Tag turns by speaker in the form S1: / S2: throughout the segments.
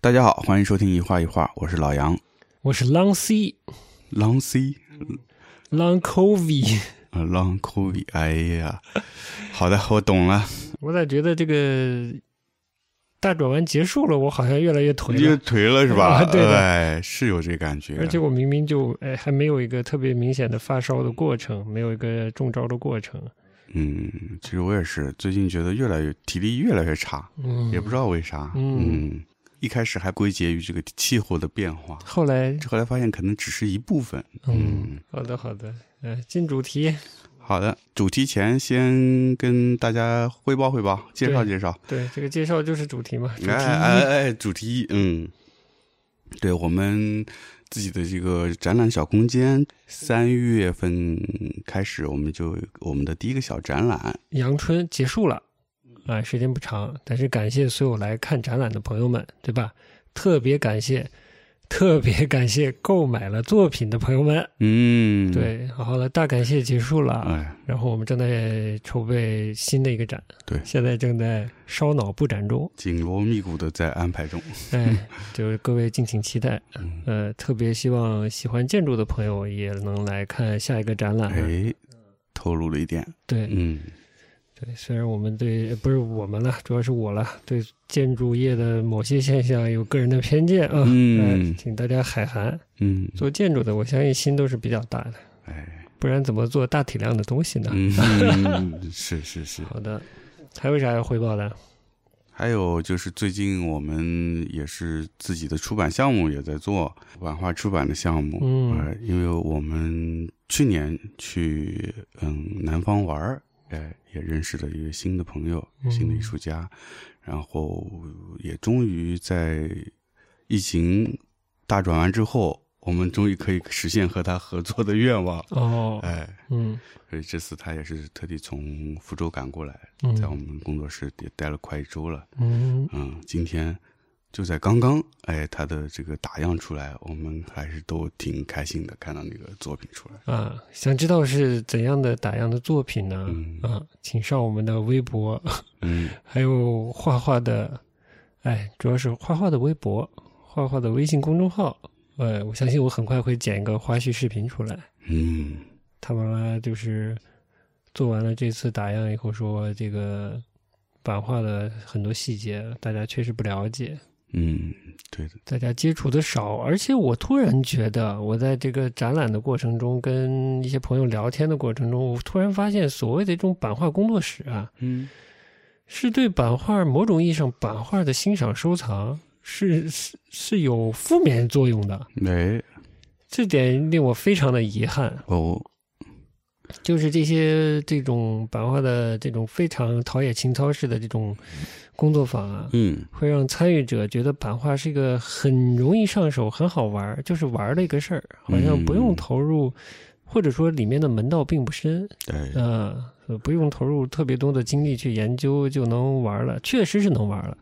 S1: 大家好，欢迎收听一画一画，我是老杨。
S2: 我是 Long C
S1: 狼 C，
S2: Long Covid，
S1: 呃，狼 c o 哎呀，好的，我懂 了，
S2: 我咋觉得这个大转弯结束了，我好像越来越颓
S1: 你就
S2: 了。
S1: 颓了是吧？
S2: 啊对的
S1: 哎，是有这感觉。
S2: 而且我明明就哎还没有一个特别明显的发烧的过程，没有一个中招的过程。
S1: 嗯，其实我也是，最近觉得越来越体力越来越差，
S2: 嗯，
S1: 也不知道为啥。
S2: 嗯
S1: 嗯，一开始还归结于这个气候的变化，
S2: 后来
S1: 后来发现可能只是一部分。
S2: 嗯，好的好的，呃，进主题，
S1: 好的，主题前先跟大家汇报汇报，介绍介绍。
S2: 对这个介绍就是主题嘛，主题
S1: 哎哎哎，主题一，嗯，对我们自己的这个展览小空间，三月份开始我们就我们的第一个小展览，
S2: 阳春结束了，啊、时间不长，但是感谢所有来看展览的朋友们，对吧？特别感谢，特别感谢购买了作品的朋友们。
S1: 嗯，，
S2: 对，好好的，大感谢结束了。啊
S1: 哎，
S2: 然后我们正在筹备新的一个展，
S1: 对
S2: 现在正在烧脑布展中，
S1: 紧锣密鼓的在安排中，
S2: 哎， 就是各位敬请期待。
S1: 嗯，
S2: 呃，特别希望喜欢建筑的朋友也能来看下一个展览。啊
S1: 哎，透露了一点，
S2: 对，
S1: 嗯，
S2: 对，虽然我们对呃不是我们了，主要是我了，对建筑业的某些现象有个人的偏见啊，
S1: 嗯
S2: 呃请大家海涵。
S1: 嗯，
S2: 做建筑的，我相信心都是比较大的，
S1: 哎，
S2: 不然怎么做大体量的东西呢？
S1: 嗯，是是是，
S2: 好的，还有啥要汇报的？
S1: 还有就是最近我们也是自己的出版项目也在做版画出版的项目，
S2: 嗯
S1: 呃，因为我们去年去嗯南方玩儿，哎，也认识了一个新的朋友，
S2: 嗯
S1: 新的艺术家，然后也终于在疫情大转弯之后，我们终于可以实现和他合作的愿望，
S2: 哦，
S1: 哎，
S2: 嗯
S1: 所以这次他也是特地从福州赶过来，在我
S2: 嗯
S1: 们工作室也待了快一周了。
S2: 嗯，
S1: 嗯，今天就在刚刚，哎，他的这个打样出来，我们还是都挺开心的，看到那个作品出来。
S2: 啊，想知道是怎样的打样的作品呢？
S1: 嗯
S2: 啊，请上我们的微博，
S1: 嗯，
S2: 还有画画的，哎，主要是画画的微博、画画的微信公众号。呃，我相信我很快会剪一个花絮视频出来。
S1: 嗯，
S2: 他们就是做完了这次打样以后说，这个版画的很多细节大家确实不了解，
S1: 嗯，对的，
S2: 大家接触的少。而且我突然觉得，我在这个展览的过程中，跟一些朋友聊天的过程中，我突然发现，所谓的这种版画工作室啊，
S1: 嗯，
S2: 是对版画某种意义上版画的欣赏收藏是 是是有负面作用的，
S1: 哎，
S2: 这点令我非常的遗憾。
S1: 哦，
S2: 就是这些这种版画的这种非常陶冶情操式的这种工作坊啊，
S1: 嗯，
S2: 会让参与者觉得版画是一个很容易上手、很好玩儿，就是玩儿的一个事儿，好像不用投入，或者说里面的门道并不深，
S1: 嗯对，
S2: 呃，不用投入特别多的精力去研究就能玩儿了，确实是能玩儿了。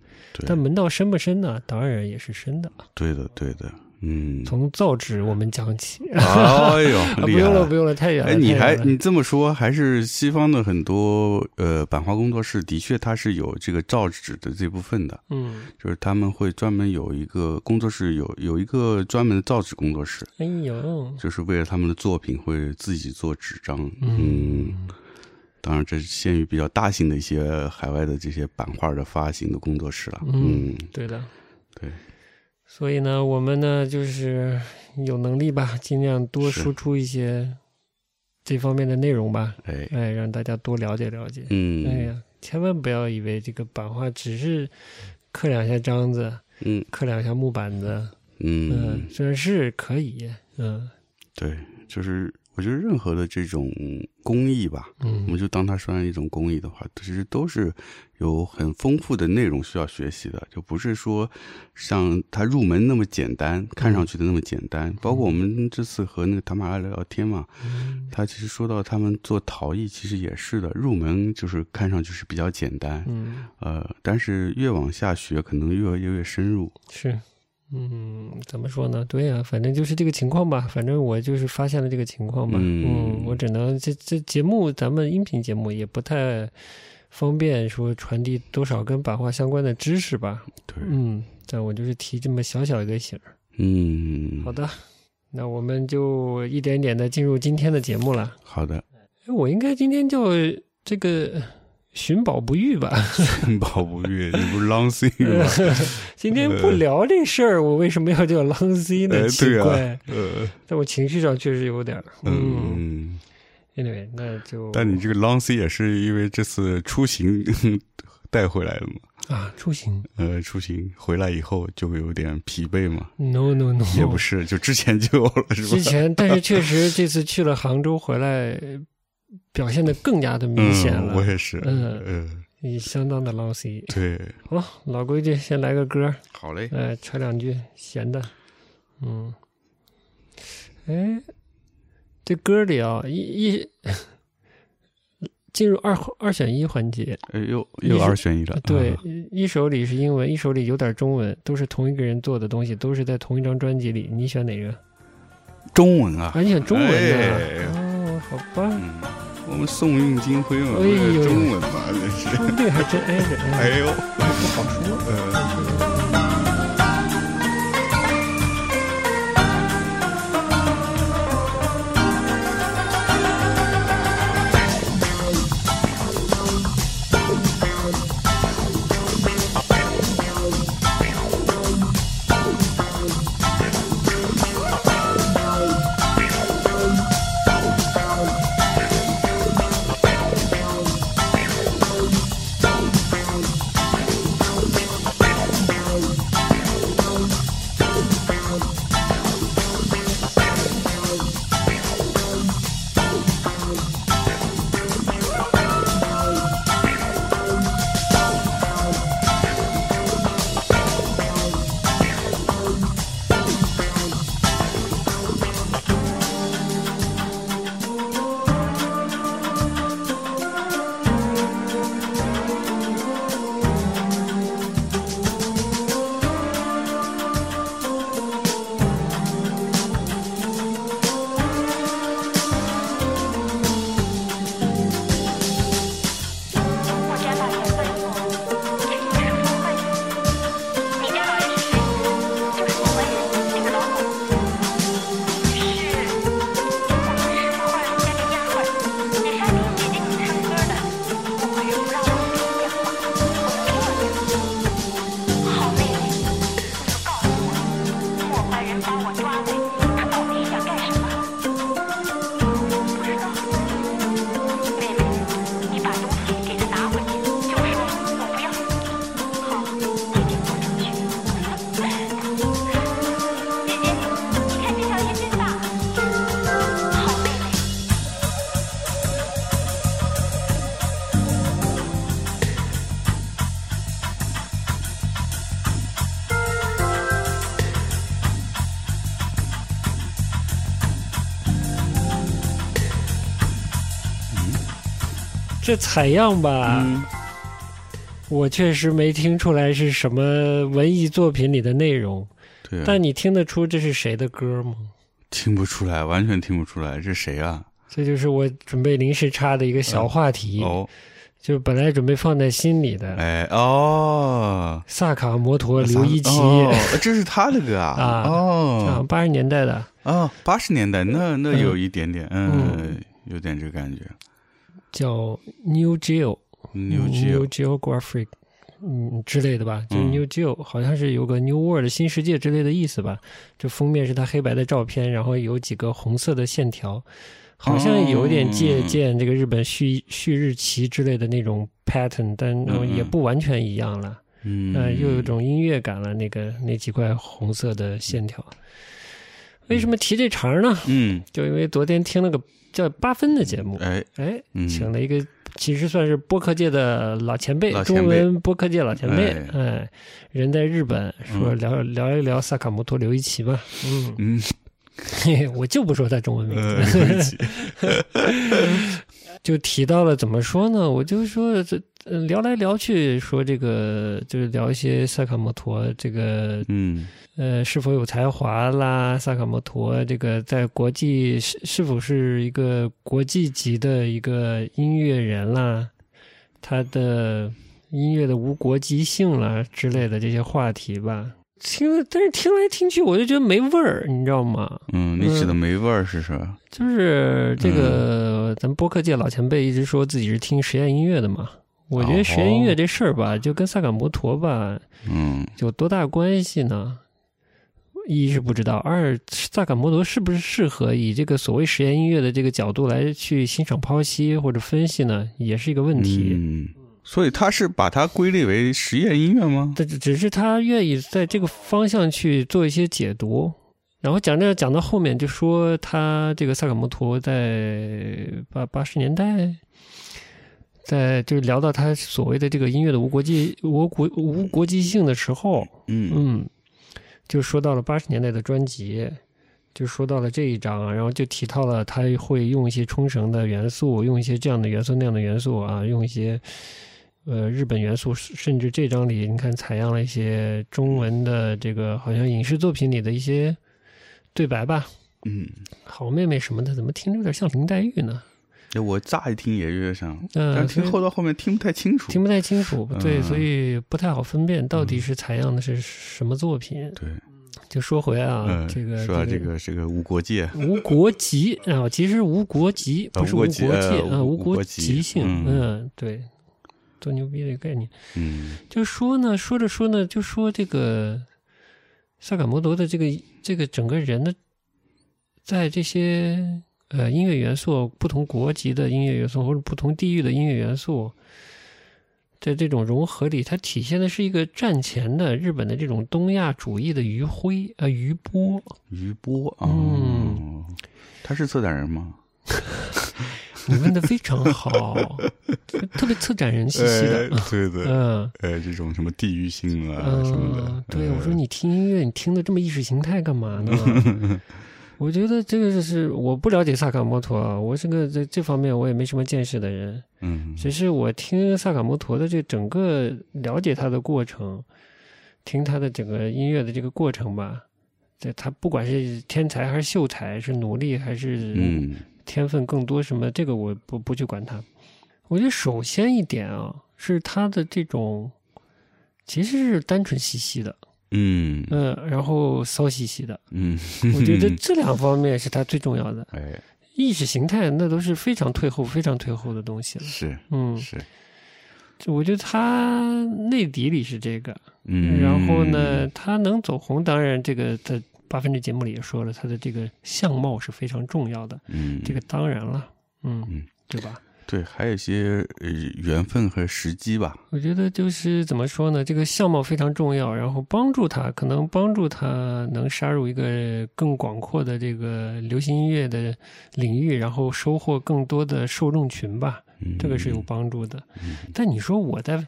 S2: 但
S1: 对，
S2: 门道深不深呢？当然也是深的。
S1: 对的，对的，嗯，
S2: 从造纸我们讲起，
S1: 哎呦，
S2: 啊、不
S1: 厉害
S2: 用了，不
S1: 了。
S2: 用了，太远了。
S1: 哎，你
S2: 太远
S1: 还
S2: 了
S1: 你这么说，还是西方的很多呃版画工作室的确它是有这个造纸的这部分的，
S2: 嗯，
S1: 就是他们会专门有一个工作室，有有一个专门的造纸工作室，
S2: 哎呦，
S1: 就是为了他们的作品会自己做纸张，嗯，
S2: 嗯，
S1: 当然这是限于比较大型的一些海外的这些版画的发行的工作室了，
S2: 嗯
S1: 嗯，
S2: 对的。
S1: 对，
S2: 所以呢，我们呢就是有能力吧，尽量多
S1: 是
S2: 输出一些这方面的内容吧，
S1: 哎，
S2: 哎，让大家多了解了解。哎
S1: 嗯，
S2: 呀，千万不要以为这个版画只是刻两下章子，
S1: 嗯
S2: 刻两下木板子，嗯，
S1: 嗯，
S2: 虽然是可以，嗯
S1: 对，就是我觉得任何的这种工艺吧，
S2: 嗯，
S1: 我们就当它算是一种工艺的话，其实都是有很丰富的内容需要学习的，就不是说像它入门那么简单，看上去的那么简单。包括我们这次和那个塔马拉聊聊天嘛，
S2: 嗯
S1: 他其实说到他们做陶艺，其实也是的，入门就是看上去是比较简单，
S2: 嗯，
S1: 呃，但是越往下学，可能越越越深入。
S2: 是，嗯，怎么说呢？对呀、反正就是这个情况吧。反正我就是发现了这个情况吧。
S1: 嗯
S2: 嗯，我只能这这节目，咱们音频节目也不太方便说传递多少跟版画相关的知识吧。
S1: 对，
S2: 嗯，但我就是提这么小小一个醒儿。
S1: 嗯，
S2: 好的，那我们就一点点的进入今天的节目了。
S1: 好的，
S2: 哎，我应该今天叫这个寻宝不遇吧？
S1: 趁宝不遇，你不是 long C 吗？
S2: 今天不聊这事儿，我为什么要叫 long C 呢？
S1: 呃，
S2: 奇
S1: 对
S2: 怪，
S1: 啊，呃，
S2: 但我情绪上确实有点儿。嗯
S1: 嗯，
S2: ，anyway，那就
S1: 但你这个 long C 也是因为这次出行 带回来的嘛？
S2: 啊，出行
S1: 呃，出行回来以后就会有点疲惫嘛？
S2: ，no no no，
S1: 也不是，就之前就有了，是
S2: 哦之
S1: 吧？
S2: 前，但是确实这次去了杭州回来，呃表现的更加的明显
S1: 嗯，我
S2: 了，
S1: 也是，
S2: 嗯
S1: 呃，
S2: 你相当的 lousy。
S1: 对，
S2: 好，老规矩，先来个歌儿，
S1: 好嘞，
S2: 哎，扯两句闲的，嗯，哎，这歌里啊，一一 进入二二选一环节，
S1: 哎，又
S2: 你
S1: 又
S2: 是
S1: 二选一了，
S2: 对
S1: 啊，
S2: 一首里是英文，一首里有点中文，都是同一个人做的东西，都是在同一张专辑里，你选哪个？
S1: 中文啊
S2: 啊，，你选中文的啊、
S1: 哎
S2: 哦，好吧。
S1: 嗯，我们宋韵金辉嘛，
S2: 哎呦
S1: 中文嘛，真是，
S2: 说不定还真挨着，哎，
S1: 哎呦，
S2: 不好说。
S1: 呃，
S3: 我家老人问我，这是什么问题？你家老人是谁？就是我们那个老母。是，我们是画画家的丫鬟，那山林姐姐你唱歌的，我们人不让我们听电话，我们听了就好妹妹，你就告诉我，莫凡人把我抓来，他到底想干什么？不知道。妹妹，你把东西给他拿回去，就说我不要。好，一定不出去。姐姐，你看这条鱼真大。好妹妹。
S2: 这采样吧，
S1: 嗯
S2: 我确实没听出来是什么文艺作品里的内容，
S1: 对啊，
S2: 但你听得出这是谁的歌吗？
S1: 听不出来，完全听不出来，这谁啊？
S2: 这就是我准备临时插的一个小话题，
S1: 哦，
S2: 就本来准备放在心里的。
S1: 哎，哦，
S2: 萨卡摩托刘一奇，
S1: 哦，这是他的歌啊，
S2: 啊啊
S1: 哦，
S2: 八十年代的，
S1: 啊，八十年代，那那
S2: 嗯
S1: 有一点点，嗯，有点这个感觉。
S2: 叫 New Geo。
S1: 牛
S2: New
S1: 牛
S2: Geographic，嗯之类的吧，就是
S1: 嗯
S2: New Geo，、好像是有个 New World 新世界之类的意思吧。这封面是他黑白的照片，然后有几个红色的线条，好像有点
S1: 嗯
S2: 借鉴这个日本旭旭日旗之类的那种 pattern，但
S1: 嗯嗯
S2: 也不完全一样了。
S1: 嗯，
S2: 呃，又有种音乐感了，那个那几块红色的线条。为什么提这茬儿呢？
S1: 嗯，
S2: 就因为昨天听了个叫八分的节目，
S1: 哎，
S2: 哎，
S1: 嗯
S2: 请了一个其实算是播客界的老前辈，
S1: 老前辈
S2: 中文播客界老前辈，
S1: 哎
S2: 哎，人在日本，说聊、聊一聊萨卡摩托刘一奇吧，嗯，
S1: 嗯，
S2: 嘿嘿 我就不说他中文名字，
S1: 呃，刘一奇，
S2: 就提到了怎么说呢？我就说这呃聊来聊去说这个就是聊一些萨卡摩托这个
S1: 嗯
S2: 呃，是否有才华啦？萨卡摩托这个在国际是是否是一个国际级的一个音乐人啦？他的音乐的无国籍性啦之类的这些话题吧。听了，但是听来听去，我就觉得没味儿，你知道吗？
S1: 嗯，你指的没味儿是什么？
S2: 就是这个，咱们播客界老前辈一直说自己是听实验音乐的嘛。我觉得实验音乐这事儿吧，就跟萨卡摩托吧
S1: 嗯
S2: 有多大关系呢？一是不知道，二萨卡摩托是不是适合以这个所谓实验音乐的这个角度来去欣赏、剖析或者分析呢，也是一个问题。
S1: 嗯，所以他是把它归类为实验音乐吗？
S2: 但只只是他愿意在这个方向去做一些解读。然后讲着讲到后面，就说他这个萨卡摩托在八八十年代，在就是聊到他所谓的这个音乐的无国际无国无国际性的时候，
S1: 嗯
S2: 嗯，就说到了八十年代的专辑，就说到了这一章，然后就提到了他会用一些冲绳的元素，用一些这样的元素那样的元素啊，用一些呃日本元素，甚至这章里你看采样了一些中文的这个好像影视作品里的一些对白吧，
S1: 嗯，
S2: 好妹妹什么的，怎么听着有点像林黛玉呢？
S1: 哎我乍一听也越像，
S2: 嗯、
S1: 但
S2: 所以
S1: 听后到后面听不太清楚。
S2: 听不太清楚，对，
S1: 嗯
S2: 所以不太好分辨到底是采样的是什么作品。
S1: 对，
S2: 就说回来啊，
S1: 嗯，
S2: 这个
S1: 说到这个这个无国界，
S2: 无国籍啊，其实无国籍
S1: 啊
S2: 不是无国界
S1: 无国籍呃
S2: 啊，
S1: 无
S2: 无国
S1: 国籍
S2: 籍性，
S1: 嗯
S2: 嗯，对，多牛逼的一个概念。
S1: 嗯
S2: 就说呢，说着说呢，就说这个萨卡摩多的这个这个整个人的，在这些呃音乐元素、不同国籍的音乐元素或者不同地域的音乐元素，在这种融合里，它体现的是一个战前的日本的这种东亚主义的余晖呃余波。
S1: 余波啊，
S2: 嗯
S1: 哦他是策展人吗？
S2: 你问的非常好， 特别策展人兮兮
S1: 哎
S2: 的，
S1: 对对，
S2: 嗯
S1: 呃，这种什么地域性啊什么
S2: 嗯
S1: 的，，
S2: 对，
S1: 呃
S2: 我说你听音乐，你听的这么意识形态干嘛呢？ 我觉得这个就是我不了解萨卡摩托，啊，我是个在这方面我也没什么见识的人，
S1: 嗯，
S2: 只是我听萨卡摩托的这整个了解他的过程，听他的整个音乐的这个过程吧。这他不管是天才还是秀才，是努力还是
S1: 嗯
S2: 天分更多什么，这个我不不去管它。我觉得首先一点啊，是他的这种其实是单纯兮兮的，
S1: 嗯
S2: 嗯，然后骚兮兮的。
S1: 嗯，
S2: 我觉得这两方面是他最重要的。
S1: 哎
S2: 意识形态那都是非常退后、非常退后的东西了。
S1: 是
S2: 嗯，
S1: 是，
S2: 就我觉得他内底里是这个，
S1: 嗯，
S2: 然后呢，，他能走红，当然这个在八分之节目里也说了，他的这个相貌是非常重要的，
S1: 嗯，
S2: 这个当然了，嗯
S1: 嗯，
S2: 对吧？
S1: 对，还有一些呃缘分和时机吧，
S2: 我觉得就是怎么说呢，这个相貌非常重要，然后帮助他，可能帮助他能杀入一个更广阔的这个流行音乐的领域，然后收获更多的受众群吧，
S1: 嗯
S2: 这个是有帮助的。但你说我在，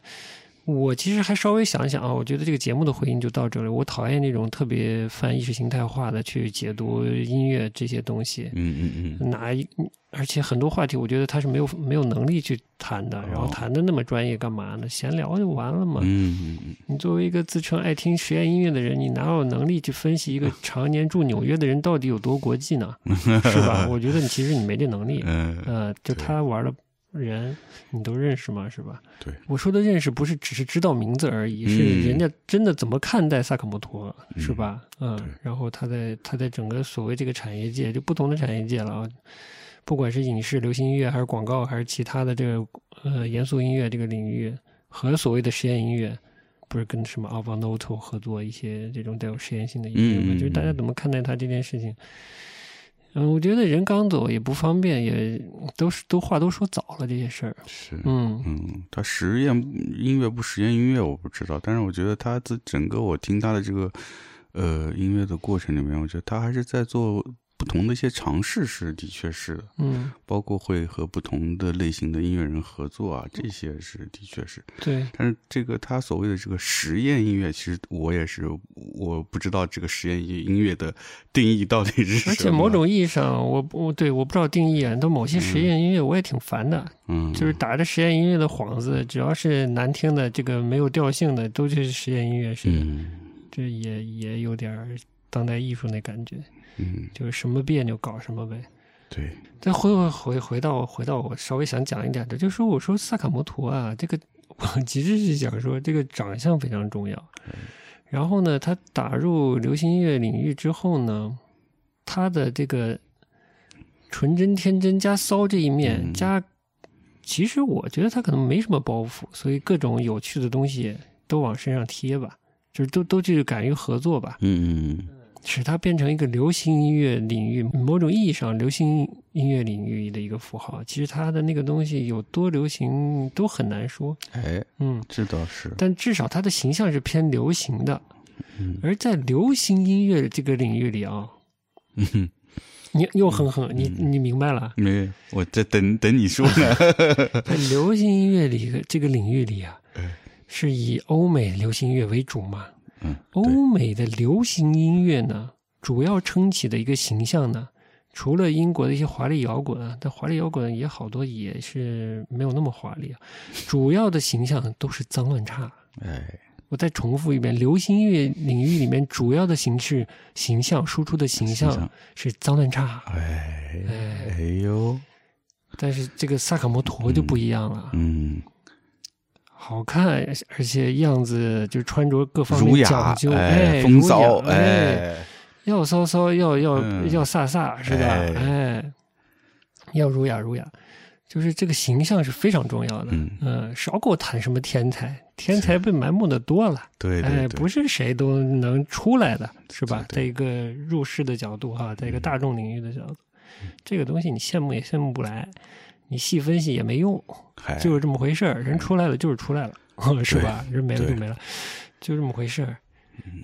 S2: 我其实还稍微想一想啊，我觉得这个节目的回应就到这里。我讨厌那种特别泛意识形态化的去解读音乐这些东西，
S1: 嗯嗯嗯，
S2: 拿一，而且很多话题，我觉得他是没有没有能力去谈的，然后
S1: 哦
S2: 谈的那么专业干嘛呢？闲聊就完了嘛。
S1: 嗯嗯
S2: 你作为一个自称爱听实验音乐的人，你哪有能力去分析一个常年住纽约的人到底有多国 际呢？是吧？我觉得你其实你没这能力。
S1: 嗯呃
S2: 呃，就他玩的人，你都认识吗？是吧？
S1: 对，
S2: 我说的认识不是只是知道名字而已，
S1: 嗯
S2: 是人家真的怎么看待萨克摩托，是吧？嗯
S1: 对，
S2: 然后他在他在整个所谓这个产业界，就不同的产业界了啊，不管是影视、流行音乐，还是广告，还是其他的这个呃严肃音乐这个领域，和所谓的实验音乐。不是跟什么 a v a n o t o 合作一些这种带有实验性的音乐吗？
S1: 嗯嗯嗯
S2: 就是大家怎么看待他这件事情？嗯，我觉得人刚走也不方便，也都是都话都说早了这些事儿。
S1: 是，
S2: 嗯，
S1: 嗯，他实验音乐不实验音乐我不知道，但是我觉得他自整个我听他的这个呃音乐的过程里面，我觉得他还是在做不同的一些尝试，是的确是的，
S2: 嗯
S1: 包括会和不同的类型的音乐人合作啊，这些是的确是。，
S2: 对，
S1: 但是这个他所谓的这个实验音乐，其实我也是我不知道这个实验音乐的定义到底是什么。
S2: 而且某种意义上，我我对我不知道定义啊，但某些实验音乐我也挺烦的，
S1: 嗯，
S2: 就是打着实验音乐的幌子，只要是难听的、这个没有调性的，都去实验音乐是，
S1: 嗯
S2: 这也也有点儿当代艺术那感觉，
S1: 嗯，
S2: 就是什么别扭搞什么呗。
S1: 对，
S2: 再回回回回到回到我稍微想讲一点的，就是说我说萨卡摩托啊，这个我其实是想说这个长相非常重要，然后呢，他打入流行音乐领域之后呢，他的这个纯真、天真加骚这一面，
S1: 嗯
S2: 加其实我觉得他可能没什么包袱，所以各种有趣的东西都往身上贴吧，就是都都去敢于合作吧，
S1: 嗯嗯
S2: 使它变成一个流行音乐领域某种意义上流行音乐领域的一个符号。其实它的那个东西有多流行都很难说，
S1: 嗯，哎，
S2: 嗯，
S1: 这倒是，
S2: 但至少它的形象是偏流行的。
S1: 嗯
S2: 而在流行音乐这个领域里啊，
S1: 嗯哼，
S2: 你又哼哼，你你明白了？
S1: 没，我在等等你说呢。
S2: 在流行音乐里这个领域里啊
S1: 嗯，
S2: 是以欧美流行音乐为主嘛？
S1: 嗯，对
S2: 欧美的流行音乐呢，主要撑起的一个形象呢，除了英国的一些华丽摇滚啊，但华丽摇滚也好多也是没有那么华丽啊，主要的形象都是脏乱差。
S1: 哎，
S2: 我再重复一遍，流行音乐领域里面主要的形式、形象输出的形
S1: 形
S2: 象
S1: 象
S2: 是脏乱差，
S1: 哎，
S2: 哎
S1: 哎呦，
S2: 但是这个萨卡摩托就不一样了，
S1: 嗯，
S2: 好看，而且样子就穿着各方
S1: 儒
S2: 面
S1: 雅
S2: 讲，究，
S1: 哎，
S2: 儒
S1: 风骚，
S2: 雅哎，
S1: 哎，
S2: 要骚骚，要要、
S1: 嗯
S2: 要飒飒，是吧？
S1: 哎
S2: 哎，要儒雅儒雅，就是这个形象是非常重要的。
S1: 嗯
S2: 少给我谈什么天才，天才被埋没的多了。
S1: 对
S2: 哎，
S1: 对
S2: 不
S1: 对，
S2: 是谁都能出来的，是吧？
S1: 对嗯
S2: 在一个入世的角度哈，在一个大众领域的角度，这个东西你羡慕也羡慕不来，你细分析也没用，
S1: 嗨
S2: 就是这么回
S1: 哎
S2: 事儿。人出来了就是出来了，
S1: 哦
S2: 是吧？人没了就没了，就这么回事儿。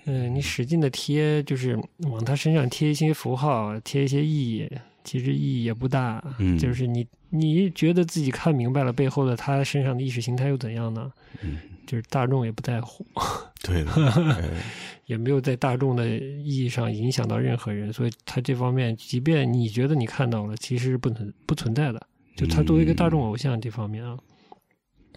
S2: 嗯、你使劲的贴，就是往他身上贴一些符号，贴一些意义，其实意义也不大。
S1: 嗯
S2: 就是你你觉得自己看明白了背后的他身上的意识形态又怎样呢？
S1: 嗯
S2: 就是大众也不在乎。
S1: 对的，哎
S2: 也没有在大众的意义上影响到任何人，所以他这方面，即便你觉得你看到了，其实是不存不存在的。就他作为一个
S1: 嗯
S2: 大众偶像这方面啊，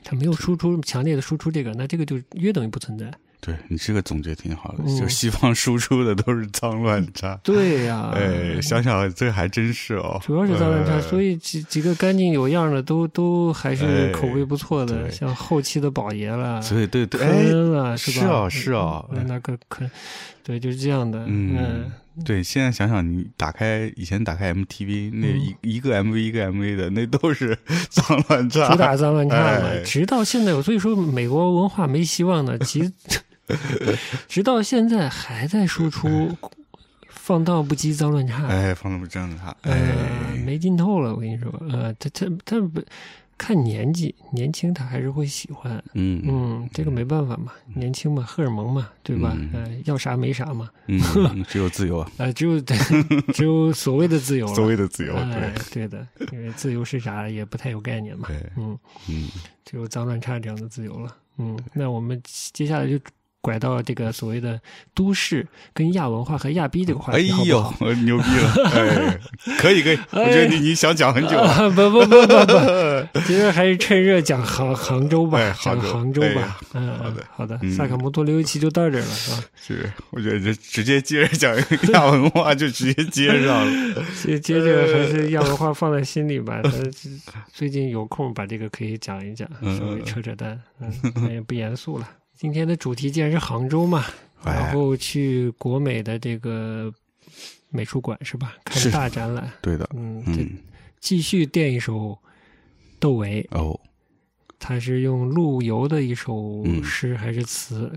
S2: 他没有输出强烈的输出这个，那这个就约等于不存在。
S1: 对你这个总结挺好的，
S2: 嗯
S1: 就是西方输出的都是脏乱差。
S2: 对呀、
S1: 哎，想想这还真是哦，
S2: 啊主要是脏乱差，
S1: 哎
S2: 所以几几个干净有样的都都还是
S1: 哎
S2: 口碑不错的，
S1: 对
S2: 像后期的宝爷啦，
S1: 所以对对，哎，
S2: 坑啦，
S1: 是
S2: 吧？
S1: 哦是哦
S2: 嗯那个坑，对，就是这样的，
S1: 嗯，对，现在想想，你打开以前打开 MTV 那
S2: 嗯
S1: 一一个 MV 一个 MV 的，那都是 脏乱 差，
S2: 主打脏乱差嘛，
S1: 哎
S2: 直到现在，所以说美国文化没希望呢， 其直到现在还在输出放荡不羁、脏乱差，
S1: 哎，放纵不正他，
S2: 呃，
S1: 哎，
S2: 没劲透了。我跟你说，呃，他他他不看年纪，年轻他还是会喜欢，
S1: 嗯嗯
S2: 嗯，这个没办法嘛，年轻嘛，荷尔蒙嘛，对吧？
S1: 嗯
S2: 呃，要啥没啥嘛，
S1: 嗯，只有自由啊，
S2: 呃，只有 只有所谓的自由了，
S1: 所谓的自由，
S2: 哎
S1: 对，，
S2: 对的，因为自由是啥也不太有概念嘛
S1: 对，
S2: 嗯。
S1: 嗯，
S2: 只有脏乱差这样的自由了。嗯，那我们接下来就拐到这个所谓的都市跟亚文化和亚逼这个话
S1: 哎
S2: 题，好不
S1: 呦
S2: 好？，
S1: 牛逼了，哎，可以可以，我觉得你你想讲很久 了，
S2: 啊、不不不不不，今天还是趁热讲杭杭州吧，
S1: 哎
S2: 讲
S1: 杭州
S2: 杭州吧。嗯，
S1: 好的
S2: 好的，
S1: 嗯
S2: 萨卡摩托留一期就到这儿了 啊，
S1: 是，我觉得这直接接着讲亚文化就直接接上了，
S2: 接接着还
S1: 呃
S2: 是亚文化放在心里吧。咱最近有空把这个可以讲一讲，
S1: 嗯
S2: 稍微扯扯 淡，嗯，也不严肃了。今天的主题既然是杭州嘛， 然
S1: 哎，
S2: 后去国美的这个美术馆 是吧？看
S1: 是
S2: 大展览，
S1: 对的，
S2: 嗯，这
S1: 嗯，
S2: 继续垫一首窦唯，
S1: 哦，
S2: 他是用陆游的一首
S1: 嗯
S2: 诗还是词，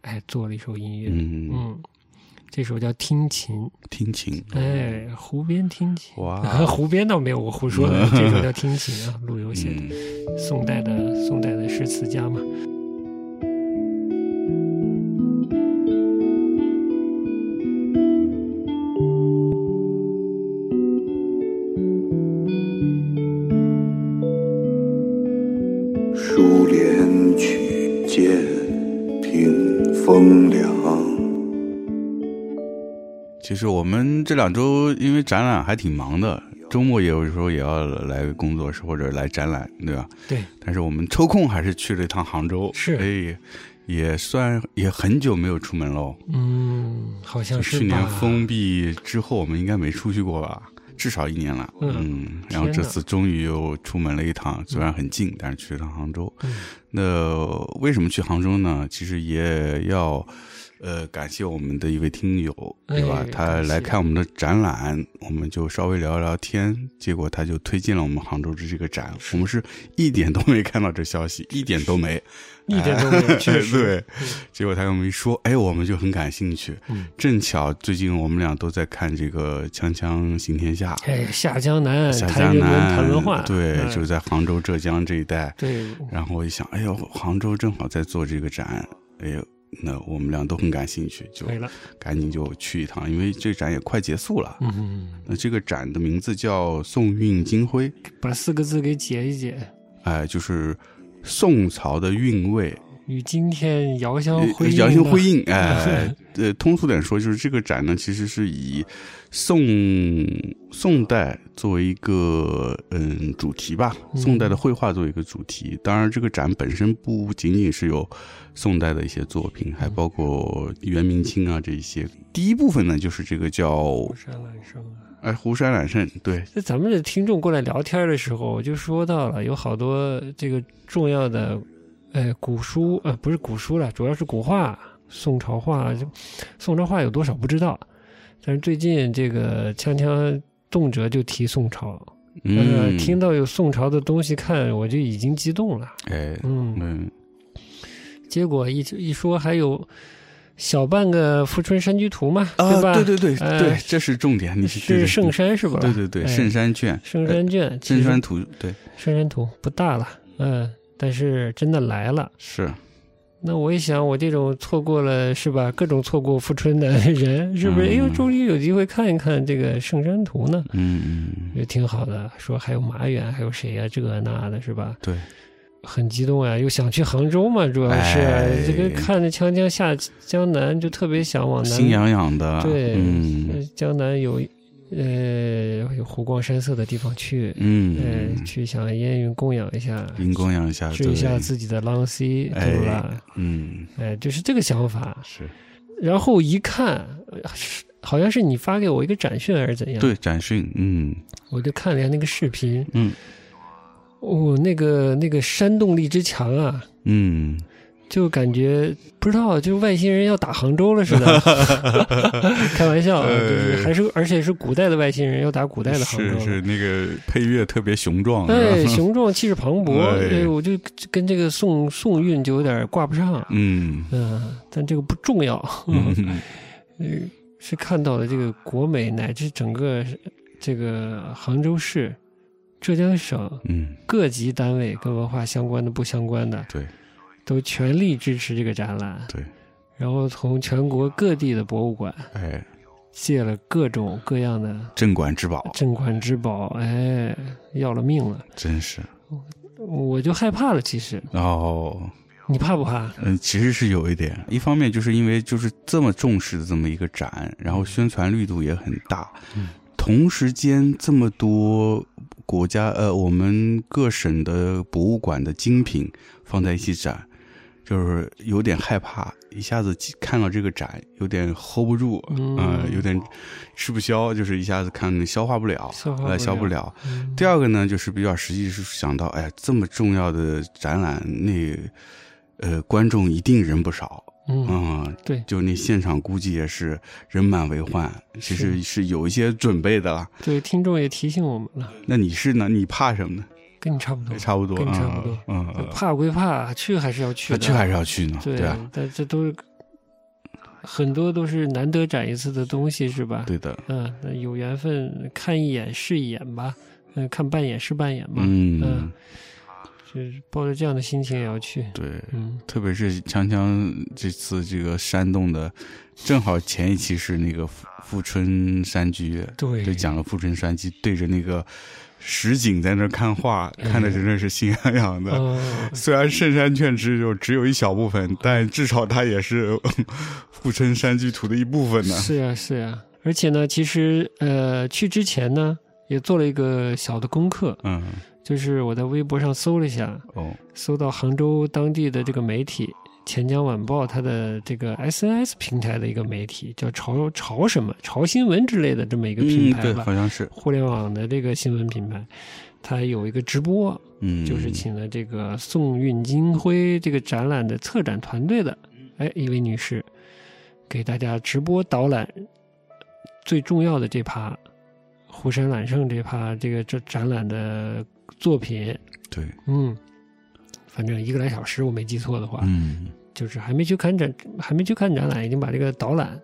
S2: 哎，做了一首音乐，
S1: 嗯，
S2: 嗯这首叫《听琴》，
S1: 听琴，
S2: 哎，湖边听琴，
S1: 嗯哇
S2: 湖边倒没有，我胡说的，这首叫《听琴》啊，陆游写的，
S1: 嗯，
S2: 宋代的宋代的诗词家嘛。
S4: 书帘曲涧听风凉，
S1: 其实我们这两周因为展览还挺忙的，周末也有时候也要来工作室或者来展览，对吧？
S2: 对，
S1: 但是我们抽空还是去了一趟杭州，
S2: 是
S1: 哎，也算也很久没有出门哦喽。
S2: 嗯，好像是
S1: 去年
S2: 吧
S1: 封闭之后，我们应该没出去过吧？至少一年了，
S2: 嗯
S1: 嗯，然后这次终于又出门了一趟，虽然很近，但是去了趟杭州。
S2: 嗯
S1: 那为什么去杭州呢？其实也要呃，感谢我们的一位听友，对吧？
S2: 哎
S1: 他
S2: 感
S1: 来
S2: 谢
S1: 看我们的展览，我们就稍微聊聊天，结果他就推荐了我们杭州的这个展，我们是一点都没看到这消息，一点都没，
S2: 一点都没 有，确实
S1: 对，结果他跟我们一说，哎，我们就很感兴趣。
S2: 嗯
S1: 正巧最近我们俩都在看这个《锵锵行天下》，
S2: 哎，下江南
S1: 下
S2: 谈
S1: 江
S2: 人文、
S1: 南，
S2: 谈文化，
S1: 对，
S2: 嗯
S1: 就在杭州、浙江这一带。
S2: 对，
S1: 然后我一想，哎呦，杭州正好在做这个展，哎呦，那我们俩都很感兴趣，就
S2: 没了，
S1: 赶紧就去一趟，因为这展也快结束了。
S2: 嗯，
S1: 那这个展的名字叫《宋韵金辉》，
S2: 把四个字给解一解，
S1: 哎、就是宋朝的韵味
S2: 与今天遥相呃辉映，啊
S1: 遥相呃辉， 映，哎，呃，通俗点说，就是这个展呢，其实是以宋宋代作为一个嗯主题吧，
S2: 嗯
S1: 宋代的绘画作为一个主题。当然，这个展本身不仅仅是有宋代的一些作品，还包括元明清啊这一些。第一部分呢，就是这个叫
S2: 不是揽生啊。
S1: 哎湖山揽胜，对，
S2: 那咱们的听众过来聊天的时候，我就说到了，有好多这个重要的，呃，古书呃，不是古书了，主要是古画，宋朝画，就宋朝画有多少不知道，但是最近这个锵锵动辄就提宋朝，呃，
S1: 嗯，
S2: 听到有宋朝的东西看，我就已经激动了，
S1: 哎，
S2: 嗯，
S1: 嗯，
S2: 结果一一说还有小半个《富春山居图》嘛，
S1: 啊，
S2: 吧？
S1: 对对对
S2: 哎
S1: 对，这是重点，你对
S2: 是
S1: 对
S2: 圣山是吧？
S1: 对对对
S2: 哎
S1: 圣山卷，
S2: 圣
S1: 呃
S2: 山卷，其
S1: 圣
S2: 实
S1: 山图，对，
S2: 深山图不大了，嗯，但是真的来了。
S1: 是。
S2: 那我一想，我这种错过了是吧？各种错过富春的人，是不是？
S1: 嗯
S2: 哎呦，终于有机会看一看这个圣山图呢，
S1: 嗯嗯，嗯
S2: 也挺好的。说还有马远，还有谁呀、这个那的，是吧？
S1: 对，
S2: 很激动啊呀、又想去杭州嘛，主要是、啊
S1: 哎
S2: 这个看着锵锵下江南，就特别想往南。
S1: 心痒痒的，
S2: 对，
S1: 嗯
S2: 呃江南有呃有湖光山色的地方去，
S1: 嗯
S2: 呃，，去想烟云供养一下，
S1: 阴公养一下，
S2: 追一下
S1: 对
S2: 自己的浪 C，
S1: 哎
S2: 对不啦？
S1: 嗯，
S2: 哎，就是这个想法。
S1: 是
S2: 然后一看，呃是好像是你发给我一个展讯还是怎样？
S1: 对展讯，嗯
S2: 我就看了一下那个视频，
S1: 嗯
S2: 哦，那个那个山洞力之强啊，
S1: 嗯，
S2: 就感觉不知道，就外星人要打杭州了似 的。 开玩笑啊，就是
S1: 哎
S2: 还是而且是古代的外星人要打古代的杭州
S1: 是是
S2: 了。
S1: 那个配乐特别雄壮，啊
S2: 哎，
S1: 是吧
S2: 雄壮气势磅礴，
S1: 哎
S2: 对，我就跟这个宋宋韵就有点挂不上。
S1: 嗯
S2: 嗯，但这个不重要。
S1: 嗯
S2: 呃， 是看到了这个国美乃至整个这个杭州市、浙江省
S1: 嗯，
S2: 各级单位跟文化相关的、不相关的，
S1: 对
S2: 都全力支持这个展览。
S1: 对，
S2: 然后从全国各地的博物馆
S1: 哎，
S2: 借了各种各样的
S1: 镇馆之宝，
S2: 镇馆之宝，哎，要了命了！
S1: 真是
S2: 我就害怕了。其实
S1: 哦。
S2: 你怕不怕？
S1: 嗯，其实是有一点，一方面就是因为就是这么重视的这么一个展，然
S2: 嗯
S1: 后宣传力度也很大，同时间这么多国家呃我们各省的博物馆的精品放在一起展，就是有点害怕，一下子看到这个展有点 hold 不住，
S2: 嗯
S1: 呃有点吃不消，就是一下子看消化不了，
S2: 消化
S1: 呃消
S2: 不
S1: 不
S2: 了
S1: 了。第二个呢，就是比较实际，是想到，哎，这么重要的展览，那呃，观众一定人不少
S2: 嗯，
S1: 啊、
S2: 对嗯
S1: 就那现场估计也是人满为患，其实是有一些准备的啦。
S2: 对，听众也提醒我们了，
S1: 那你是呢？你怕什么呢？
S2: 跟你差不多，
S1: 差不多，
S2: 跟你差不多。
S1: 嗯，嗯嗯
S2: 怕归怕，去还是要去
S1: 那
S2: 的。
S1: 去还是要去呢，啊
S2: 对啊
S1: 吧？
S2: 但这都是很多都是难得展一次的东西，是吧？
S1: 对的，
S2: 嗯，那有缘分看一眼是一眼吧，嗯、看半眼是半眼吧，
S1: 嗯，
S2: 嗯就是抱着这样的心情也要去。
S1: 对。
S2: 嗯，
S1: 特别是锵锵这次这个山洞的，正好前一期是那个富富春山居，
S2: 对
S1: 就讲了富春山居，对着那个实景在那儿看画，
S2: 嗯
S1: 看的真的是心痒痒的。
S2: 哦，
S1: 虽然圣山卷只有只有一小部分，但至少它也是 富春山居图的一部分呢。
S2: 是呀、是呀、而且呢，其实呃，去之前呢，也做了一个小的功课，
S1: 嗯，
S2: 就是我在微博上搜了一下，
S1: 哦，
S2: 搜到杭州当地的这个媒体《钱江晚报》，它的这个 SNS 平台的一个媒体，叫潮潮什么潮新闻之类的这么一个品
S1: 嗯，
S2: 牌
S1: 对，
S2: 吧，
S1: 好像是，
S2: 互联网的这个新闻品牌，它有一个直播，
S1: 嗯，
S2: 就是请了这个宋韵金辉这个展览的策展团队的，哎，一位女士。给大家直播导览最重要的这趴——湖山揽胜这趴，这个这展览的作品。
S1: 对，
S2: 嗯，反正一个来小时，我没记错的话，
S1: 嗯
S2: 就是还没去看展，还没去看展览，已经把这个导览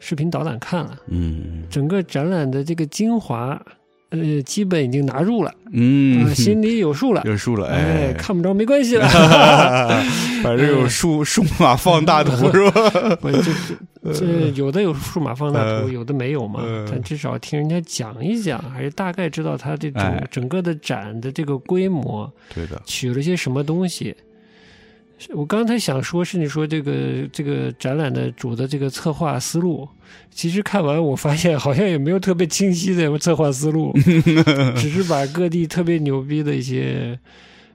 S2: 视频导览看了，
S1: 嗯
S2: 整个展览的这个精华，呃，基本已经拿入了，
S1: 嗯
S2: 呃，心里有数了。
S1: 有数了，
S2: 哎，看哎不着没关 系了，
S1: 反正有数数码放大图是 吧？
S2: 我这这有的有数码放大图，
S1: 呃
S2: 有的没有嘛
S1: 呃。
S2: 但至少听人家讲一讲，还是大概知道它这种
S1: 哎
S2: 整个的展的这个规模，
S1: 对的，
S2: 取了些什么东西。是我刚才想说，甚至说这个这个展览的主的这个策划思路，其实看完我发现好像也没有特别清晰的策划思路，只是把各地特别牛逼的一些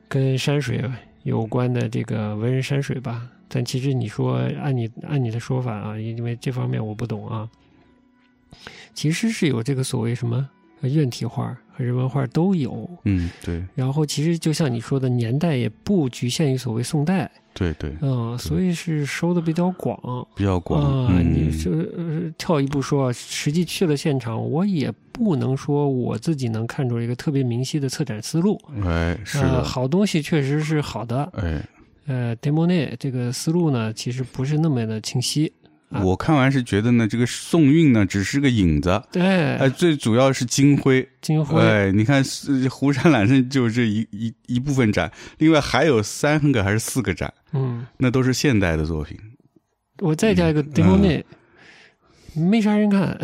S2: 跟山水有关的这个文人山水吧。但其实你说按你按你的说法啊，因为这方面我不懂啊，其实是有这个所谓什么呃院体画和人文画都有，
S1: 嗯，对
S2: 然后其实就像你说的，年代也不局限于所谓宋代，
S1: 对对，
S2: 嗯、所以是收的比较广。
S1: 比较广，
S2: 啊、
S1: 嗯
S2: 你这、呃、跳一步说啊，实际去了现场，我也不能说我自己能看出一个特别明晰的策展思路。
S1: 哎是
S2: 呃，
S1: 的，
S2: 好东西确实是好的。
S1: 哎，
S2: 呃 d e m o n e 这个思路呢，其实不是那么的清晰。啊
S1: 我看完是觉得呢，这个宋韵呢只是个影子，哎，
S2: 哎，
S1: 最主要是金辉。
S2: 金辉，
S1: 哎，你看是湖山揽胜就这一一一部分展，另外还有三个还是四个展，
S2: 嗯，
S1: 那都是现代的作品。
S2: 我再加一
S1: 嗯
S2: 个 d e m o n e 没啥人 看，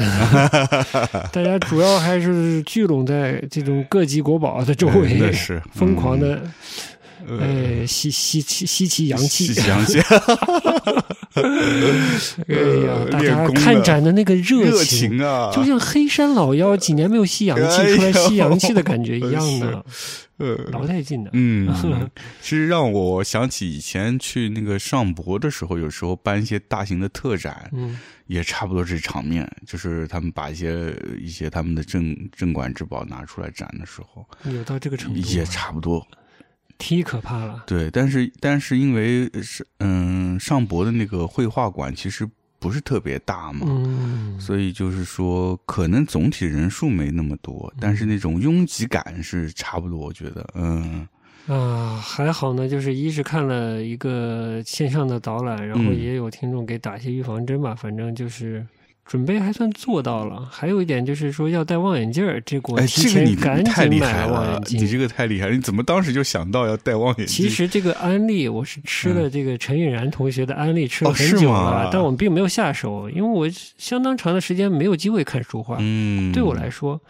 S2: 大家主要还是聚拢在这种各级国宝的周
S1: 哎
S2: 围
S1: 那，是
S2: 疯狂的
S1: 嗯
S2: 呃吸吸吸吸其阳
S1: 喜
S2: 气。
S1: 洋气，
S2: 哎呀，大
S1: 呃练
S2: 家
S1: 功的
S2: 看展的那个热
S1: 热情啊，
S2: 就像黑山老妖几年没有吸阳
S1: 哎
S2: 气
S1: 呦
S2: 出来吸阳气的感觉一样 的，
S1: 呃，
S2: 老带劲的。
S1: 嗯，其实让我想起以前去那个上博的时候，有时候办一些大型的特展，
S2: 嗯
S1: 也差不多是场面，就是他们把一些一些他们的镇镇馆之宝拿出来展的时候，
S2: 有到这个程度吗，啊
S1: 也差不多。
S2: 忒可怕了。
S1: 对，但是但是因为是嗯上博的那个绘画馆其实不是特别大嘛，
S2: 嗯，
S1: 所以就是说，可能总体人数没那么多，但
S2: 嗯
S1: 是那种拥挤感是差不多，我觉得，嗯，
S2: 啊，还好呢，就是一是看了一个线上的导览，然后
S1: 嗯
S2: 也有听众给打一些预防针吧，反正就是准备还算做到了。还有一点就是说要戴望远镜儿，这个我
S1: 哎，
S2: 提
S1: 这个你
S2: 前赶
S1: 太
S2: 紧
S1: 厉
S2: 买
S1: 害
S2: 望
S1: 了
S2: 远，镜。
S1: 你这个太厉害了，你怎么当时就想到要戴望远镜？
S2: 其实这个安利我是吃了这个陈韵然同学的安利吃了
S1: 哦
S2: 很
S1: 是
S2: 久
S1: 吗
S2: 了，但我们并没有下手，因为我相当长的时间没有机会看书画。
S1: 嗯，
S2: 对我来说，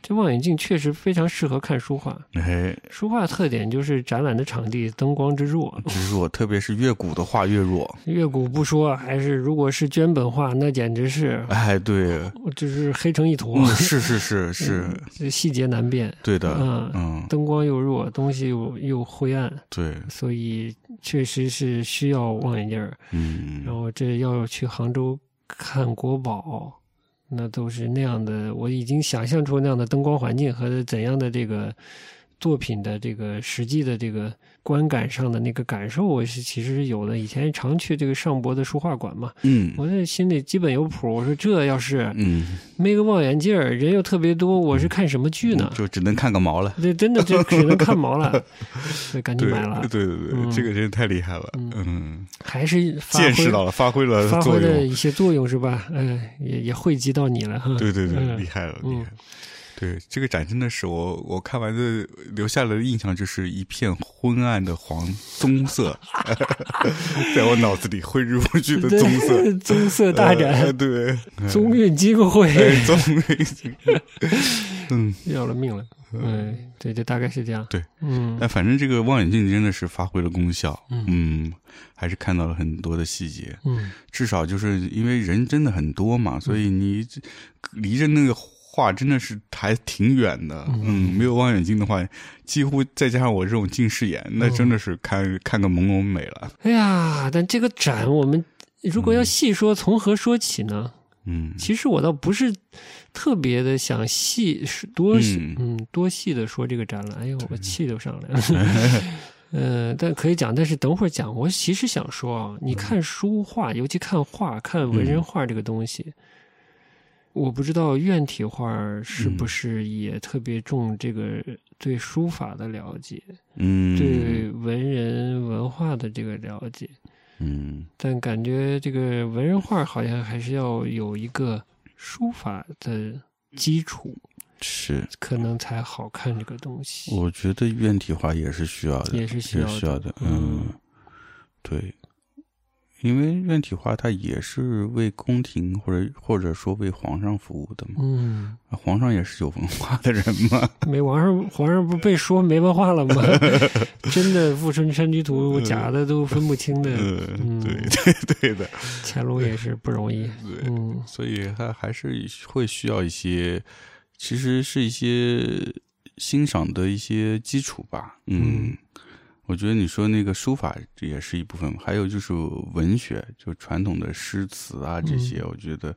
S2: 这望远镜确实非常适合看书画。
S1: 哎，
S2: 书画特点就是展览的场地灯光之弱，
S1: 就是我特别是越古的画越弱，
S2: 越古不说，还是如果是绢本画，那简直是
S1: 哎， 对，
S2: 就是黑成一坨，
S1: 嗯，是是是是，
S2: 这细节难辨，
S1: 对的，
S2: 嗯
S1: 嗯，
S2: 灯光又弱，东西又又灰暗，
S1: 对，
S2: 所以确实是需要望远镜儿。
S1: 嗯，
S2: 然后这要去杭州看国宝，那都是那样的，我已经想象出那样的灯光环境和怎样的这个作品的这个实际的这个观感上的那个感受，我是其实是有的。以前常去这个上博的书画馆嘛，
S1: 嗯，
S2: 我这心里基本有谱。我说这要是
S1: 嗯，
S2: 没个望远镜儿，人又特别多，我是看什么剧呢？
S1: 嗯就只能看个毛了，
S2: 这真的就只能看毛 了，所以赶紧
S1: 对，
S2: 买了
S1: 对。对对，
S2: 嗯
S1: 这个真是太厉害了，嗯，
S2: 还是发
S1: 见识
S2: 挥
S1: 到了，发挥了
S2: 发
S1: 作
S2: 挥的
S1: 用，
S2: 一些作用是吧？嗯、也也惠及到你了哈。
S1: 对对对，
S2: 嗯
S1: 厉害了，
S2: 嗯
S1: 厉害了。对，这个展真的是我我看完的留下来的印象就是一片昏暗的黄棕色， 在我脑子里挥之不去的
S2: 对
S1: 棕色。
S2: 棕色 大
S1: 呃
S2: 展，
S1: 对，
S2: 宗运金会，
S1: 哎棕色。嗯，
S2: 要了命了。嗯，对，就大概是这样。
S1: 对，
S2: 嗯，
S1: 但反正这个望远镜真的是发挥了功效，嗯，还是看到了很多的细节，
S2: 嗯，
S1: 至少就是因为人真的很多嘛，所以你这离着那个画真的是还挺远的，嗯，没有望远镜的话，几乎再加上我这种近视
S2: 嗯
S1: 眼，那真的是看、看个朦胧美了，
S2: 哎呀，但这个展我们如果要细说，从何说起呢？
S1: 嗯，
S2: 其实我倒不是特别的想细多
S1: 嗯
S2: 嗯多细的说这个展览。哎呦，我气都上来了。呃，但可以讲，但是等会儿讲。我其实想说啊，你
S1: 嗯
S2: 看书画，尤其看画，看文人画这个东西，我不知道院体画是
S1: 嗯
S2: 不是也特别重这个对书法的了解，
S1: 嗯，
S2: 对文人文化的这个了解。
S1: 嗯，
S2: 但感觉这个文人画好像还是要有一个书法的基础，
S1: 是，
S2: 可能才好看这个东西。
S1: 我觉得院体画也是需要的，
S2: 也是需
S1: 需
S2: 要的
S1: 的，嗯，对，因为院体画它也是为宫廷或者或者说为皇上服务的嘛，
S2: 嗯，
S1: 皇上也是有文化的人嘛，
S2: 没皇上，皇上不被说没文化了吗？ 真的富春山居图，假的都分不清的。
S1: 嗯，
S2: 嗯
S1: 对对对的，
S2: 乾隆也是不容易。嗯
S1: 所以它还是会需要一些，其实是一些欣赏的一些基础吧。嗯，我觉得你说那个书法也是一部分，还有就是文学，就传统的诗词啊这些，
S2: 嗯
S1: 我觉得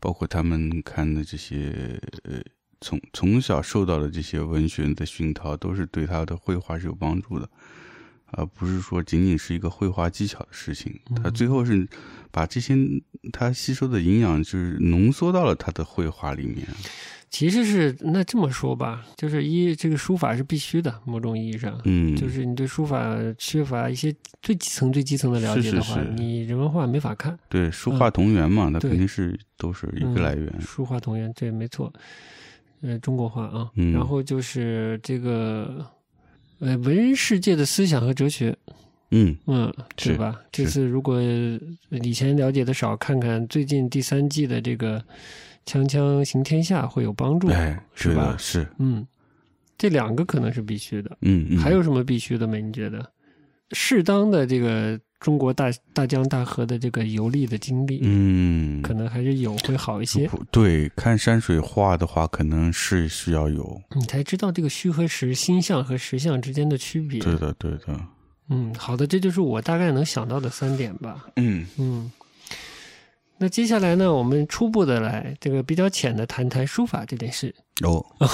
S1: 包括他们看的这些呃。从从小受到的这些文学的熏陶，都是对他的绘画是有帮助的，而不是说仅仅是一个绘画技巧的事情。他
S2: 嗯
S1: 最后是把这些他吸收的营养就是浓缩到了他的绘画里面。
S2: 其实是那这么说吧，就是一这个书法是必须的，某种意义上，
S1: 嗯，
S2: 就是你对书法缺乏一些最基层、最基层的了解的话，
S1: 是是是
S2: 你人文化没法看。
S1: 对书画同源嘛，那
S2: 对嗯
S1: 肯定是都是一个来源。
S2: 书画同源，对，没错。呃，中国画啊，
S1: 嗯
S2: 然后就是这个呃文人世界的思想和哲学，
S1: 嗯
S2: 嗯，
S1: 是
S2: 对吧？这
S1: 是
S2: 次如果以前了解的少，看看最近第三季的这个《锵锵行天下》会有帮助，
S1: 哎，
S2: 是
S1: 对
S2: 吧
S1: 的？是，
S2: 嗯，这两个可能是必须的。
S1: 嗯嗯，
S2: 还有什么必须的没？你觉得？适当的这个中国大大江大河的这个游历的经历，
S1: 嗯，
S2: 可能还是有会好一些，
S1: 不对，看山水画的话，可能是需要有。
S2: 你才知道这个虚和实、心象和实相之间的区别。
S1: 对的，对的，
S2: 嗯，好的，这就是我大概能想到的三点吧。
S1: 嗯
S2: 嗯，那接下来呢，我们初步的来这个比较浅的谈谈书法这件事。
S1: 哦，
S2: 呃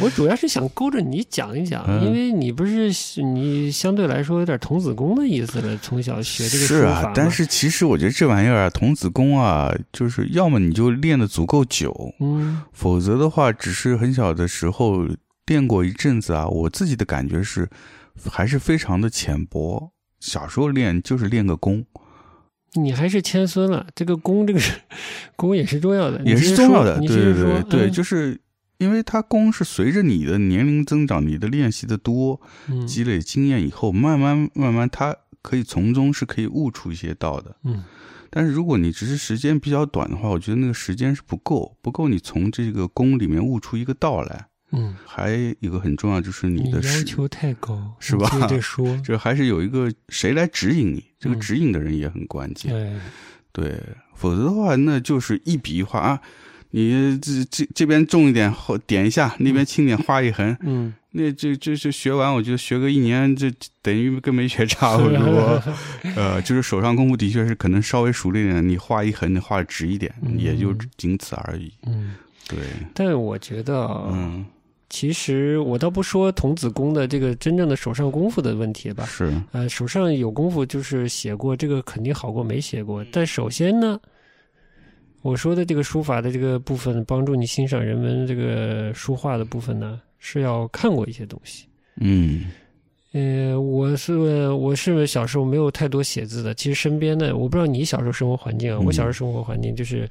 S2: 我主要是想勾着你讲一讲，
S1: 嗯
S2: 因为你不是你相对来说有点童子功的意思了，从小学这个
S1: 是
S2: 书法嘛。
S1: 啊，但是其实我觉得这玩意儿啊，童子功啊，就是要么你就练得足够久，
S2: 嗯
S1: 否则的话，只是很小的时候练过一阵子啊，我自己的感觉是还是非常的浅薄。小时候练就是练个功，
S2: 你还是谦孙了，这个功这个 是功也是重要的，
S1: 也
S2: 呃你
S1: 是
S2: 接着
S1: 重要
S2: 说
S1: 的。
S2: 你
S1: 对
S2: 接着
S1: 对
S2: 说
S1: 对对，
S2: 嗯
S1: 就是因为它功是随着你的年龄增长，你的练习的多，
S2: 嗯
S1: 积累经验以后，慢慢慢慢，它可以从中是可以悟出一些道的。
S2: 嗯
S1: 但是如果你只是时间比较短的话，我觉得那个时间是不够，不够你从这个功里面悟出一个道来。
S2: 嗯，
S1: 还有一个很重要就是
S2: 你
S1: 你的
S2: 要
S1: 时
S2: 求太高，
S1: 是吧
S2: 你接着说，
S1: 就还是有一个谁来指引你，这个
S2: 嗯
S1: 指引的人也很关键。
S2: 对，
S1: 对，否则的话，那就是一笔一画啊，你这这这边重一点，后点一下，那边轻点，画一横。
S2: 嗯，
S1: 那这这这学完，我觉得学个一年，这等于跟没学差不多。呃，就是手上功夫的确是可能稍微熟练一点，你画一横，你画得直一点，也就仅此而已。
S2: 嗯，
S1: 对，
S2: 但我觉得啊，
S1: 嗯，
S2: 其实我倒不说童子功的这个真正的手上功夫的问题吧，
S1: 是，
S2: 呃，手上有功夫就是写过，这个肯定好过没写过。但首先呢，我说的这个书法的这个部分，帮助你欣赏人文这个书画的部分呢，是要看过一些东西。
S1: 嗯
S2: 呃，我是我是小时候没有太多写字的，其实身边的我不知道你小时候生活环境啊，
S1: 嗯
S2: 我小时候生活环境就是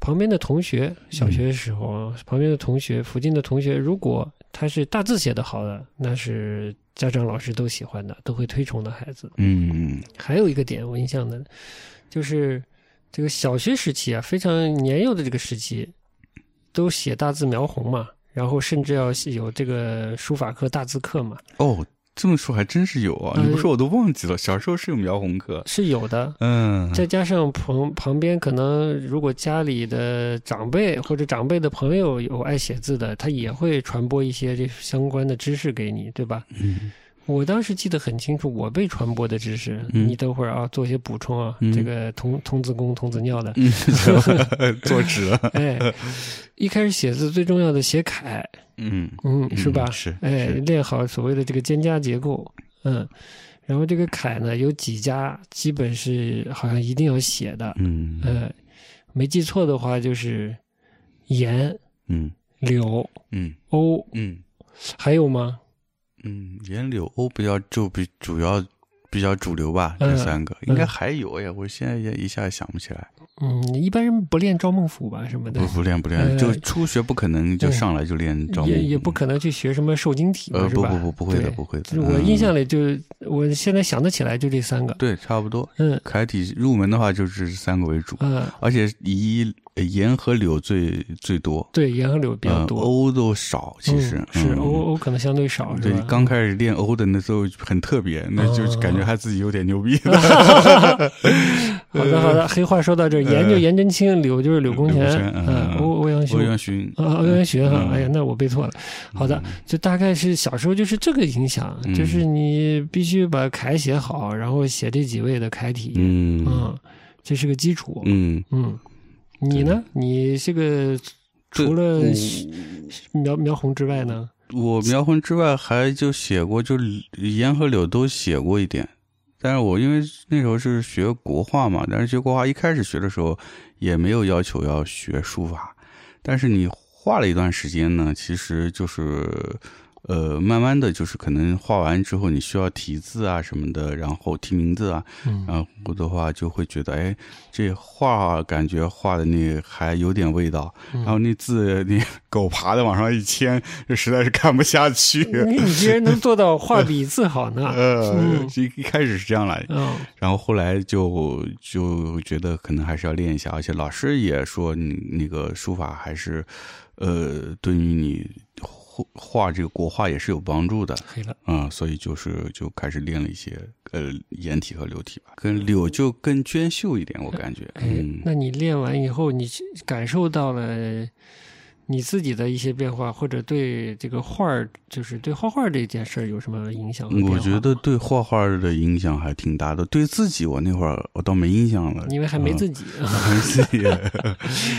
S2: 旁边的同学，小学的时候啊，旁边的同学、附近的同学，如果他是大字写的好的，那是家长老师都喜欢的，都会推崇的孩子。
S1: 嗯
S2: 还有一个点我印象的，就是这个小学时期啊，非常年幼的这个时期，都写大字描红嘛，然后甚至要有这个书法课、大字课嘛。
S1: 哦，这么说还真是有啊！
S2: 呃
S1: 你不说我都忘记了，小时候是有描红课。
S2: 是有的。
S1: 嗯，
S2: 再加上旁旁边可能，如果家里的长辈或者长辈的朋友有爱写字的，他也会传播一些这相关的知识给你，对吧？
S1: 嗯
S2: 我当时记得很清楚，我被传播的知识。
S1: 嗯
S2: 你等会儿啊，做些补充啊，
S1: 嗯
S2: 这个童童子功、童子尿的。
S1: 嗯，坐直了。
S2: 哎，一开始写字最重要的写楷，
S1: 嗯，
S2: 嗯，是
S1: 嗯
S2: 吧？
S1: 是
S2: 哎，
S1: 是
S2: 练好所谓的这个肩胛结构，嗯，然后这个凯呢，有几家基本是好像一定要写的，
S1: 嗯嗯
S2: 呃，没记错的话就是盐、
S1: 嗯
S2: 柳、
S1: 嗯
S2: 欧，
S1: 嗯
S2: 还有吗？
S1: 嗯，岩柳欧比较就比主要比较主流吧，这
S2: 嗯
S1: 三个应该
S2: 嗯
S1: 还有哎呀，我现在也一下想不起来。
S2: 嗯，一般人不练赵孟俯吧什么的
S1: 不，不练不练，
S2: 呃
S1: 就初学不可能就
S2: 嗯
S1: 上来就练嗯招募，
S2: 也也不可能去学什么瘦金体嘛，
S1: 呃
S2: 是
S1: 不
S2: 吧？
S1: 不不不会的
S2: 对
S1: 不会的
S2: 就是我
S1: 嗯
S2: 印象里就，我现在想得起来就这三个，
S1: 对，差不多。
S2: 嗯
S1: 凯体入门的话就是这三个为主，
S2: 嗯，
S1: 而且以呃盐和柳最最多，
S2: 对，盐和柳比较
S1: 嗯，
S2: 多，
S1: 欧都少，其实
S2: 嗯是
S1: 嗯
S2: 欧欧可能相对少，是
S1: 对
S2: 吧，哦
S1: 刚开始练欧的那时候很特别，那就是感觉他自己有点牛逼的。
S2: 好的好的，黑话说到这儿，盐就盐真卿，柳就是柳公
S1: 呃柳
S2: 权
S1: 公权，嗯
S2: 嗯，欧欧阳修
S1: 欧，阳询，
S2: 啊，欧阳询哈
S1: 嗯，
S2: 哎呀，那我背错了。好的，就大概是小时候就是这个影响，
S1: 嗯
S2: 就是你必须把楷写好，然后写这几位的楷体，
S1: 嗯
S2: 嗯，这是个基础，
S1: 嗯，
S2: 嗯，你呢？你这个除了苗苗红之外呢？
S1: 我苗红之外还就写过，就盐和柳都写过一点。但是我因为那时候是学国画嘛，但是学国画一开始学的时候也没有要求要学书法，但是你画了一段时间呢，其实就是呃，慢慢的就是可能画完之后你需要题字啊什么的，然后题名字啊，
S2: 嗯
S1: 然后的话就会觉得，哎，这画感觉画的那还有点味道，
S2: 嗯
S1: 然后那字你狗爬的往上一牵，这实在是看不下去。
S2: 你你居然能做到画笔字好呢？
S1: 呃
S2: 嗯，
S1: 一一开始是这样来，
S2: 嗯
S1: 然后后来就就觉得可能还是要练一下，而且老师也说你那个书法还是，呃，对于你画画这个国画也是有帮助的。
S2: 黑了，
S1: 啊、所以就是就开始练了一些呃颜体和柳体吧，跟柳就更娟秀一点，我感觉。
S2: 哎
S1: 嗯，
S2: 那你练完以后，你去感受到了你自己的一些变化，或者对这个画儿，就是对画画这件事儿有什么影响和变
S1: 嗯
S2: 化
S1: 我
S2: 吗？
S1: 觉得对画画的影响还挺大的，对自己我那会儿我倒没印象了，嗯
S2: 因为还没
S1: 己。
S2: 自己，啊
S1: 还没自己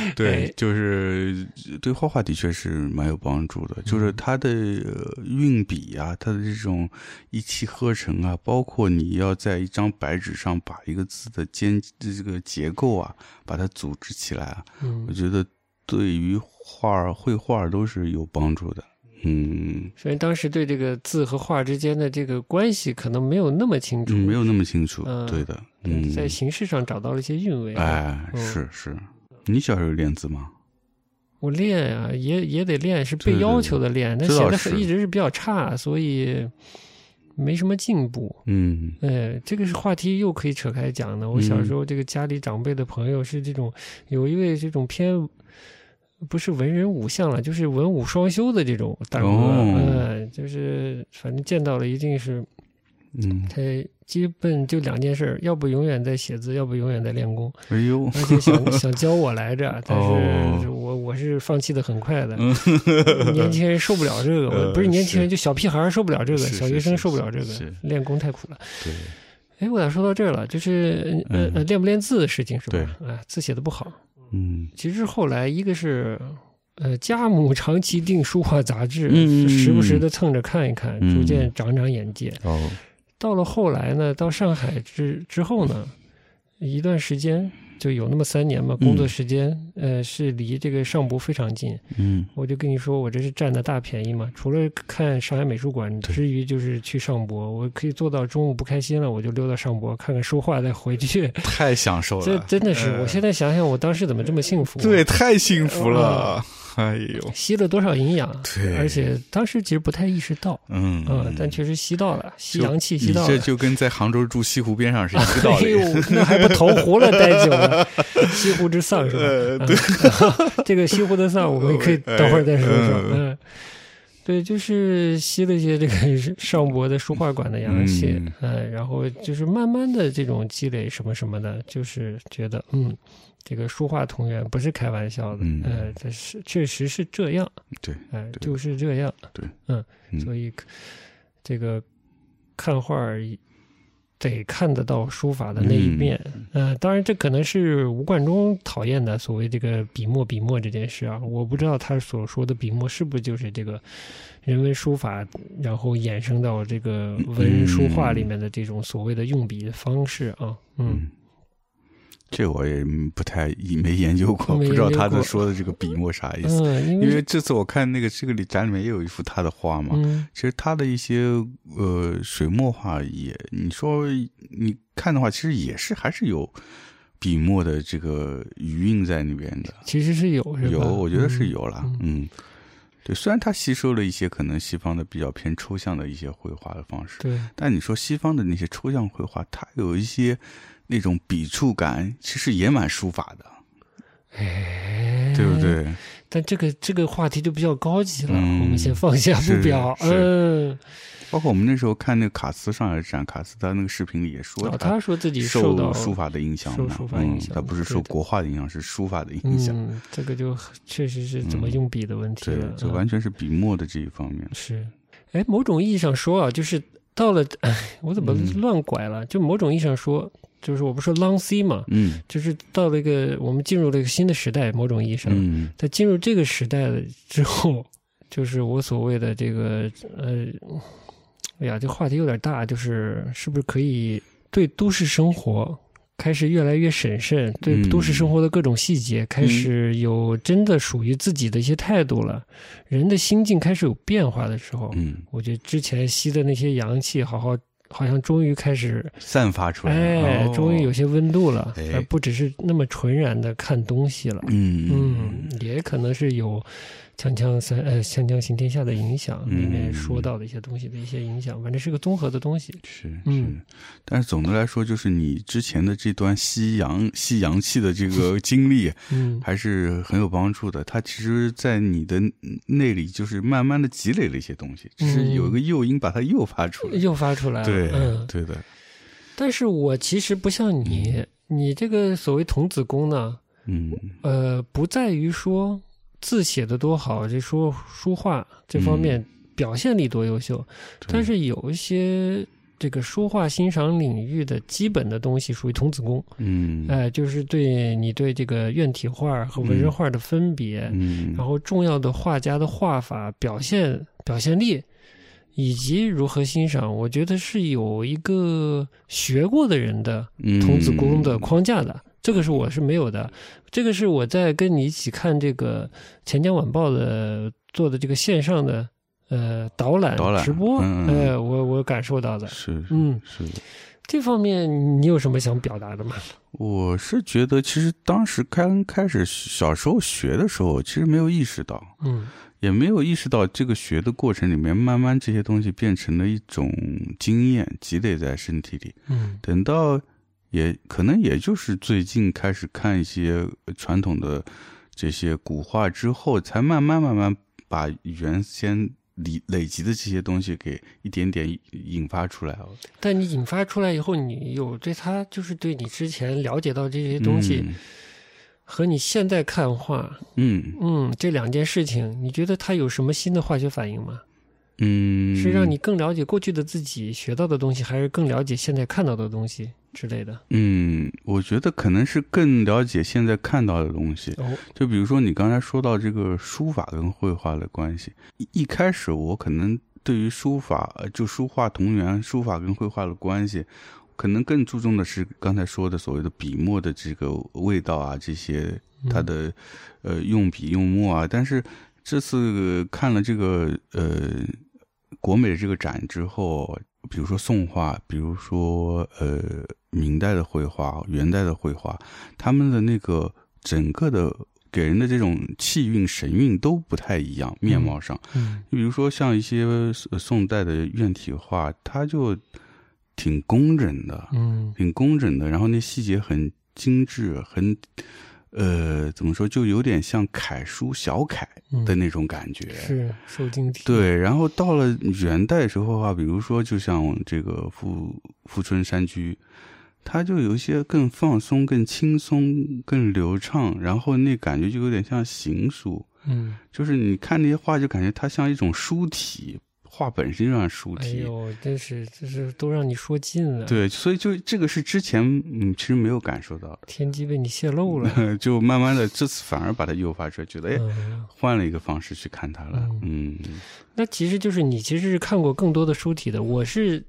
S1: 对
S2: 哎，
S1: 就是对画画的确是蛮有帮助的，
S2: 嗯
S1: 就是它的呃运笔啊，它的这种一气呵成啊，包括你要在一张白纸上把一个字的间这个结构啊，把它组织起来啊，
S2: 嗯
S1: 我，觉得对于画儿、绘画儿都是有帮助的。嗯，
S2: 所以当时对这个字和画之间的这个关系可能没有那么清楚，
S1: 嗯没有那么清楚，
S2: 嗯
S1: 对的。
S2: 对
S1: 嗯，
S2: 在形式上找到了一些韵味。
S1: 哎，
S2: 嗯
S1: 是是。你小时候有练字吗？
S2: 我练啊，也也得练，是
S1: 对
S2: 被
S1: 对
S2: 要求的练，但
S1: 这
S2: 写
S1: 倒
S2: 的
S1: 是
S2: 很一直是比较差，所以没什么进步。
S1: 嗯
S2: 哎，这个是话题又可以扯开讲的。我小时候这个家里长辈的朋友是这种，有一位这种偏不是文人武相了，就是文武双修的这种大哥，
S1: 哦
S2: 嗯，就是反正见到了一定是
S1: 嗯，
S2: 他基本就两件事儿，要不永远在写字，要不永远在练功，
S1: 哎呦，
S2: 而 且想想教我来着，但是
S1: 哦
S2: 我我是放弃的很快 的，年轻人受不了这个，我不是
S1: 呃
S2: 年轻
S1: 是
S2: 人就小屁孩儿受不了这个，
S1: 是
S2: 小
S1: 是
S2: 学生
S1: 是
S2: 受不了
S1: 是
S2: 这个
S1: 是，
S2: 练功太苦了。
S1: 对，
S2: 哎，我咋说到这儿了？就是呃
S1: 嗯
S2: 呃，练不练字的事情是吧？
S1: 对
S2: 啊，字写的不好。
S1: 嗯。
S2: 其实后来一个是，呃，家母长期订书画杂志，
S1: 嗯嗯嗯
S2: 时不时的蹭着看一看，
S1: 嗯
S2: 逐渐长长眼界。
S1: 哦，
S2: 到了后来呢，到上海之之后呢，一段时间就有那么三年嘛，工作时间、呃是离这个上博非常近。
S1: 嗯，
S2: 我就跟你说，我这是占了大便宜嘛。除了看上海美术馆之余，就是去上博，我可以做到中午不开心了，我就溜到上博看看书画，再回去。
S1: 太享受呃
S2: 这真的是，我现在想想，我当时怎么这么幸福？，
S1: 嗯对，太幸福
S2: 了
S1: 了，哎呦，
S2: 吸了多少营养？啊
S1: 对
S2: 嗯而且当时其实不太意识到，
S1: 嗯
S2: 嗯，但确实吸到了，吸阳气吸
S1: 你
S2: 到
S1: 这
S2: 了。
S1: 就跟在杭州住西湖边上是一个道
S2: 哎呦
S1: 理。，
S2: 那还不投湖 了？待久了，西湖之丧是吧？
S1: 呃
S2: 对， 这个西湖的丧，我们可以等会儿再说说。
S1: 嗯
S2: 嗯，对，就是吸了一些这个 上博的书画馆的阳气，嗯，然后就是慢慢的这种积累什么什么的，就是觉得嗯，这个书画同源不是开玩笑的
S1: 嗯，
S2: 呃，这是确实是这样，
S1: 对，
S2: 哎，
S1: 对
S2: 就是这样，
S1: 对，
S2: 嗯，
S1: 嗯
S2: 所以这个看画儿得看得到书法的那一面。
S1: 嗯
S2: 呃，当然这可能是吴冠中讨厌的所谓这个笔墨笔墨这件事啊，我不知道他所说的笔墨是不是就是这个人文书法，然后衍生到这个文人书画里面的这种所谓的用笔方式啊。嗯，
S1: 这我也嗯不太没研究过，
S2: 没
S1: 不知道
S2: 研究
S1: 他的
S2: 过
S1: 说的这个笔墨啥意思。
S2: 嗯，因
S1: 因为这次我看那个这个里展里面也有一幅他的画嘛，
S2: 嗯
S1: 其实他的一些呃水墨画也，你说你看的话，其实也是还是有笔墨的这个余韵在那边的，
S2: 其实是有是吧？
S1: 有，我觉得是
S2: 嗯
S1: 有啦，嗯。对，虽然他吸收了一些可能西方的比较偏抽象的一些绘画的方式，
S2: 对，
S1: 但你说西方的那些抽象绘画，它有一些那种笔触感，其实也蛮书法的，
S2: 哎，
S1: 对不？对？
S2: 但这个这个话题就比较高级了，
S1: 嗯
S2: 我们先放下不表。
S1: 是是
S2: 嗯，
S1: 包括我们那时候看那个卡斯上来展，卡斯他那个视频里也说
S2: 哦，
S1: 他
S2: 他说自己受到
S1: 受书法的影响
S2: 受
S1: 嘛
S2: 书法影
S1: 嗯，
S2: 响
S1: 他不是
S2: 对
S1: 受
S2: 的
S1: 国画的影响，是书法的影响，
S2: 嗯，这个就很确实是怎么用笔的问
S1: 嗯
S2: 题
S1: 对
S2: 了，，
S1: 就
S2: 嗯
S1: 完全是笔墨的这一方面。
S2: 是。哎，某种意义上说啊，就是到了，哎，我怎么
S1: 嗯
S2: 乱拐了？就某种意义上说，就是我不说 long C 嘛，
S1: 嗯
S2: 就是到了一个我们进入了一个新的时代，某种意义上，
S1: 嗯
S2: 在进入这个时代了之后，就是我所谓的这个呃，哎呀，这话题有点大，就是是不是可以对都市生活开始越来越审慎，对
S1: 嗯
S2: 都市生活的各种细节开始有真的属于自己的一些态度了，人的心境开始有变化的时候，
S1: 嗯，
S2: 我觉得之前吸的那些阳气，好好好像终于开始
S1: 散发出来了，
S2: 哎，
S1: 哦
S2: 终于有些温度了，
S1: 哎
S2: 而不只是那么纯然的看东西了。
S1: 嗯
S2: 嗯，也可能是有《锵锵三》呃《锵锵行天下》的影响，里面说到的一些东西的一些影响，反正是个综合的东西。
S1: 是
S2: 嗯
S1: 是，但是总的来说，就是你之前的这段吸阳吸阳气的这 个经历，
S2: 嗯，
S1: 还是很有帮助的。它其实，在你的那里，就是慢慢的积累了一些东西，只是有一个诱因把它诱发出来。
S2: 又发出来了。
S1: 对，
S2: 嗯，
S1: 对的，
S2: 但是我其实不像你，你这个所谓童子功呢，
S1: 嗯
S2: 呃，不在于说字写的多好，这说书画这方面表现力多优秀，
S1: 对
S2: 但是有一些这个书画欣赏领域的基本的东西属于童子功。
S1: 嗯
S2: 哎，就是对你对这个院体画和文人画的分别，
S1: 嗯，
S2: 然后重要的画家的画法、表现、表现力，以及如何欣赏，我觉得是有一个学过的人的
S1: 嗯
S2: 童子功的框架的。这个是我是没有的，这个是我在跟你一起看这个《钱江晚报的》做的这个线上的呃导览
S1: 导览
S2: 直播，
S1: 嗯嗯嗯
S2: 呃，我我感受到的。
S1: 是
S2: 嗯，
S1: 是的。
S2: 这方面你有什么想表达的吗？
S1: 我是觉得，其实当时刚开始小时候学的时候，其实没有意识到，
S2: 嗯
S1: 也没有意识到这个学的过程里面，慢慢这些东西变成了一种经验，积累在身体里。
S2: 嗯
S1: 等到也可能也就是最近开始看一些传统的这些古画之后，才慢慢慢慢把原先累累积的这些东西给一点点引发出来了。
S2: 但你引发出来以后，你有对它，就是对你之前了解到这些东西、和你现在看画，
S1: 嗯，
S2: 嗯，这两件事情，你觉得它有什么新的化学反应吗？
S1: 嗯嗯，
S2: 是让你更了解过去的自己学到的东西，还是更了解现在看到的东西之类的？
S1: 嗯，我觉得可能是更了解现在看到的东西。
S2: 哦，
S1: 就比如说你刚才说到这个书法跟绘画的关系，一一开始我可能对于书法，呃就书画同源，书法跟绘画的关系，可能更注重的是刚才说的所谓的笔墨的这个味道啊，这些它的呃用笔用墨啊。但是这次看了这个呃国美的这个展之后，比如说宋画，比如说呃明代的绘画、元代的绘画，他们的那个整个的给人的这种气韵、神韵都不太一样，面貌上。
S2: 嗯
S1: 你比如说像一些呃宋代的院体画，它就挺工整的，
S2: 嗯
S1: 挺工整的，然后那细节很精致，很呃怎么说，就有点像楷书小楷
S2: 嗯，
S1: 的那种感觉。
S2: 是受精体，
S1: 对，然后到了元代时候啊，比如说就像这个富富春山居，它就有一些更放松、更轻松、更流畅，然后那感觉就有点像行书，
S2: 嗯
S1: 就是你看那些画，就感觉它像一种书体，画本身就像书
S2: 哎
S1: 体。
S2: 呦，真是，这是都让你说尽了，，
S1: 对，所以就这个是之前嗯其实没有感受到
S2: 天机被你泄露了。
S1: 的，就慢慢的这次反而把它诱发出来，觉 得哎
S2: 嗯，
S1: 换了一个方式去看它了，嗯
S2: 那其实就是你其实是看过更多的书体的，我是。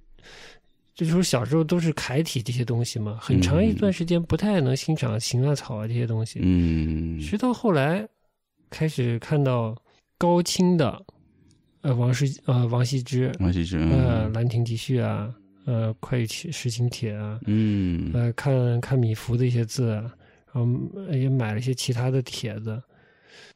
S2: 这就是小时候都是楷体这些东西嘛，很长一
S1: 嗯
S2: 段时间不太能欣赏行啊草啊这些东西。
S1: 嗯
S2: 直到后来开始看到高清的，呃，王世呃王羲之，
S1: 王羲之，
S2: 呃，《
S1: 嗯
S2: 兰亭集序》啊，呃，《快意时晴帖》啊，
S1: 嗯
S2: 呃，看看米芾的一些字啊，然后呃也买了一些其他的帖子，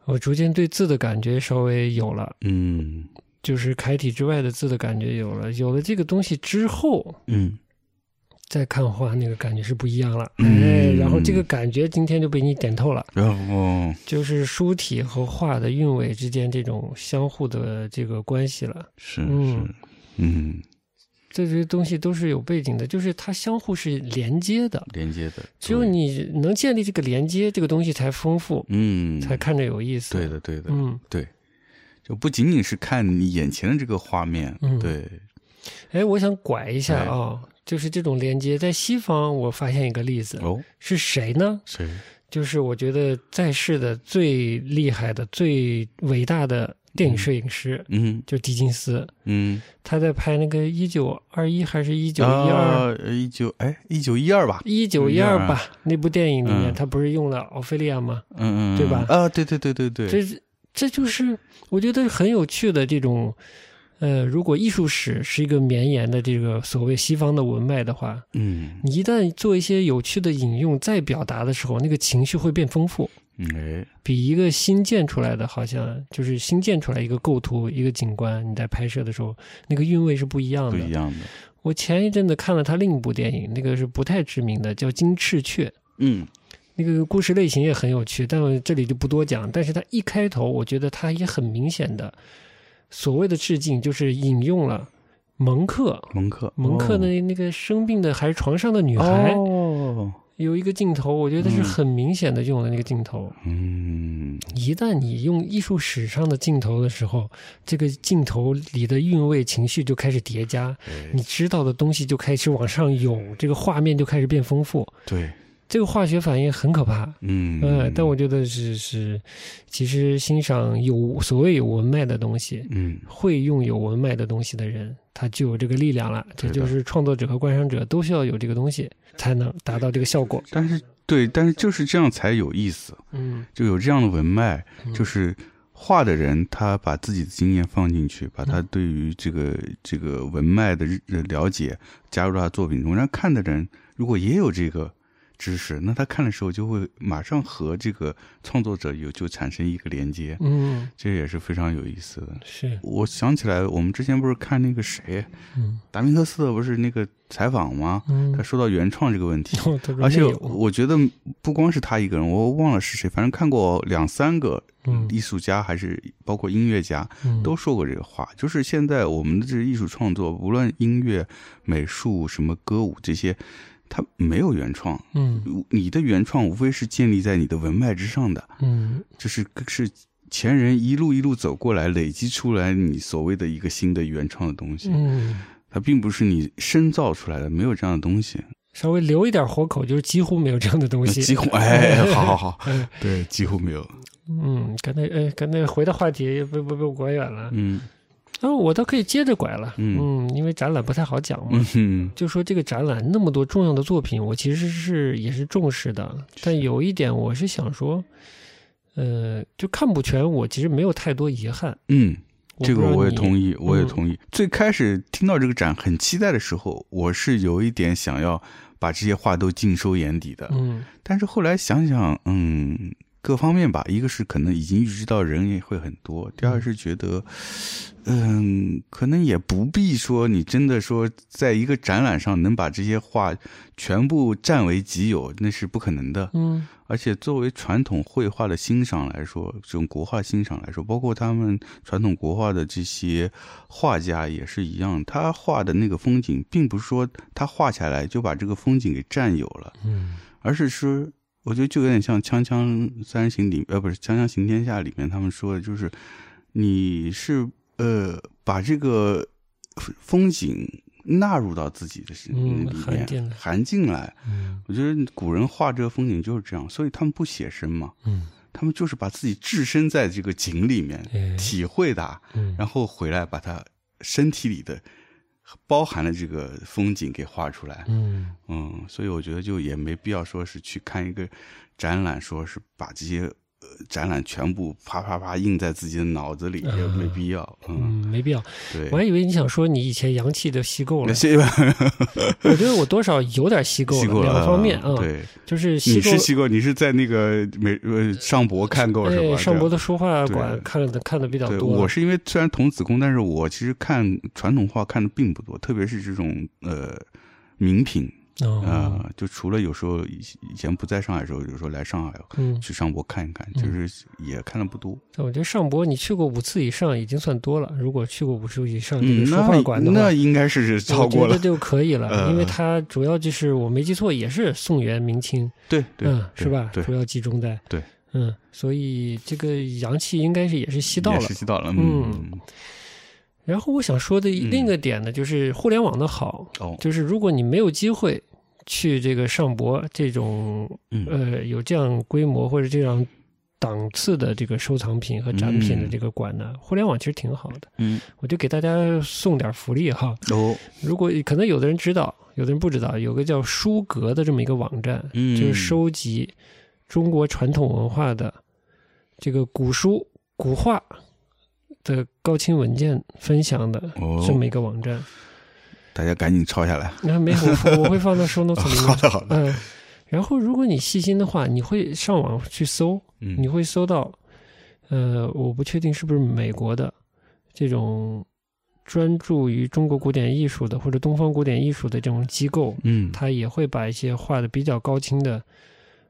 S2: 我逐渐对字的感觉稍微有了，
S1: 嗯
S2: 就是楷体之外的字的感觉有了，有了这个东西之后，
S1: 嗯，
S2: 再看画那个感觉是不一样了，哎，
S1: 嗯
S2: 然后这个感觉今天就被你点透了。
S1: 然后
S2: 就是书体和画的韵味之间这种相互的这个关系了。
S1: 是
S2: 嗯
S1: 是嗯
S2: 这些东西都是有背景的，就是它相互是连接的。
S1: 连接的，
S2: 只有
S1: 对
S2: 你能建立这个连接，这个东西才丰富，
S1: 嗯
S2: 才看着有意思。
S1: 对的，对的，
S2: 嗯，
S1: 对，就不仅仅是看你眼前的这个画面，
S2: 嗯
S1: 对，
S2: 哎，我想拐一
S1: 哎
S2: 下啊、就是这种连接，在西方我发现一个例子，
S1: 哦，
S2: 是谁呢？
S1: 谁？
S2: 就是我觉得在世的最厉害的、最伟大的电影摄影师，
S1: 嗯
S2: 就狄金斯。
S1: 嗯，
S2: 他在拍那个一九二一还是一九一二
S1: 啊，一九哎一九一二吧，
S2: 一九一二吧，那部电影里面
S1: 嗯
S2: 他不是用了奥菲利亚吗？
S1: 嗯嗯，
S2: 对吧
S1: 啊，对对对对对，
S2: 这这就是我觉得很有趣的这种，呃，如果艺术史是一个绵延的这个所谓西方的文脉的话，
S1: 嗯
S2: 你一旦做一些有趣的引用再表达的时候，那个情绪会变丰富。
S1: 嗯哎，
S2: 比一个新建出来的，好像就是新建出来一个构图、一个景观，你在拍摄的时候，那个韵味是不一样
S1: 不
S2: 的。
S1: 一样的，
S2: 我前一阵子看了他另一部电影，那个是不太知名的，叫《金翅雀》。
S1: 嗯
S2: 那个故事类型也很有趣，但我这里就不多讲。但是它一开头，我觉得它也很明显的所谓的致敬，就是引用了蒙克，
S1: 蒙克，
S2: 蒙克
S1: 哦
S2: 的那个生病的还是床上的女孩，
S1: 哦，
S2: 有一个镜头，我觉得是很明显的用了那个镜头。
S1: 嗯
S2: 一旦你用艺术史上的镜头的时候，这个镜头里的韵味、情绪就开始叠加，
S1: 哎
S2: 你知道的东西就开始往上涌，这个画面就开始变丰富，
S1: 对，
S2: 这个化学反应很可怕。
S1: 嗯
S2: 嗯，但我觉得是是，其实欣赏有所谓有文脉的东西，
S1: 嗯
S2: 会用有文脉的东西的人，他就有这个力量了。
S1: 对
S2: 这
S1: 的
S2: 就是创作者和观赏者都需要有这个东西，才能达到这个效果。
S1: 但是对，但是就是这样才有意思，
S2: 嗯，
S1: 就有这样的文脉，
S2: 嗯
S1: 就是画的人他把自己的经验放进
S2: 嗯
S1: 去，把他对于这个这个文脉的呃了解加入到他作品中，然后看的人如果也有这个知识，那他看的时候就会马上和这个创作者有就产生一个连接，
S2: 嗯，
S1: 这也是非常有意思的。
S2: 是，
S1: 我想起来，我们之前不是看那个谁
S2: 嗯
S1: 达明克斯特不是那个采访吗？
S2: 嗯
S1: 他，说到原创这个问题，
S2: 哦他说
S1: 而且
S2: 没有
S1: 我觉得不光是他一个人，我忘了是谁，反正看过两三个
S2: 嗯
S1: 艺术家，还是包括音乐家，
S2: 嗯
S1: 都说过这个话，就是现在我们的这个艺术创作，无论音乐、美术、什么歌舞这些，它没有原创。
S2: 嗯
S1: 你的原创无非是建立在你的文脉之上的，
S2: 嗯
S1: 这是是前人一路一路走过来累积出来你所谓的一个新的原创的东西，
S2: 嗯，
S1: 它并不是你深造出来的，没有这样的东西。
S2: 稍微留一点活口，就是几乎没有这样的东西。
S1: 几 乎哎，好好好，对，几乎没有。
S2: 嗯，刚才哎，刚才回到话题，不不不，拐远了。
S1: 嗯
S2: 啊，我倒可以接着拐了。
S1: 嗯
S2: 嗯，因为展览不太好讲嘛。
S1: 嗯哼
S2: 就说这个展览那么多重要的作品，我其实是也是重视的，但有一点我是想说，呃，就看不全，我其实没有太多遗憾。
S1: 嗯，这个我也同
S2: 意。
S1: 意，我也
S2: 嗯
S1: 同意。最开始听到这个展很期待的时候，我是有一点想要把这些话都尽收眼底的，
S2: 嗯
S1: 但是后来想想，嗯。各方面吧，一个是可能已经预知到人也会很多，第二是觉得，嗯，可能也不必说你真的说在一个展览上能把这些话全部占为己有，那是不可能的。
S2: 嗯
S1: 而且作为传统绘画的欣赏来说，这种国画欣赏来说，包括他们传统国画的这些画家也是一样，他画的那个风景，并不是说他画下来就把这个风景给占有了，
S2: 嗯
S1: 而是说，我觉得就有点像《锵锵三人行》里，呃，不是《锵锵行天下》里面他们说的，就是你是呃把这个风景纳入到自己的是里
S2: 嗯
S1: 面，
S2: 含进来
S1: 含进来。
S2: 嗯
S1: 我觉得古人画这个风景就是这样，所以他们不写生嘛，
S2: 嗯
S1: 他们就是把自己置身在这个景里面，
S2: 哎
S1: 体会它，
S2: 嗯，
S1: 然后回来把它身体里的包含了这个风景给画出来。
S2: 嗯
S1: 嗯，所以我觉得就也没必要说是去看一个展览，说是把这些呃展览全部啪啪啪印在自己的脑子里，也没必要。嗯，
S2: 嗯，没必要。
S1: 对
S2: 我还。以为你想说你以前阳气都吸够
S1: 那
S2: 了，
S1: 谢吧，
S2: 我觉得我多少有点吸够
S1: 吸过
S2: 两个方面
S1: 嗯
S2: 啊，，
S1: 对，
S2: 就是吸
S1: 你
S2: 够
S1: 是。吸过，你是在那个美呃上博看过是吧？
S2: 哎，上博
S1: 对
S2: 的书画馆
S1: 对
S2: 看的看的比较
S1: 对，
S2: 多了，
S1: 我是因为虽然童子功，但是我其实看传统画看的并不多，特别是这种呃名品
S2: 哦，
S1: 呃，就除了有时候以以前不在上海的时候，有时候来上海
S2: 嗯，
S1: 去上博看一看，就是也看的不多。
S2: 但我觉得上博你去过五次以上已经算多了，如果去过五次以上这
S1: 嗯
S2: 个，书
S1: 那
S2: 画馆的话
S1: 那，应该是超
S2: 我觉
S1: 过
S2: 得
S1: 了，
S2: 就可以了，
S1: 呃
S2: 因为它主要就是我没记错也是宋元明清，
S1: 对对
S2: 嗯，，
S1: 对
S2: 是吧？
S1: 对
S2: 主，要集中在
S1: 对，
S2: 嗯，所以这个阳气应该是也是吸到
S1: 也
S2: 了
S1: 是。吸到了，
S2: 嗯
S1: 嗯，
S2: 然后我想说的
S1: 嗯
S2: 另一个点呢，就是互联网的好，
S1: 哦，
S2: 就是如果你没有机会去这个上博这种
S1: 嗯
S2: 呃有这样规模或者这样档次的这个收藏品和展品的这个馆呢，互联网其实挺好的。
S1: 嗯，
S2: 我就给大家送点福利哈。
S1: 哦，
S2: 如果可能，有的人知道，有的人不知道，有个叫书阁的这么一个网站，
S1: 嗯
S2: 就是收集中国传统文化的这个古书、古画的高清文件分享的
S1: 哦
S2: 这么一个网站。
S1: 大家赶紧抄下来。
S2: 那没我我会放到 show notes 里面。
S1: 好的好的，
S2: 嗯， 然后如果你细心的话，你会上网去搜，
S1: 嗯
S2: 你会搜到，呃，我不确定是不是美国的这种专注于中国古典艺术的或者东方古典艺术的这种机构，
S1: 嗯，
S2: 它也会把一些画的比较高清的，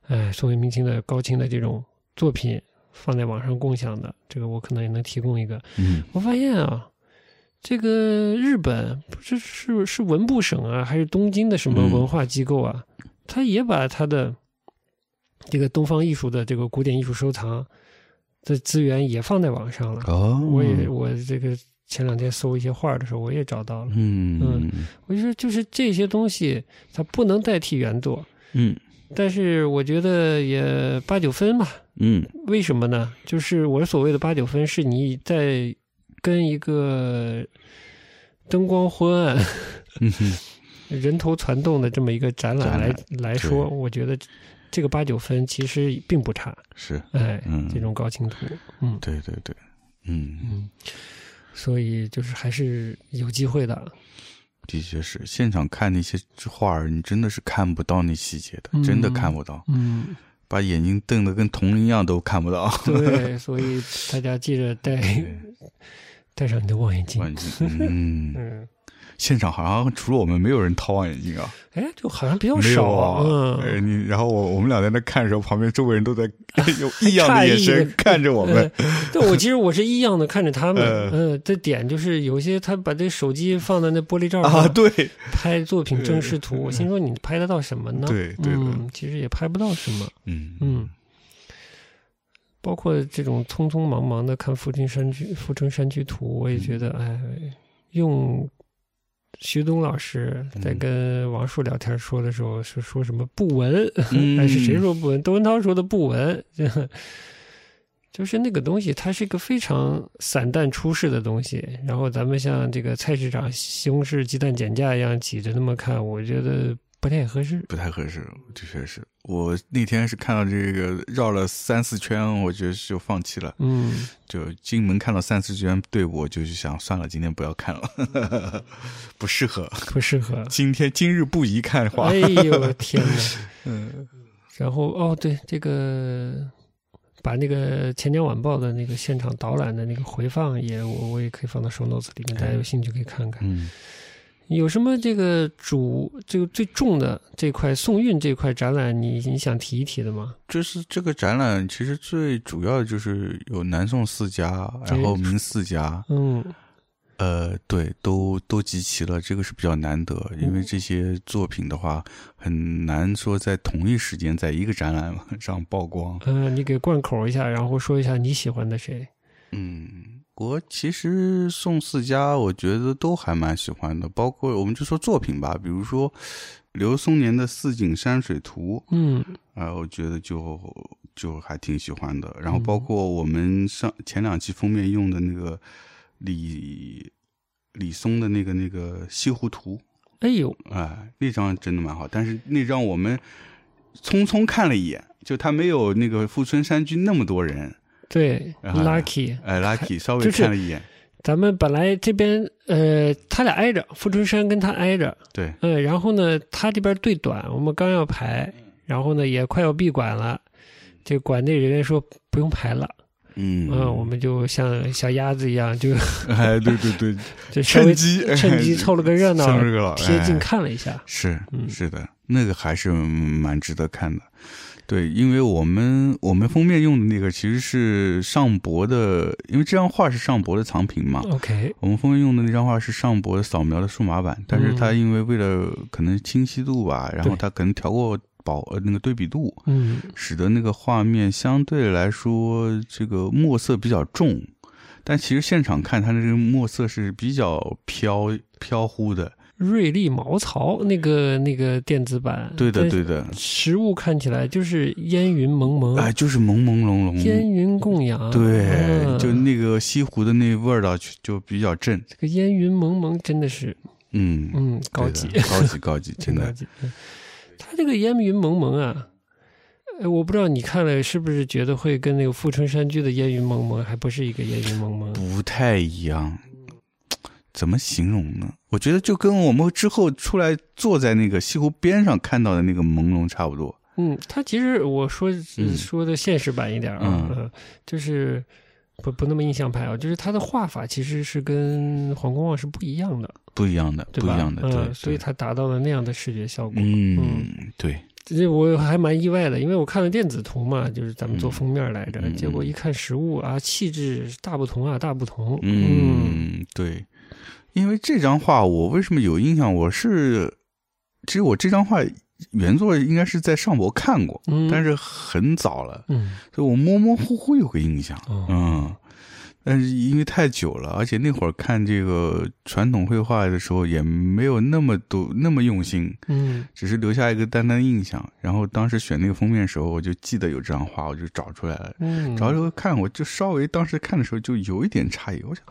S2: 哎，宋元明清的高清的这种作品放在网上共享的，这个我可能也能提供一个。
S1: 嗯
S2: 我发现啊，这个日本不知是是文部省啊，还是东京的什么
S1: 嗯
S2: 文化机构啊，他也把他的这个东方艺术的这个古典艺术收藏的资源也放在网上了。
S1: 哦，
S2: 我也我这个前两天搜一些画儿的时候，我也找到了。
S1: 嗯
S2: 我就说，就是这些东西，它不能代替原作，
S1: 嗯
S2: 但是我觉得也八九分吧。
S1: 嗯
S2: 为什么呢？就是我所谓的八九分，是你在跟一个灯光昏暗、
S1: 嗯哼
S2: 人头攒动的这么一个展览
S1: 展
S2: 来
S1: 览
S2: 来说，我觉得这个八九分其实并不差。
S1: 是，
S2: 哎，
S1: 嗯
S2: 这种高清图，嗯
S1: 对对对，嗯，
S2: 嗯，所以就是还是有机会的。
S1: 的确是，现场看那些画儿，你真的是看不到那细节的，
S2: 嗯
S1: 真的看不到，
S2: 嗯，
S1: 把眼睛瞪得跟铜铃一样都看不到。
S2: 对，所以大家记着带
S1: 对
S2: 带上你的望远镜。
S1: 望远镜，嗯，
S2: 嗯，
S1: 现场好像除了我们，没有人掏望远镜啊，
S2: 哎，就好像比较
S1: 没
S2: 少
S1: 有啊。呃
S2: 嗯。
S1: 你然后我我们俩在那看的时候，旁边周围人都在用异样的眼
S2: 诧异
S1: 神
S2: 地
S1: 看着我们。
S2: 呃对，我其实我是异样的看着他们，
S1: 呃
S2: 嗯，这点就是有些他把这手机放在那玻璃罩上、
S1: 啊，对，
S2: 拍作品正视图，我心说你拍得到什么呢？
S1: 对对的
S2: 嗯，其实也拍不到什么，
S1: 嗯
S2: 嗯，包括这种匆匆忙忙的看富春山居富春山居图，我也觉得，
S1: 嗯
S2: 哎，用徐东老师在
S1: 嗯
S2: 跟王树聊天说的时候，是说什么不文，
S1: 嗯
S2: 哎，是谁说不文？窦文涛说的不文，就是那个东西，它是一个非常散淡出世的东西。然后咱们像这个菜市场西红柿鸡蛋减价一样挤着那么看，我觉得不太合适。
S1: 不太合适，的确是。我那天是看到这个绕了三四圈，我觉得就放弃了。
S2: 嗯，
S1: 就进门看到三四卷队伍，我就是想算了，今天不要看了， 不适合。
S2: 不适合。
S1: 今天今日不宜看画。
S2: 哎呦天哪！
S1: 嗯
S2: 然后哦，对，这个把那个《钱江晚报》的那个现场导览的那个回放也，我我也可以放到 show notes 里面，
S1: 哎
S2: 大家有兴趣可以看看。
S1: 嗯
S2: 有什么这个主这个最重的这块宋韵这块展览你，你想提一提的吗？
S1: 就是这个展览，其实最主要的就是有南宋四家，然后明四家，
S2: 嗯
S1: 呃，对，都都集齐了，这个是比较难得，因为这些作品的话，很难说在同一时间在一个展览 上曝光。
S2: 呃，你给贯口一下，然后说一下你喜欢的谁。
S1: 嗯，国其实宋四家，我觉得都还蛮喜欢的，包括我们就说作品吧，比如说刘松年的《四景山水图》，
S2: 嗯，
S1: 啊、我觉得就就还挺喜欢的。然后
S2: 嗯
S1: 包括我们上前两期封面用的那个李李松的那个那个《西湖图》，
S2: 哎呦，
S1: 哎，那张真的蛮好，但是那张我们匆匆看了一眼，就他没有那个富春山居那么多人，
S2: 对
S1: 哎
S2: ，lucky，
S1: 哎，Lucky 稍微
S2: 就是
S1: 看了一眼，
S2: 咱们本来这边呃，他俩挨着，富春山跟他挨着，
S1: 对，
S2: 嗯，然后呢，他这边队短，我们刚要排，
S1: 嗯
S2: 然后呢也快要闭馆了，这馆内人员说不用排了，
S1: 嗯，
S2: 嗯，我们就像小鸭子一样，就
S1: 哎，对对对，
S2: 就 稍
S1: 趁
S2: 微
S1: 机
S2: 趁机凑了个热闹
S1: 凑了个热闹，
S2: 贴近
S1: 哎
S2: 看了一下，
S1: 是
S2: 嗯
S1: 是的，那个还是蛮值得看的。对，因为我们我们封面用的那个其实是上博的，因为这张画是上博的藏品嘛。
S2: OK，
S1: 我们封面用的那张画是上博扫描的数码版，但是它因为为了可能清晰度吧，然后
S2: 嗯对
S1: 它可能调过保呃那个对比度，
S2: 嗯，
S1: 使得那个画面相对来说这个墨色比较重，但其实现场看它的这个墨色是比较飘飘忽的。
S2: 瑞丽茅草那个那个电子版，
S1: 对的，
S2: 但
S1: 对的，
S2: 实物看起来就是烟云蒙蒙，
S1: 哎，就是朦朦胧
S2: 烟
S1: 胧。
S2: 云供养，
S1: 对，
S2: 嗯
S1: 就那个西湖的那味儿道就就比较正，
S2: 这个烟云蒙蒙真的是，
S1: 嗯，
S2: 嗯，高级
S1: 对，的高级， 高级，真
S2: 高
S1: 的，
S2: 级。嗯它这个烟云蒙蒙啊，呃我不知道你看了是不是觉得会跟那个富春山居的烟云蒙蒙还不是一个烟云蒙蒙，啊
S1: 不太一样，怎么形容呢？我觉得就跟我们之后出来坐在那个西湖边上看到的那个朦胧差不多。
S2: 嗯，它其实我说
S1: 嗯
S2: 说的现实版一点啊，
S1: 嗯
S2: 呃就是不不那么印象派啊，就是它的画法其实是跟黄公望是不一样的，
S1: 不一样的，
S2: 对
S1: 不一
S2: 吧？
S1: 样的，对，
S2: 嗯，所以
S1: 对
S2: 它达到了那样的视觉效果。
S1: 嗯，对，
S2: 这我还蛮意外的，因为我看了电子图嘛，就是咱们做封面来着，
S1: 嗯嗯
S2: 结果一看实物啊，气质大不同啊，大不同。
S1: 嗯，对，因为这张画我为什么有印象？我是，其实我这张画原作应该是在上博看过，
S2: 嗯，
S1: 但是很早了，
S2: 嗯
S1: 所以我模模糊糊有个印象，
S2: 哦
S1: 嗯。但是因为太久了，而且那会儿看这个传统绘画的时候也没有那么多那么用心，
S2: 嗯
S1: 只是留下一个淡淡的印象。然后当时选那个封面的时候，我就记得有这张画，我就找出来了。
S2: 嗯，
S1: 找后看，我就稍微当时看的时候就有一点诧异，我想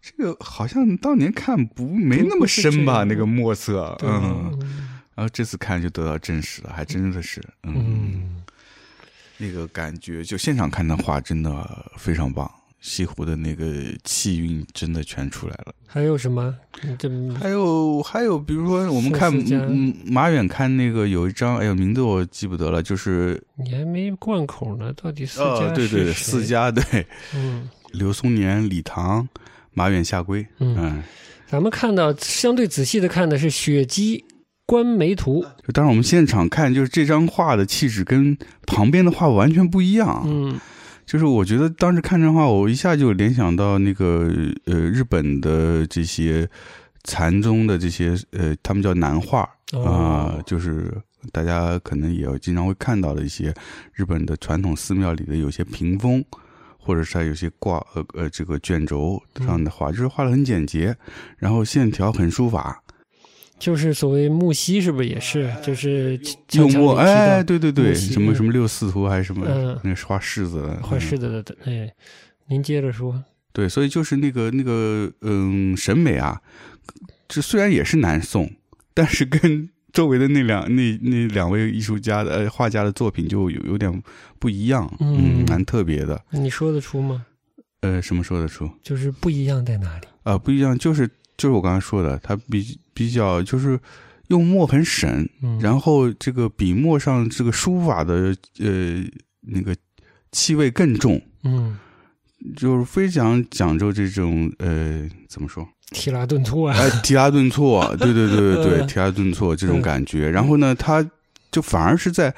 S1: 这个好像当年看不没那么深吧，
S2: 不
S1: 那
S2: 是这样
S1: 个墨色，
S2: 对
S1: 嗯，
S2: 嗯
S1: 然后这次看就得到证实了，还真的是，嗯，
S2: 嗯
S1: 那个感觉就现场看的话真的非常棒。西湖的那个气韵真的全出来了，
S2: 还有什么？你这
S1: 还有还有，比如说我们看
S2: 宋思佳
S1: 嗯马远看那个有一张，哎呦名字我记不得了，就是
S2: 你还没贯口呢，到底四家、
S1: 呃对对对四，家对
S2: 嗯，
S1: 刘松年、李唐、马远下归，
S2: 嗯
S1: 嗯
S2: 咱们看到相对仔细的看的是雪姬观梅图，
S1: 就当时我们现场看，就是这张画的气质跟旁边的画完全不一样。，啊
S2: 嗯
S1: 就是我觉得当时看这张画，我一下就联想到那个呃日本的这些禅宗的这些呃，他们叫南画啊、
S2: 哦
S1: 就是大家可能也经常会看到的一些日本的传统寺庙里的有些屏风。或者是它有些挂呃呃这个卷轴上的画，就是画的很简洁，然后线条很书法，
S2: 就是所谓木樨，是不是也是？就是
S1: 幽默，哎，
S2: 哎，
S1: 对对对，
S2: 木樨
S1: 什么
S2: 嗯
S1: 什么六四图还是什么，
S2: 嗯
S1: 那是画柿子的，
S2: 画
S1: 嗯
S2: 柿子的，哎，您接着说，
S1: 对，所以就是那个那个嗯审美啊，这虽然也是南宋，但是跟 周围的那两那那两位艺术家的呃画家的作品就有有点不一样，
S2: 嗯
S1: 蛮特别的。
S2: 你说得出吗？
S1: 呃，什么说得出？
S2: 就是不一样在哪里？
S1: 啊、不一样，就是就是我刚才说的，他比比较就是用墨很省，
S2: 嗯，
S1: 然后这个笔墨上这个书法的呃那个气味更重，
S2: 嗯，
S1: 就是非常讲究这种呃怎么 说？
S2: 提拉顿挫啊，
S1: 哎，提拉顿挫，对对对对对，
S2: 嗯
S1: 提拉顿挫这种感觉。然后呢，它就反而是在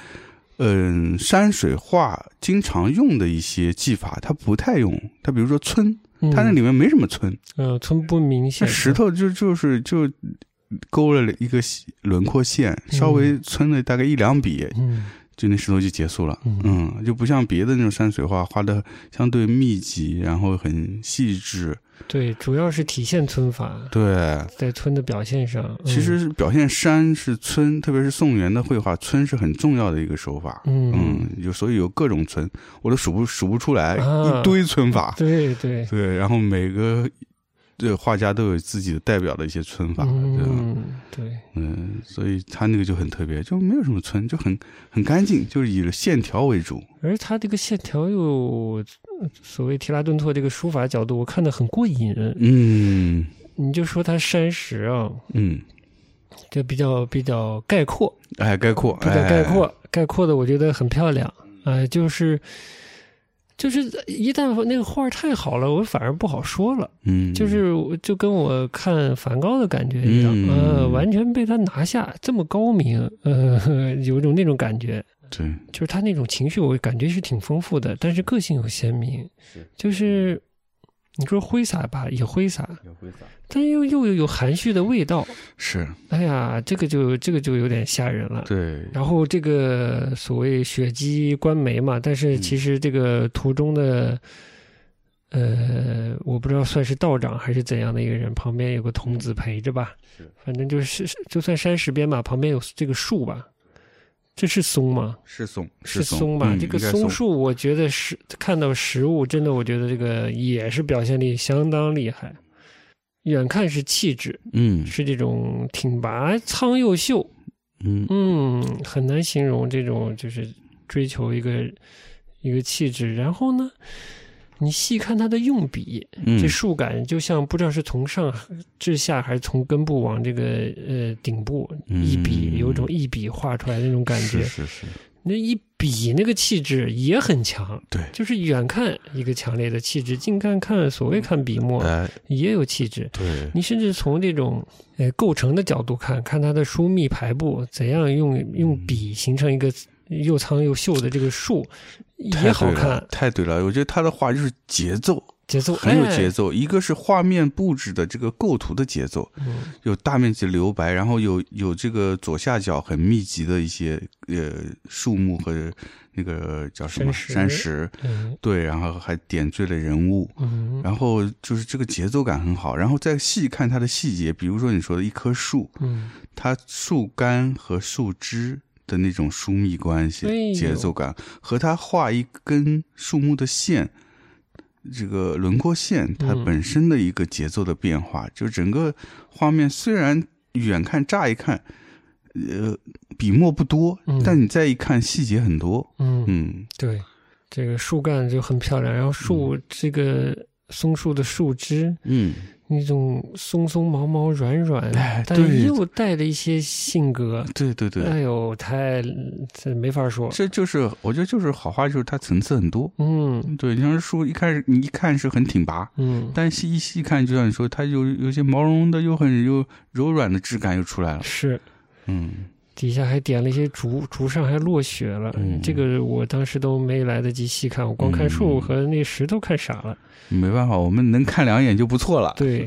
S1: 嗯、山水画经常用的一些技法，它不太用。它比如说皴，它那里面没什么皴，
S2: 嗯，呃，村不明
S1: 它
S2: 显，
S1: 石头就就是就勾了一个细轮廓线，稍微皴了大概一两笔
S2: 嗯，
S1: 就那石头就结束了，嗯，就不像别的那种山水画画的相对密集，然后很细致，
S2: 对，主要是体现村法
S1: 对，
S2: 在村的表现上。嗯
S1: 其实是表现山是村，特别是宋元的绘画，村是很重要的一个手法。
S2: 嗯
S1: 嗯，有所以有各种村，我都数不数不出来、
S2: 啊
S1: 一堆村法。
S2: 对对，
S1: 对，然后每个这画家都有自己的代表的一些村法。嗯
S2: 嗯，对，
S1: 嗯，所以他那个就很特别，就没有什么村，就很很干净，就是以线条为主。
S2: 而它这个线条又呃所谓提拉顿拓这个书法角度，我看得很过瘾。
S1: 嗯
S2: 你就说它山石啊，
S1: 嗯，
S2: 就比较比较概括，
S1: 哎，概括，
S2: 比较
S1: 哎
S2: 概括，概括的我觉得很漂亮。哎，就是就是一旦那个画儿太好了，我反而不好说了。
S1: 嗯，
S2: 就是我就跟我看梵高的感觉一样，
S1: 嗯
S2: 呃，完全被他拿下，这么高明，呃，有一种那种感觉，
S1: 对，
S2: 就是他那种情绪，我感觉是挺丰富的，但是个性又鲜明，就是你说挥洒吧，也挥洒，但又又有含蓄的味道，
S1: 是，
S2: 哎呀，这个就这个就有点吓人了。
S1: 对，
S2: 然后这个所谓雪姬观梅嘛，但是其实这个途中的，呃，我不知道算是道长还是怎样的一个人，旁边有个童子陪着吧，反正就是就算山石边吧，旁边有这个树吧，这是松吗？
S1: 是松，
S2: 松吧？
S1: 嗯
S2: 这个
S1: 应该
S2: 松树，我觉得是看到实物，真的，我觉得这个也是表现力相当厉害。远看是气质，
S1: 嗯
S2: 是这种挺拔苍又秀，
S1: 嗯
S2: 嗯，很难形容这种就是追求一个一个气质。然后呢，你细看它的用笔，
S1: 嗯，
S2: 这树感就像不知道是从上至下还是从根部往这个呃顶部一笔，
S1: 嗯
S2: 有一种一笔画出来的那种感觉。
S1: 是是是，
S2: 那一笔那个气质也很强，
S1: 对
S2: 就是远看一个强烈的气质，近看看所谓看笔墨、
S1: 哎，
S2: 也有气质。
S1: 对，
S2: 你甚至从这种呃构成的角度看，看它的疏密排布，怎样用用
S1: 嗯
S2: 笔形成一个又苍又秀的这个树，也好看，
S1: 太对了。我觉得他的画就是节奏
S2: 节奏哎
S1: 很有节
S2: 奏，
S1: 奏，一个是画面布置的这个构图的节奏，
S2: 嗯
S1: 有大面积留白，然后有有这个左下角很密集的一些呃树木和那个叫什么
S2: 山石
S1: 山石，
S2: 嗯
S1: 对，然后还点缀了人物。
S2: 嗯
S1: 然后就是这个节奏感很好，然后再细看它的细节，比如说你说的一棵树，
S2: 嗯，
S1: 它树干和树枝的那种疏密关
S2: 哎呦
S1: 系、节奏感，和它画一根树木的线，这个轮廓线，它
S2: 嗯
S1: 本身的一个节奏的变化，就整个画面虽然远看乍一看，呃，笔墨不多，
S2: 嗯
S1: 但你再一看细节很多，
S2: 嗯，
S1: 嗯
S2: 对，这个树干就很漂亮，然后树、这个松树的树枝
S1: 嗯，
S2: 那种松松毛毛软软，
S1: 哎
S2: 但
S1: 对
S2: 又带着一些性格，
S1: 对对对，
S2: 哎呦，太这没法说，
S1: 这就是我觉得就是好画，就是它层次很多。
S2: 嗯
S1: 对，你像是树一开始你一看是很挺拔，
S2: 嗯，
S1: 但细一细看，就像你说，它有有些毛茸茸的，又很又柔软的质感又出来了。
S2: 是。
S1: 嗯，
S2: 底下还点了一些竹，竹上还落雪了。
S1: 嗯
S2: 这个我当时都没来得及细看，我光看树和那石头看傻了。
S1: 没办法，我们能看两眼就不错了。
S2: 对，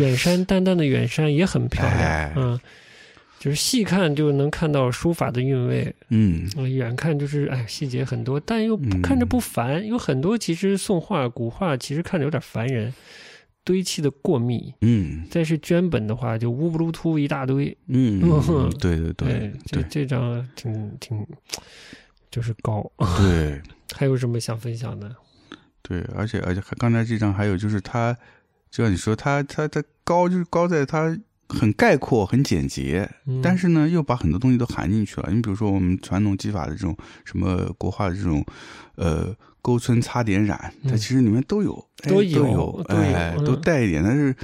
S2: 远山淡淡的远山也很漂亮，
S1: 哎
S2: 嗯，就是细看就能看到书法的韵味，
S1: 嗯，
S2: 呃远看就是哎细节很多，但又不看着不烦。有很多其实宋画、古画其实看着有点烦人，堆砌的过密。
S1: 嗯
S2: 再是绢本的话，就乌不噜突一大堆，
S1: 嗯
S2: 嗯，
S1: 对对
S2: 哎
S1: 对
S2: 这
S1: 对
S2: 这张挺挺就是高。
S1: 对
S2: 还有什么想分享的？
S1: 对，而且而且还刚才这张还有就是它，就像你说，它它它高就是高在它很概括、很简洁，
S2: 嗯
S1: 但是呢，又把很多东西都含进去了。你比如说我们传统技法的这种什么国画的这种，呃，勾皴擦点染，它
S2: 嗯
S1: 其实里面都有，哎
S2: 都
S1: 都
S2: 有都有
S1: 哎，
S2: 嗯
S1: 都带一点，但是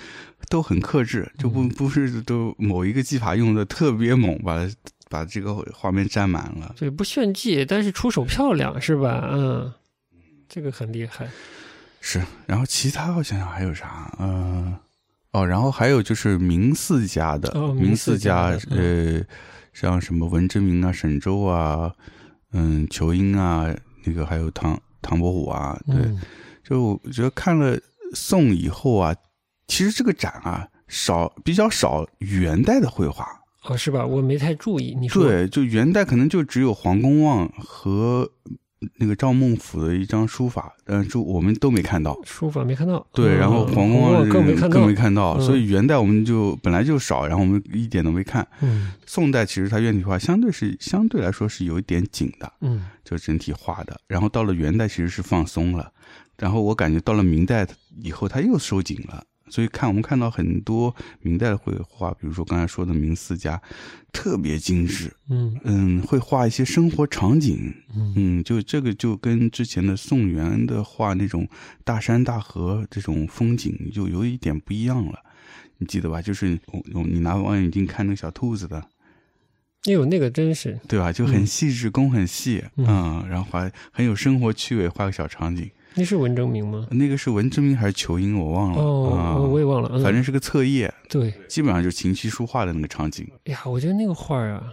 S1: 都很克制，就不不是都某一个技法用的特别猛，把它把这个画面占满了。
S2: 对不炫技，但是出手漂亮是吧？嗯，这个很厉害。
S1: 是，然后其他我想想还有啥？呃，哦，然后还有就是明四家的，
S2: 哦明
S1: 明
S2: 四
S1: 四
S2: 家
S1: 家
S2: 的，嗯
S1: 呃，像什么文征明啊、沈周啊、嗯、仇英啊，那个还有唐唐伯虎啊，对，
S2: 嗯，
S1: 就我觉得看了宋以后啊，其实这个展啊，少比较少元代的绘画，
S2: 哦，是吧？我没太注意，你说
S1: 对，就元代可能就只有黄公望和那个赵孟俯的一张书法，但是我们都没看到。
S2: 书法没看到，
S1: 对，
S2: 嗯
S1: 然后黄公
S2: 公
S1: 望
S2: 望
S1: 这个
S2: 更没
S1: 人
S2: 看
S1: 更
S2: 到
S1: 没，看到，
S2: 嗯
S1: 所以元代我们就本来就少，然后我们一点都没看。
S2: 嗯
S1: 宋代其实它院体画相对是相对来说是有一点紧的，
S2: 嗯
S1: 就整体画的。然后到了元代其实是放松了，然后我感觉到了明代以后它又收紧了。所以看我们看到很多明代的绘画，比如说刚才说的明四家，特别精致，
S2: 嗯
S1: 嗯，会画一些生活场景，
S2: 嗯
S1: 嗯，就这个就跟之前的宋元的画那种大山大河这种风景就有一点不一样了，你记得吧？就是我我你拿望远镜看那个小兔子的，
S2: 哎呦，那个真是，
S1: 对吧？就很细致，工很细，
S2: 嗯
S1: 嗯，然后还很有生活趣味，画个小场景。
S2: 那是文征明吗？
S1: 那个是文征明还是仇英，我忘了，
S2: 哦，
S1: 啊
S2: 我我也忘了，嗯
S1: 反正是个册页，
S2: 对，
S1: 基本上就是琴棋书画的那个场景。
S2: 哎呀，我觉得那个画儿啊，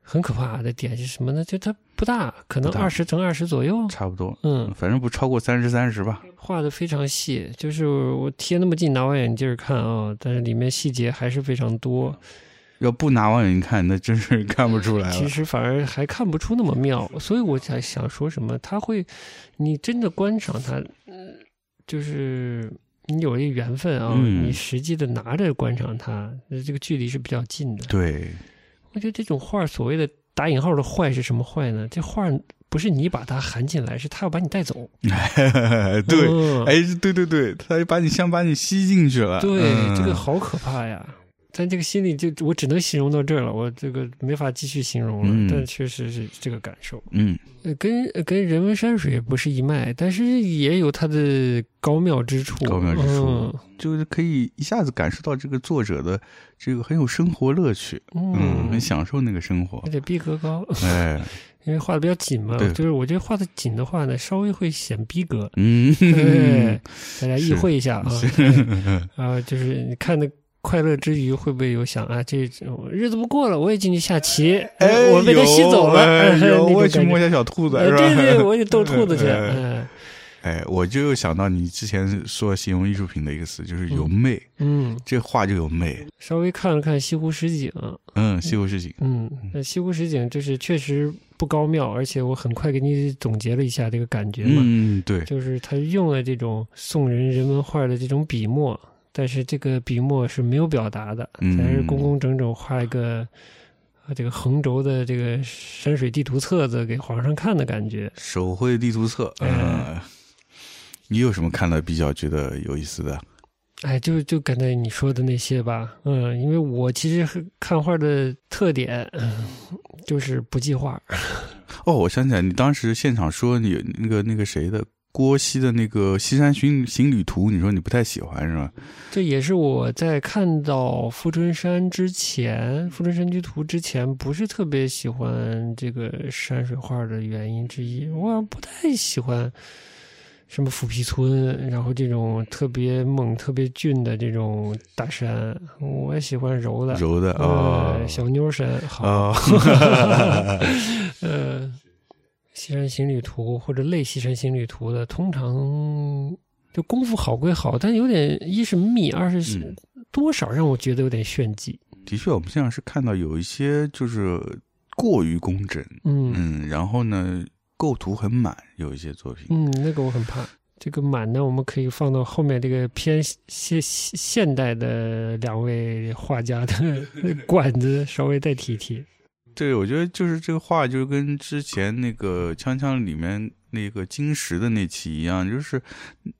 S2: 很可怕的点是什么呢？就它不大，可能
S1: 不大
S2: 二十乘二十左右，
S1: 差不多，
S2: 嗯，
S1: 反正不超过三十三十吧。
S2: 画的非常细，就是我贴那么近，拿望远镜儿看啊、但是里面细节还是非常多。
S1: 要不拿望远镜看，那真是看不出来了。
S2: 其实反而还看不出那么妙，所以我才想说什么，他会，你真的观赏它，呃就是你有一个缘分啊、
S1: 嗯
S2: 你实际的拿着观赏它，呃这个距离是比较近的。
S1: 对，
S2: 我觉得这种画儿所谓的打引号的坏是什么坏呢？这画儿不是你把它含进来，是它要把你带走。
S1: 对，
S2: 嗯
S1: 哎，对对对，他就把你像把你吸进去了。
S2: 对，
S1: 嗯
S2: 这个好可怕呀！但这个心里就我只能形容到这儿了，我这个没法继续形容了。
S1: 嗯
S2: 但确实是这个感受，
S1: 嗯，
S2: 呃，跟呃跟人文山水不是一脉，但是也有它的高妙之处。
S1: 高妙之处
S2: 嗯
S1: 就是可以一下子感受到这个作者的这个很有生活乐趣，嗯，很
S2: 嗯，
S1: 享受那个生活
S2: 而。且逼格高，
S1: 哎，
S2: 因为画的比较紧嘛。
S1: 对
S2: 就是我觉得画的紧的话呢，稍微会显逼格。
S1: 嗯，
S2: 对，大家意
S1: 是
S2: 会一下啊。 啊、就是你看的快乐之余，会不会有想啊，这种日子不过了，我也进去下棋，哎
S1: 哎，
S2: 我被他吸走了，
S1: 哎
S2: 哎
S1: 有
S2: 那种
S1: 我也去
S2: 感觉
S1: 摸一下小兔子，
S2: 哎
S1: 是吧？
S2: 对对， 我也逗兔子去，
S1: 哎
S2: 哎
S1: 哎，我就又想到你之前说形容艺术品的一个词，就是有媚，
S2: 嗯，
S1: 这画就有媚。
S2: 稍微看了看西湖十景，
S1: 嗯，西湖市井，
S2: 嗯，那西湖十景就是确实不高妙，而且我很快给你总结了一下这个感觉嘛，
S1: 嗯，对，
S2: 就是他用了这种宋人人文画的这种笔墨，但是这个笔墨是没有表达的，
S1: 嗯
S2: 才是工工整整画一个呃这个横轴的这个山水地图册子给皇上看的感觉。
S1: 手绘地图册。嗯，你有什么看了比较觉得有意思的？
S2: 哎，就就刚才你说的那些吧，嗯，因为我其实很看画的特点、嗯就是不记画，
S1: 哦，我想起来，你当时现场说你那个那个谁的郭熙的那个《西山行行旅图》，你说你不太喜欢是吧？
S2: 这也是我在看到富春山之前，富春山居图之前，不是特别喜欢这个山水画的原因之一。我好像不太喜欢什么斧皮村，然后这种特别猛、特别俊的这种大山，我喜欢柔的。
S1: 柔的啊
S2: 呃，小妞山好，
S1: 啊，
S2: 呃，西山行旅图或者类西山行旅图的，通常就功夫好归好，但有点一是密，二是、
S1: 嗯
S2: 多少让我觉得有点炫技。
S1: 的确，我们现在是看到有一些就是过于工整，
S2: 嗯
S1: 嗯，然后呢，构图很满，有一些作品，
S2: 嗯，那个我很怕。这个满呢，我们可以放到后面这个偏现现现代的两位画家的管子稍微再提一提。
S1: 对，我觉得就是这个画，就是跟之前那个《锵锵》里面那个金石的那期一样，就是，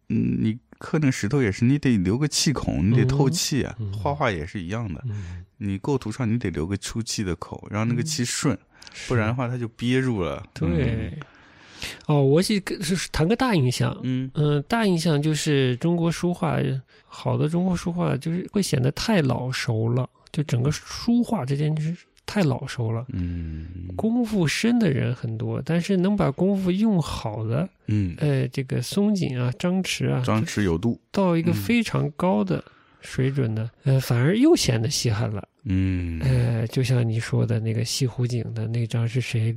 S1: 嗯，你刻那个石头也是，你得留个气孔，你得透气啊。
S2: 嗯
S1: 画画也是一样的，
S2: 嗯，
S1: 你构图上你得留个出气的口，让那个气顺，不然的嗯话它就憋住了。
S2: 对。哦，我是跟是谈个大印象，
S1: 嗯，嗯，
S2: 嗯，大印象就是中国书画，好的中国书画就是会显得太老熟了，就整个书画这件事太老熟了。
S1: 嗯，
S2: 功夫深的人很多，但是能把功夫用好的，
S1: 嗯，
S2: 呃，这个松井啊、张弛啊，
S1: 张弛有度，
S2: 到一个
S1: 嗯
S2: 非常高的水准呢，呃，反而又显得稀罕了。
S1: 嗯，
S2: 呃，就像你说的那个西湖景的那张是谁？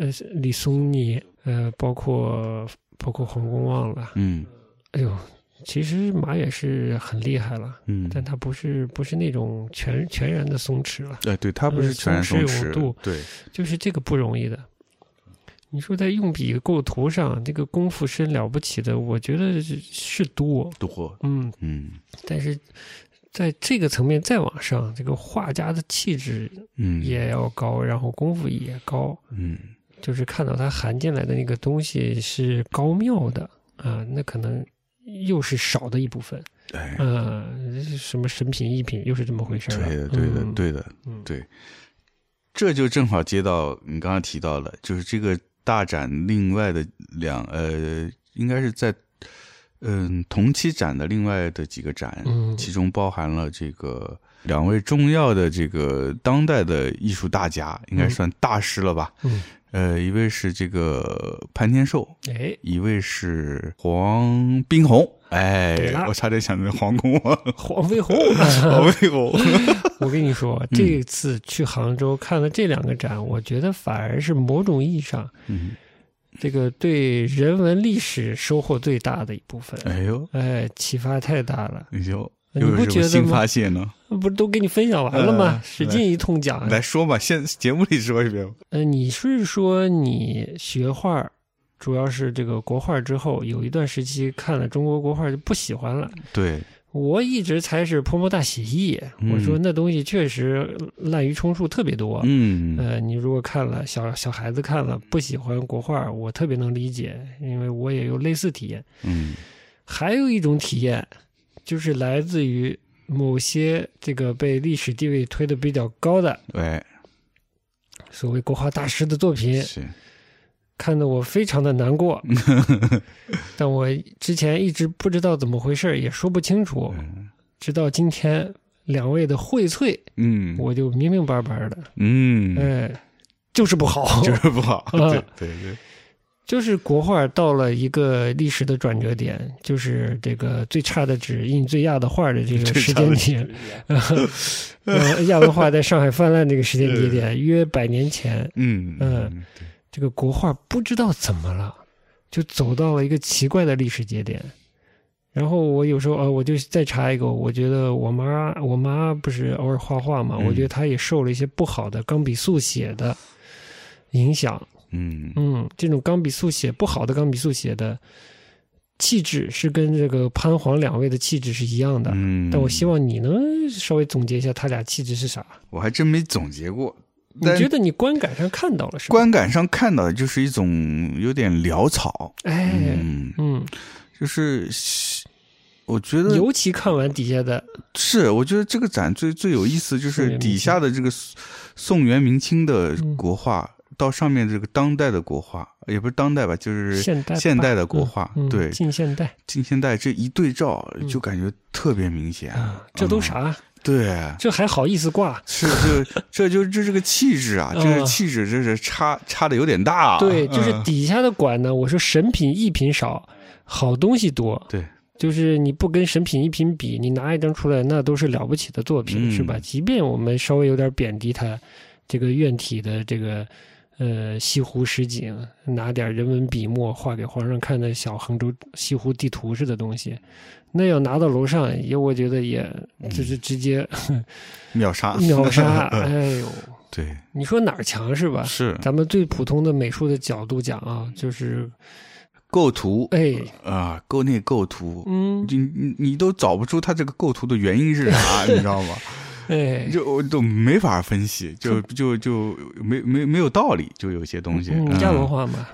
S2: 呃，是李松尼，呃，包括包括黄公望了。
S1: 嗯，
S2: 哎呦，其实马也是很厉害了，
S1: 嗯，
S2: 但它不是不是那种全全然的松弛了，
S1: 哎，对，它不是
S2: 呃
S1: 全然松
S2: 松弛有
S1: 弛
S2: 度，
S1: 对，
S2: 就是这个不容易的。你说在用笔构图上，这个功夫是了不起的，我觉得是是多，
S1: 多，
S2: 嗯，
S1: 嗯
S2: 但是在这个层面再往上，这个画家的气质
S1: 嗯，
S2: 也要高，然后功夫也高，
S1: 嗯
S2: 就是看到它含进来的那个东西是高妙的啊、那可能又是少的一部分
S1: 哎
S2: 啊、，什么神品、艺品又是这么回事儿了
S1: 对的，对的，
S2: 嗯
S1: 对的，
S2: 嗯
S1: 对，这就正好接到你刚刚提到了，就是这个大展另外的两呃，应该是在嗯、同期展的另外的几个展，
S2: 嗯
S1: 其中包含了这个两位重要的这个当代的艺术大家，应该
S2: 嗯
S1: 算大师了吧？
S2: 嗯，
S1: 呃，一位是这个潘天寿，
S2: 哎，
S1: 一位是黄宾虹，哎
S2: 对，了
S1: 我差点想成黄公 望，
S2: 黄飞鸿，
S1: 黄宾 虹，
S2: 我跟你说，
S1: 嗯
S2: 这次去杭州看了这两个展，我觉得反而是某种意义上，
S1: 嗯
S2: 这个对人文历史收获最大的一部分。
S1: 哎呦，
S2: 哎，启发太大了！
S1: 哎呦，
S2: 你
S1: 又有
S2: 不
S1: 什
S2: 觉
S1: 么
S2: 得
S1: 新
S2: 吗
S1: 发现呢？
S2: 不是都给你分享完了吗？
S1: 呃
S2: 使劲一通讲。
S1: 来说嘛，现节目里说一遍。
S2: 呃，你是说你学画儿，主要是这个国画儿之后，有一段时期看了中国国画儿就不喜欢了。
S1: 对，
S2: 我一直才是泼墨大写意，
S1: 嗯
S2: 我说那东西确实滥竽充数特别多。
S1: 嗯，
S2: 呃，你如果看了小小孩子看了不喜欢国画儿，我特别能理解，因为我也有类似体验。
S1: 嗯，
S2: 还有一种体验，就是来自于某些这个被历史地位推得比较高的
S1: 哎，
S2: 所谓国画大师的作品，
S1: 是，
S2: 看得我非常的 难过。但我之前一直不知道怎么回事儿，也说不清楚，直到今天两位的荟萃，
S1: 嗯，
S2: 我就明明白白的，
S1: 嗯，
S2: 哎，就是不 好，
S1: 就是不 好，
S2: 啊
S1: 对对对，
S2: 就是国画到了一个历史的转折点，就是这个最差的纸印最亚的画的这个时间点，呃，亚文化在上海泛滥这个时间节点，约百年前，
S1: 嗯
S2: 嗯，
S1: 对
S2: 这个国画不知道怎么了，就走到了一个奇怪的历史节点。然后我有时候啊、呃我就再查一个，我觉得我妈我妈不是偶尔画画嘛，
S1: 嗯
S2: 我觉得她也受了一些不好的钢笔速写的影响，
S1: 嗯
S2: 嗯，这种钢笔速写不好的钢笔速写的气质是跟这个潘黄两位的气质是一样的。
S1: 嗯，
S2: 但我希望你能稍微总结一下他俩气质是啥？
S1: 我还真没总结过，
S2: 你
S1: 但
S2: 觉得你观感上看到了是吧？
S1: 观感上看到的就是一种有点潦草，
S2: 哎，
S1: 嗯，
S2: 嗯，
S1: 就是我觉得
S2: 尤其看完底下的，
S1: 是，我觉得这个展最最有意思就
S2: 宋
S1: 是
S2: 元明
S1: 底
S2: 清
S1: 下的这个宋宋元明清的
S2: 嗯
S1: 国画，到上面这个当代的国画，也不是当代吧，就是
S2: 现代
S1: 现
S2: 吧
S1: 代的国
S2: 嗯
S1: 画，
S2: 嗯
S1: 对，
S2: 近现代
S1: 近现代这一对照，
S2: 嗯
S1: 就感觉特别明显。
S2: 啊，这都
S1: 嗯？
S2: 啥？
S1: 对，
S2: 这还好意思挂？
S1: 是 这这就这这个气质啊，这个
S2: 啊
S1: 气质这是差差的有点大啊。
S2: 对，就是
S1: 嗯
S2: 底下的馆呢，我说神品艺品少，好东西多。
S1: 对，
S2: 就是你不跟神品一品比，你拿一张出来，那都是了不起的作品，
S1: 嗯
S2: 是吧？即便我们稍微有点贬低它，这个院体的这个呃西湖十景，拿点人文笔墨画给皇上看的小杭州西湖地图似的东西，那要拿到楼上，也我觉得也就是 直接
S1: 秒杀，
S2: 秒杀。哎呦，
S1: 对，
S2: 你说哪儿强是吧？
S1: 是
S2: 咱们最普通的美术的角度讲
S1: 嗯
S2: 啊，就是
S1: 构图
S2: 哎，
S1: 啊，构那构图，
S2: 嗯，
S1: 你你你都找不出他这个构图的原因是 啥，你知道吗？
S2: 哎，
S1: 就我都没法分析，就就就没没没有道理，就有些东西。
S2: 嗯，
S1: 嗯
S2: 亚文 化嘛，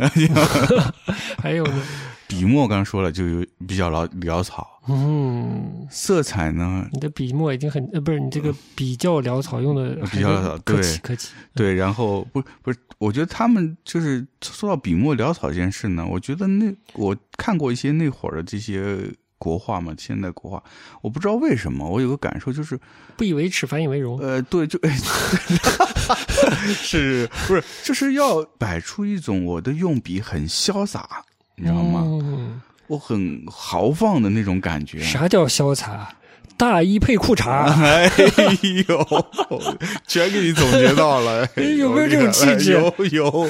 S2: 还有呢，
S1: 笔墨刚说了，就有比较潦潦草，
S2: 嗯，
S1: 色彩呢，
S2: 你的笔墨已经很呃，不是你这个比较潦草用的
S1: 呃比较潦草
S2: 客
S1: 对
S2: 气客气，
S1: 对，然后不是不是，我觉得他们就是说到笔墨潦草这件事呢，我觉得那我看过一些那会儿的这些国画嘛，现代国画，我不知道为什么，我有个感受就是，
S2: 不以为耻，反以为荣。
S1: 呃，对，就 是不是就是要摆出一种我的用笔很潇洒，你知道吗？
S2: 嗯，
S1: 我很豪放的那种感觉。
S2: 啥叫潇洒？大衣配裤衩，
S1: 哎呦，全给你总结到 了，哎呦
S2: 有没有这种气质
S1: 有有，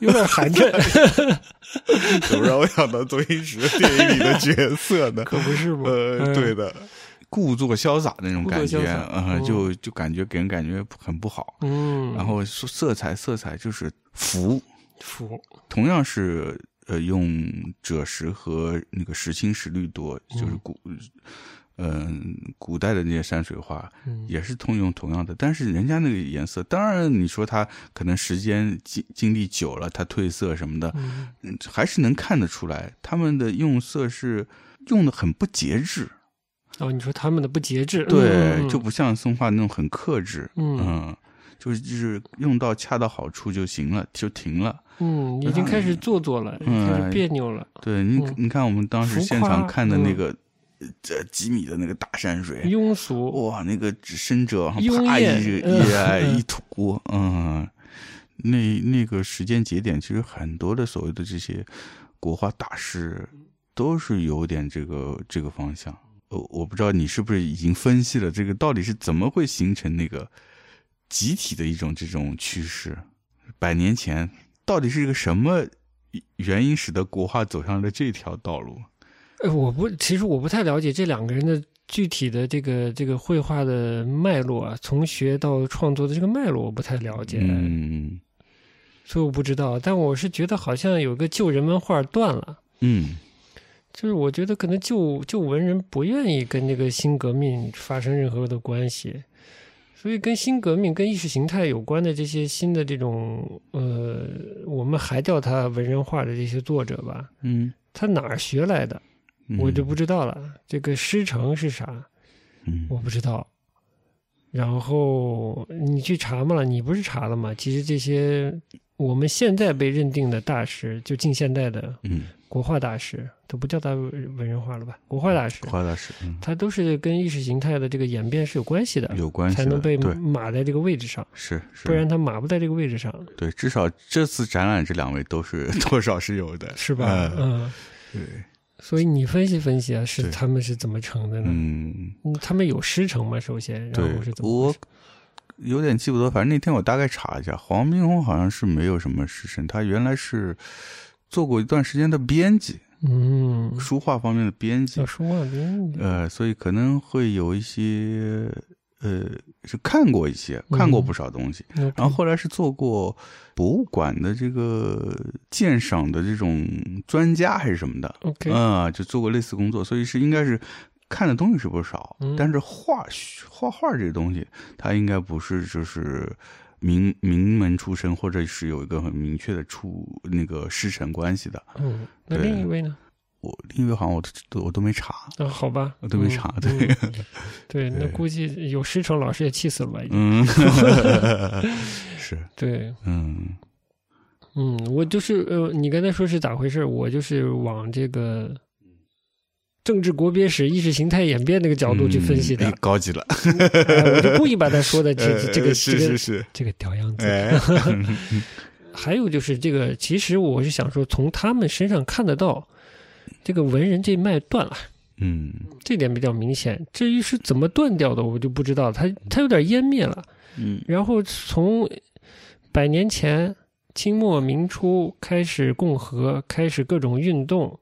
S2: 有点 寒碜，
S1: 怎么让我想到周星驰电影里的角色呢？
S2: 可不是吗？
S1: 呃，
S2: 嗯
S1: 对，的，故作潇洒那种感
S2: 故作
S1: 觉
S2: 潇洒，
S1: 呃，
S2: 嗯
S1: 就就感觉给人感觉很不好。
S2: 嗯，
S1: 然后说色彩，色彩就是浮，
S2: 服，
S1: 同样是呃用赭石和那个石青、石绿多，就是古嗯、古代的那些山水画，
S2: 嗯
S1: 也是通用同样的，但是人家那个颜色，当然你说它可能时间经经历久了，它褪色什么的，
S2: 嗯
S1: 嗯还是能看得出来，他们的用色是用的很不节制，
S2: 哦，你说他们的不节制，
S1: 对，
S2: 嗯
S1: 就不像松画那种很克制，
S2: 嗯
S1: 就是就是用到恰到好处就行了，就停了。
S2: 嗯，已经开始做作了，
S1: 嗯
S2: 开始别扭了，
S1: 对你，
S2: 嗯
S1: 你看我们当时
S2: 浮
S1: 现
S2: 夸
S1: 场看的那
S2: 嗯
S1: 个，呃这、几米的那个大山水，啊
S2: 庸俗，
S1: 哇，那个只伸着往
S2: 庸
S1: 上啪
S2: 艳
S1: 一
S2: 嗯
S1: 一一吐，嗯，那那个时间节点，其实很多的所谓的这些国画大师都是有点这个这个方向。呃，我不知道你是不是已经分析了这个到底是怎么会形成那个集体的一种这种趋势？百年前到底是一个什么原因使得国画走上了这条道路？
S2: 哎，我不，其实我不太了解这两个人的具体的这个这个绘画的脉络啊，从学到创作的这个脉络我不太了解，
S1: 嗯
S2: 所以我不知道。但我是觉得好像有个旧人文画断了，
S1: 嗯
S2: 就是我觉得可能旧旧文人不愿意跟这个新革命发生任何的关系。所以，跟新革命、跟意识形态有关的这些新的这种呃，我们还叫他文人画的这些作者吧，
S1: 嗯，
S2: 他哪儿学来的，我就不知道了。这个师承是啥？
S1: 嗯
S2: 我不知道。然后你去查嘛了，你不是查了吗？其实这些我们现在被认定的大师，就近现代的
S1: 嗯，
S2: 国画大师，都不叫他文人画了吧？国画大师，
S1: 画大师嗯
S2: 他都是跟意识形态的这个演变是有关系的，
S1: 有关系
S2: 才能
S1: 的
S2: 被
S1: 对
S2: 码在这个位置上，
S1: 是是，
S2: 不然他码不在这个位置上，
S1: 对，至少这次展览这两位都 是多少是有的，
S2: 是吧？
S1: 嗯，
S2: 嗯，
S1: 对，
S2: 所以你分析分析啊，是
S1: 对
S2: 他们是怎么成的呢？
S1: 嗯，
S2: 嗯他们有师承吗？首先，然
S1: 对
S2: 后是怎，么回
S1: 我
S2: 事？
S1: 有点记不得，反正那天我大概查一下，黄宾虹好像是没有什么师承，他原来是做过一段时间的编辑，
S2: 嗯，哦
S1: 书画方面的编辑
S2: 要，说话别人
S1: 呃，所以可能会有一些，呃，是看过一些，看过
S2: 嗯
S1: 不少东西，
S2: 牛逼
S1: 然后后来是做过博物馆的这个鉴赏的这种专家还是什么的，
S2: OK，
S1: 啊、就做过类似工作，所以是应该是看的东西是不少，
S2: 嗯
S1: 但是画画画这个东西，它应该不是就是名名门出身，或者是有一个很明确的出那个师承关系的。
S2: 嗯，那
S1: 对
S2: 另一位呢？
S1: 我因为好像我都我都没查，
S2: 啊，好吧，
S1: 我都没
S2: 嗯
S1: 查，
S2: 嗯
S1: 呃对，
S2: 对，那估计有师承老师也气死了吧？已经。
S1: 嗯，是，
S2: 对，
S1: 嗯
S2: 嗯，我就是呃，你刚才说是咋回事？我就是往这个政治国别史、意识形态演变那个角度去分析的
S1: 嗯哎，高级了，
S2: 哎我就故意把它说的这
S1: 嗯
S2: 这这
S1: 呃
S2: 个
S1: 是
S2: 这
S1: 是
S2: 个
S1: 是，
S2: 这个屌样子。
S1: 哎，
S2: 还有就是这个，其实我是想说，从他们身上看得到，这个文人这脉断了。
S1: 嗯
S2: 这点比较明显。至于是怎么断掉的，我就不知道，它它有点湮灭了。
S1: 嗯
S2: 然后从百年前清末明初开始共和，开始各种运动，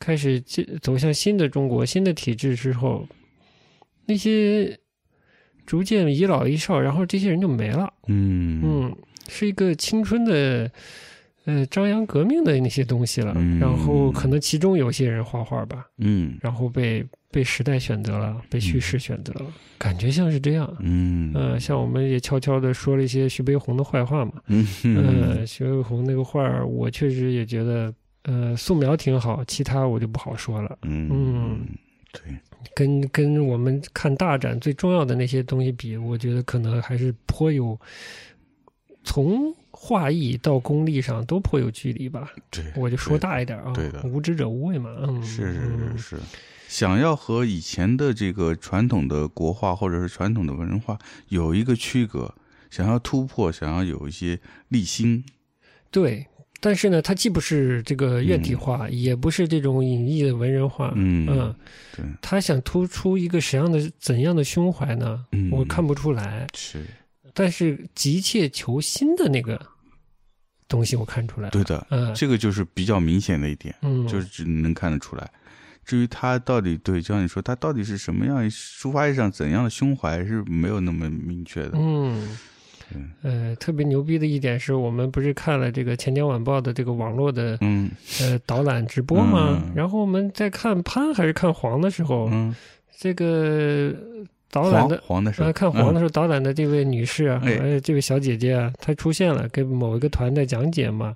S2: 开始进走向新的中国、新的体制之后，那些逐渐遗老遗少，然后这些人就没了。
S1: 嗯
S2: 嗯，是一个青春的。呃，张扬革命的那些东西了，
S1: 嗯
S2: 然后可能其中有些人画画吧，
S1: 嗯
S2: 然后被被时代选择了，被叙事选择了，感觉像是这样。
S1: 嗯
S2: 呃，像我们也悄悄的说了一些徐悲鸿的坏话嘛。
S1: 嗯
S2: 呃，徐悲鸿那个画儿，我确实也觉得，呃，素描挺好，其他我就不好说了。嗯
S1: 嗯，对，
S2: 跟跟我们看大展最重要的那些东西比，我觉得可能还是颇有，从画艺到功力上都颇有距离吧。
S1: 对，
S2: 我就说大一点啊，
S1: 对的
S2: 无知者无畏嘛。嗯，
S1: 是是是
S2: 嗯
S1: 是，想要和以前的这个传统的国画或者是传统的文人画有一个区隔，想要突破，想要有一些立新，
S2: 对，但是呢，它既不是这个乐体化，也不是这种隐逸的文人画，
S1: 嗯
S2: 嗯，
S1: 对，
S2: 他想突出一个什么样的怎样的胸怀呢？
S1: 嗯
S2: 我看不出来，
S1: 是
S2: 但是急切求新的那个东西我看出来了，
S1: 对的，
S2: 嗯
S1: 这个就是比较明显的一点，
S2: 嗯，
S1: 就是只能看得出来。至于他到底对，就像你说，他到底是什么样抒发意上怎样的胸怀是没有那么明确的。
S2: 嗯，呃，特别牛逼的一点是我们不是看了这个《钱江晚报》的这个网 络的
S1: 嗯
S2: 呃导览直播吗？
S1: 嗯
S2: 然后我们在看潘还是看黄的时候，
S1: 嗯，
S2: 这个导览
S1: 黄
S2: 的。
S1: 黄的时
S2: 呃，
S1: 候，
S2: 看黄的时候，导览的这位女士啊，
S1: 嗯哎
S2: 呃，这位小姐姐啊，她出现了，给某一个团在讲解嘛，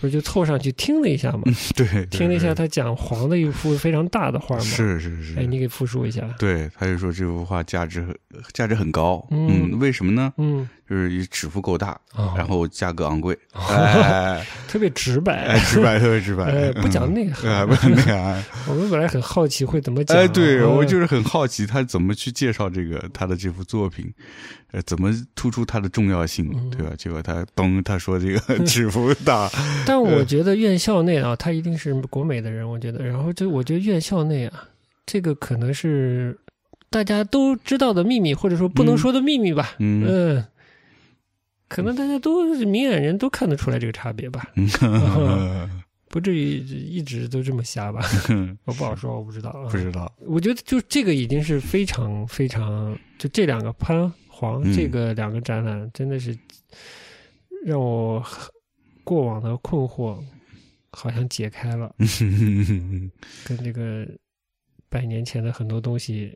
S2: 不是就凑上去听了一下嘛，
S1: 嗯 对，对
S2: 听了一下，她讲黄的一幅非常大的画嘛，
S1: 是是是，
S2: 哎，你给复述一下，
S1: 对，他就说这幅画价值很价值很高，
S2: 嗯
S1: 嗯，为什么呢？
S2: 嗯，
S1: 就是尺幅够大，
S2: 哦
S1: 然后价格昂 贵，哎，
S2: 特别直白
S1: 哎，， 直白特别直白
S2: 呃，，不讲
S1: 嗯
S2: 内涵，
S1: 哎，不讲内涵，
S2: 我们本来很好奇会怎么讲，
S1: 哎，对
S2: 嗯
S1: 我就是很好奇他怎么去介绍这个他的这幅作品，呃，怎么突出它的重要性，
S2: 嗯
S1: 对吧？结果他咚，他说这个尺幅 大，
S2: 但我觉得院校内啊，他一定是国美的人，我觉得。然后就我觉得院校内啊，这个可能是大家都知道的秘密，或者说不能说的秘密吧。
S1: 嗯
S2: 可能大家都明眼人都看得出来这个差别
S1: 嗯
S2: 吧，不至于一直都这么瞎吧？我不好说，我不知道 啊。
S1: 不知道，
S2: 我觉得就这个已经是非常非常，就这两个潘黄
S1: 嗯
S2: 这个两个展览，真的是让我很过往的困惑好像解开了，
S1: 嗯
S2: 跟这个百年前的很多东西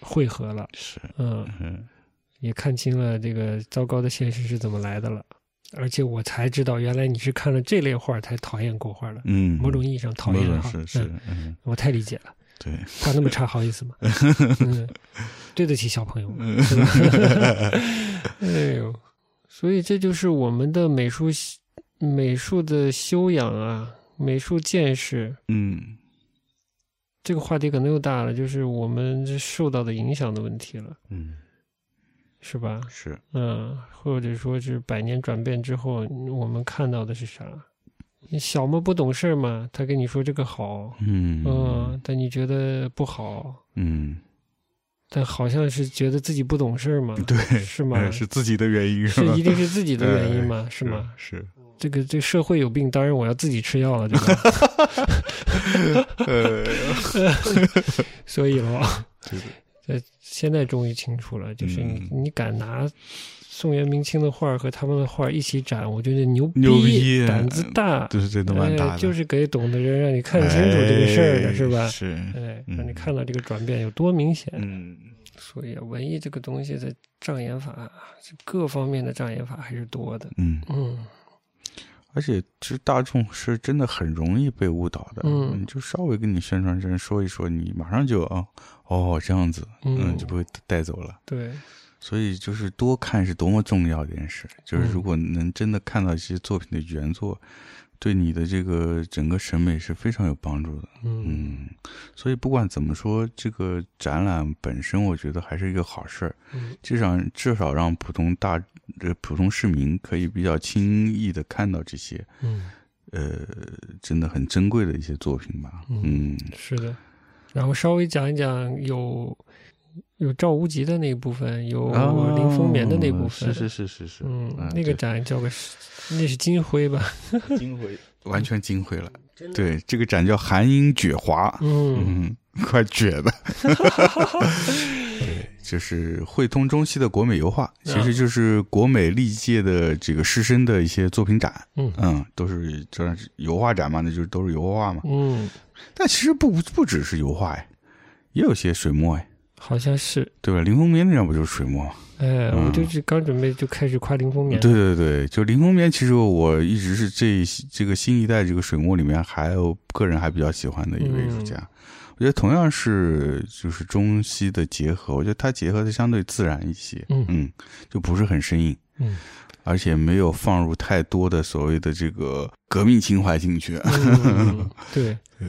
S2: 汇合了，
S1: 是，
S2: 嗯，
S1: 嗯
S2: 也看清了这个糟糕的现实是怎么来的了。而且我才知道，原来你是看了这类画才讨厌国画的，
S1: 嗯，
S2: 某种意义上讨
S1: 某
S2: 厌
S1: 种
S2: 哈。
S1: 是是
S2: 嗯，，
S1: 嗯，
S2: 我太理解了。
S1: 对。
S2: 他那么差，好意思吗？ 嗯，对得起小朋友
S1: 嗯
S2: 们。是吧 哎呦，所以这就是我们的美术美术的修养啊，美术见识。
S1: 嗯
S2: 这个话题可能又大了，就是我们这受到的影响的问题了，
S1: 嗯，
S2: 是吧？
S1: 是，
S2: 嗯，或者说是百年转变之后，我们看到的是啥？你小嘛不懂事儿嘛，他跟你说这个好，
S1: 嗯
S2: 嗯，但你觉得不好，
S1: 嗯，
S2: 但好像是觉得自己不懂事儿嘛，
S1: 对，
S2: 是吗
S1: 呃是自己的原因，
S2: 是
S1: 吧
S2: 一定是自己的原因嘛，
S1: 是啊
S2: 是吗？？
S1: 是，
S2: 这个这社会有病，当然我要自己吃药了，对 吧？
S1: 呃，
S2: 所以咯，
S1: 对的
S2: 这现在终于清楚了，就是你、
S1: 嗯
S2: 你敢拿宋元明清的画儿和他们的画儿一起展，我觉得牛逼，
S1: 牛逼
S2: 胆子大，
S1: 就是这都蛮大
S2: 哎
S1: 的，
S2: 就是给懂的人让你看清楚这个事儿的、
S1: 哎
S2: 是吧？
S1: 是，
S2: 哎，
S1: 嗯
S2: 让你看到这个转变有多明显。
S1: 嗯，
S2: 所以啊文艺这个东西的障眼法，这各方面的障眼法还是多的。
S1: 嗯，
S2: 嗯
S1: 而且这大众是真的很容易被误导的，
S2: 嗯
S1: 你就稍微跟你宣传这人说一说，你马上就啊，哦，这样子，嗯，
S2: 嗯，
S1: 就被带走了。
S2: 对，
S1: 所以就是多看是多么重要的一件事，就是
S2: 嗯
S1: 如果能真的看到一些作品的原作，对你的这个整个审美是非常有帮助的。
S2: 嗯
S1: 嗯，所以不管怎么说，这个展览本身我觉得还是一个好事儿，
S2: 嗯
S1: 至少至少让普通大呃普通市民可以比较轻易的看到这些
S2: 嗯，
S1: 呃真的很珍贵的一些作品吧。嗯
S2: 嗯是的。然后稍微讲一讲有有赵无极的那一部分，有
S1: 哦
S2: 林风眠的那部
S1: 是
S2: 分，
S1: 是是是是，
S2: 嗯
S1: 啊，
S2: 那个
S1: 对
S2: 展叫个是那是金辉吧？
S1: 惊回，完全惊回了。对，这个展叫“寒音绝华”，
S2: 嗯
S1: 嗯，快绝的。 对，就是汇通中西的国美油画，
S2: 嗯
S1: 其实就是国美历届的这个师生的一些作品展。
S2: 嗯
S1: 嗯，都是这是油画展嘛，那就是都是油画嘛。
S2: 嗯，
S1: 但其实不不只是油画哎，也有些水墨哎，
S2: 好像是。
S1: 对吧？林风眠那张不就是水墨吗？
S2: 哎，
S1: 嗯
S2: 我就是刚准备就开始夸林风眠。
S1: 对对对，就林风眠，其实我一直是这这个新一代这个水墨里面还有个人还比较喜欢的一位艺术
S2: 嗯
S1: 家。我觉得同样是就是中西的结合，我觉得它结合的相对自然一些，
S2: 嗯
S1: 就不是很生硬，
S2: 嗯
S1: 而且没有放入太多的所谓的这个革命情怀进去。
S2: 嗯，对
S1: 对，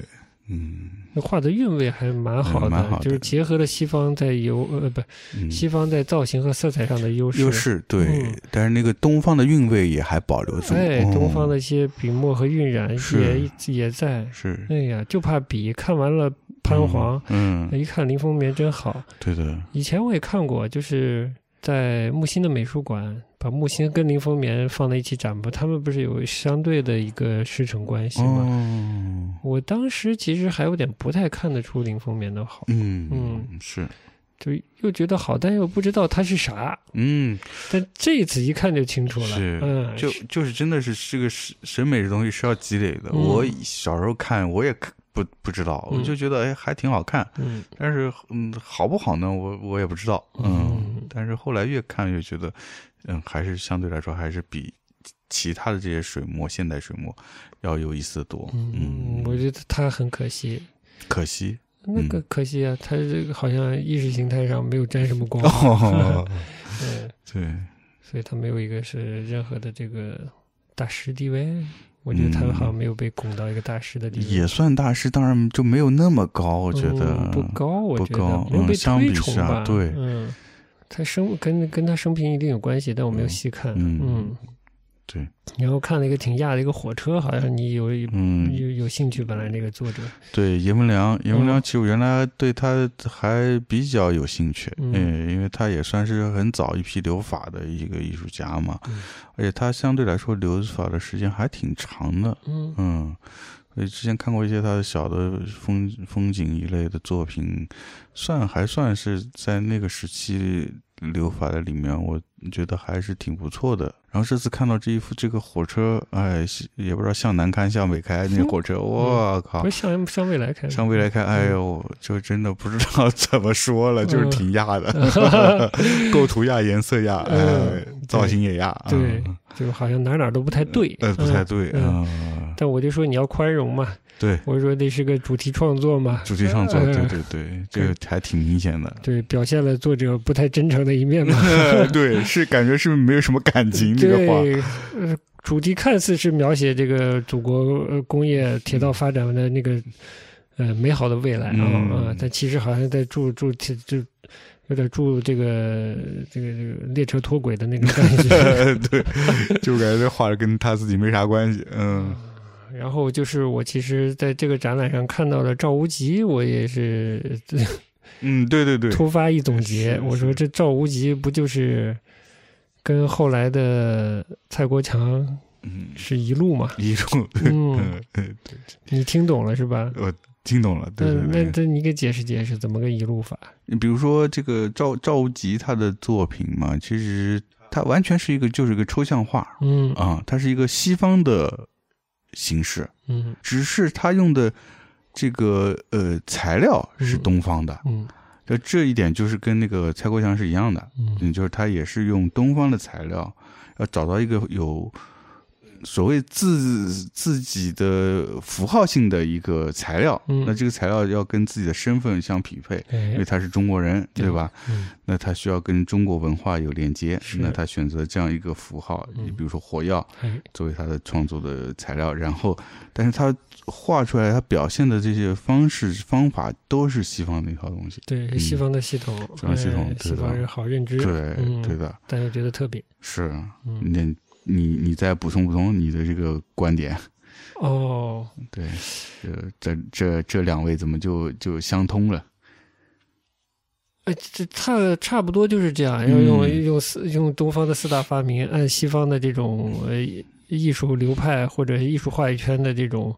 S1: 嗯
S2: 那画的韵味还蛮好
S1: 嗯
S2: 的，
S1: 蛮好的
S2: 就是结合了西方在油呃不
S1: 嗯，
S2: 西方在造型和色彩上的优势，
S1: 又是对
S2: 嗯，
S1: 但是那个东方的韵味也还保留住，
S2: 哎，东方的
S1: 哦
S2: 一些笔墨和晕染
S1: 是
S2: 也也在。
S1: 是
S2: 哎呀，就怕笔看完了潘哎黄，，
S1: 嗯，嗯
S2: 一看林风眠真好。
S1: 对的，
S2: 以前我也看过，就是在木心的美术馆，把木心跟林风眠放在一起展播，他们不是有相对的一个师承关系吗？
S1: 哦，
S2: 我当时其实还有点不太看得出林风眠的好，
S1: 嗯
S2: 嗯
S1: 是，
S2: 就又觉得好，但又不知道他是啥。
S1: 嗯
S2: 但这一次一看就清楚了，
S1: 是
S2: 嗯，，
S1: 就就是真的是这个审审美这东西是要积累的。
S2: 嗯
S1: 我小时候看我也看不不知道，我
S2: 嗯
S1: 就觉得哎还挺好看，
S2: 嗯
S1: 但是嗯好不好呢？我我也不知道，嗯
S2: 嗯，
S1: 但是后来越看越觉得，嗯，还是相对来说还是比其他的这些水墨现代水墨要有意思的多。
S2: 嗯，我
S1: 嗯，
S2: 觉得他很可惜。
S1: 可惜
S2: 那个
S1: 嗯
S2: 可惜啊，他这个好像意识形态上没有沾什么光，
S1: 哦，
S2: 嗯，
S1: 对，
S2: 所以他没有一个是任何的这个大师地位。我觉得他
S1: 嗯
S2: 好像没有被拱到一个大师的地位，
S1: 也算大师，当然就没有那么高，我
S2: 我
S1: 觉得
S2: 嗯不高，我觉
S1: 不
S2: 得
S1: 高
S2: 没有
S1: 嗯
S2: 被
S1: 相比
S2: 推
S1: 之
S2: 崇
S1: 下
S2: 吧？
S1: 对
S2: 嗯，他生跟跟他生平一定有关系，但我没有细看，
S1: 嗯
S2: 嗯，
S1: 对，
S2: 然后看了一个挺亚的一个火车，好像你有有
S1: 嗯，
S2: 有兴趣，本来那个作者，
S1: 对阎文良，阎文良
S2: 嗯
S1: 其实我原来对他还比较有兴趣，
S2: 嗯
S1: 嗯，因为他也算是很早一批留法的一个艺术家嘛，
S2: 嗯
S1: 而且他相对来说留法的时间还挺长的，
S2: 嗯
S1: 嗯，所以之前看过一些他的小的风风景一类的作品，算还算是在那个时期留法的里面，我觉得还是挺不错的。然后这次看到这一幅这个火车，哎，是也不知道向南开向北开 那火车，我靠
S2: 不！是向向未来看，
S1: 向未来看，哎呦，就真的不知道怎么说了，就是
S2: 嗯
S1: 挺亚的， 构图亚，颜色亚，哎
S2: 嗯，
S1: 造型也亚，啊
S2: 对，就好像哪哪都不太对，
S1: 呃，不太
S2: 嗯
S1: 对
S2: 嗯
S1: 啊，
S2: 但我就说你要宽容嘛，
S1: 对，
S2: 我说那是个主题创作嘛，
S1: 主题创作，
S2: 呃。
S1: 对对对，这个还挺明显的
S2: 对，表现了作者不太真诚的一面嘛。
S1: 对，是感觉是没有什么感情这个话，
S2: 嗯对，呃，主题看似是描写这个祖国呃工业铁道发展的那个呃美好的未来啊
S1: 嗯
S2: 啊、但其实好像在住住铁就有点住这个这个这个列车脱轨的那种感 觉。
S1: 对，就感觉这话跟他自己没啥关系。嗯
S2: 然后就是我其实在这个展览上看到了赵无极，我也是呃
S1: 嗯，对对对，
S2: 突发一总结
S1: 是，
S2: 我说
S1: 是
S2: 这赵无极不就是跟后来的蔡国强
S1: 嗯，
S2: 是一路嘛？
S1: 一路，
S2: 嗯，
S1: 嗯， 嗯
S2: 你听懂了是吧？
S1: 我听懂了，对
S2: 嗯，那
S1: 对对。
S2: 那你给解释解释怎么个一路法？
S1: 你比如说这个赵赵无极他的作品嘛，其实他完全是一个就是一个抽象画
S2: 嗯
S1: 啊，它是一个西方的形式，
S2: 嗯
S1: 只是他用的这个呃材料是东方的，
S2: 嗯
S1: 就这一点就是跟那个蔡国强是一样的，
S2: 嗯
S1: 嗯，就是他也是用东方的材料，要找到一个有所谓自自己的符号性的一个材料，
S2: 嗯
S1: 那这个材料要跟自己的身份相匹配，因
S2: 哎
S1: 为他是中国人，
S2: 对
S1: 对吧？
S2: 嗯
S1: 那他需要跟中国文化有连接，
S2: 是
S1: 那他选择这样一个符号，
S2: 嗯
S1: 你比如说火药
S2: 哎
S1: 作为他的创作的材料，然后，但是他画出来，他表现的这些方式方法都是西方的一套东西。
S2: 对是西
S1: 嗯
S2: 方的系统，
S1: 西方系统
S2: 哎
S1: 对
S2: 西
S1: 的
S2: 方人好认知，
S1: 对，
S2: 嗯
S1: 对的，
S2: 但又觉得特别，
S1: 是。
S2: 嗯
S1: 那你你再补充补充你的这个观点，
S2: 哦，
S1: 对，呃，这这这两位怎么就就相通了？
S2: 哎，这这差差不多就是这样，要用、
S1: 嗯
S2: 用四用东方的四大发明，按西方的这种呃
S1: 嗯
S2: 艺术流派或者艺术话语圈的这种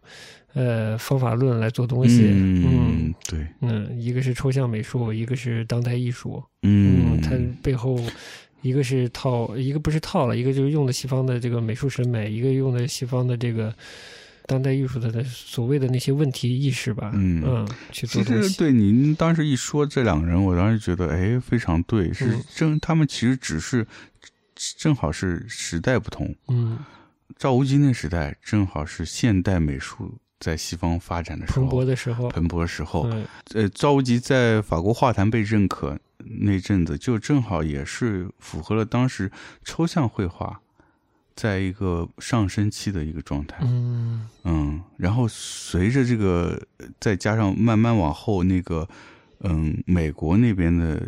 S2: 呃方法论来做东西，嗯
S1: 嗯，对，
S2: 嗯，一个是抽象美术，一个是当代艺术，
S1: 嗯，
S2: 它背后一个是套，一个不是套了，一个就是用的西方的这个美术审美，一个用的西方的这个当代艺术的所谓的那些问题意识吧，
S1: 嗯
S2: 去做
S1: 其
S2: 东
S1: 实
S2: 西，
S1: 对您当时一说这两个人，我当时觉得哎非常对，是
S2: 嗯
S1: 正他们其实只是正好是时代不同，
S2: 嗯，
S1: 赵无极那时代正好是现代美术在西方发展的时候，
S2: 蓬勃的时候，
S1: 哦蓬勃的时候，
S2: 嗯
S1: 呃，赵无极在法国画坛被认可那阵子，就正好也是符合了当时抽象绘画在一个上升期的一个状态，
S2: 嗯
S1: 嗯，然后随着这个，呃再加上慢慢往后那个，嗯，美国那边的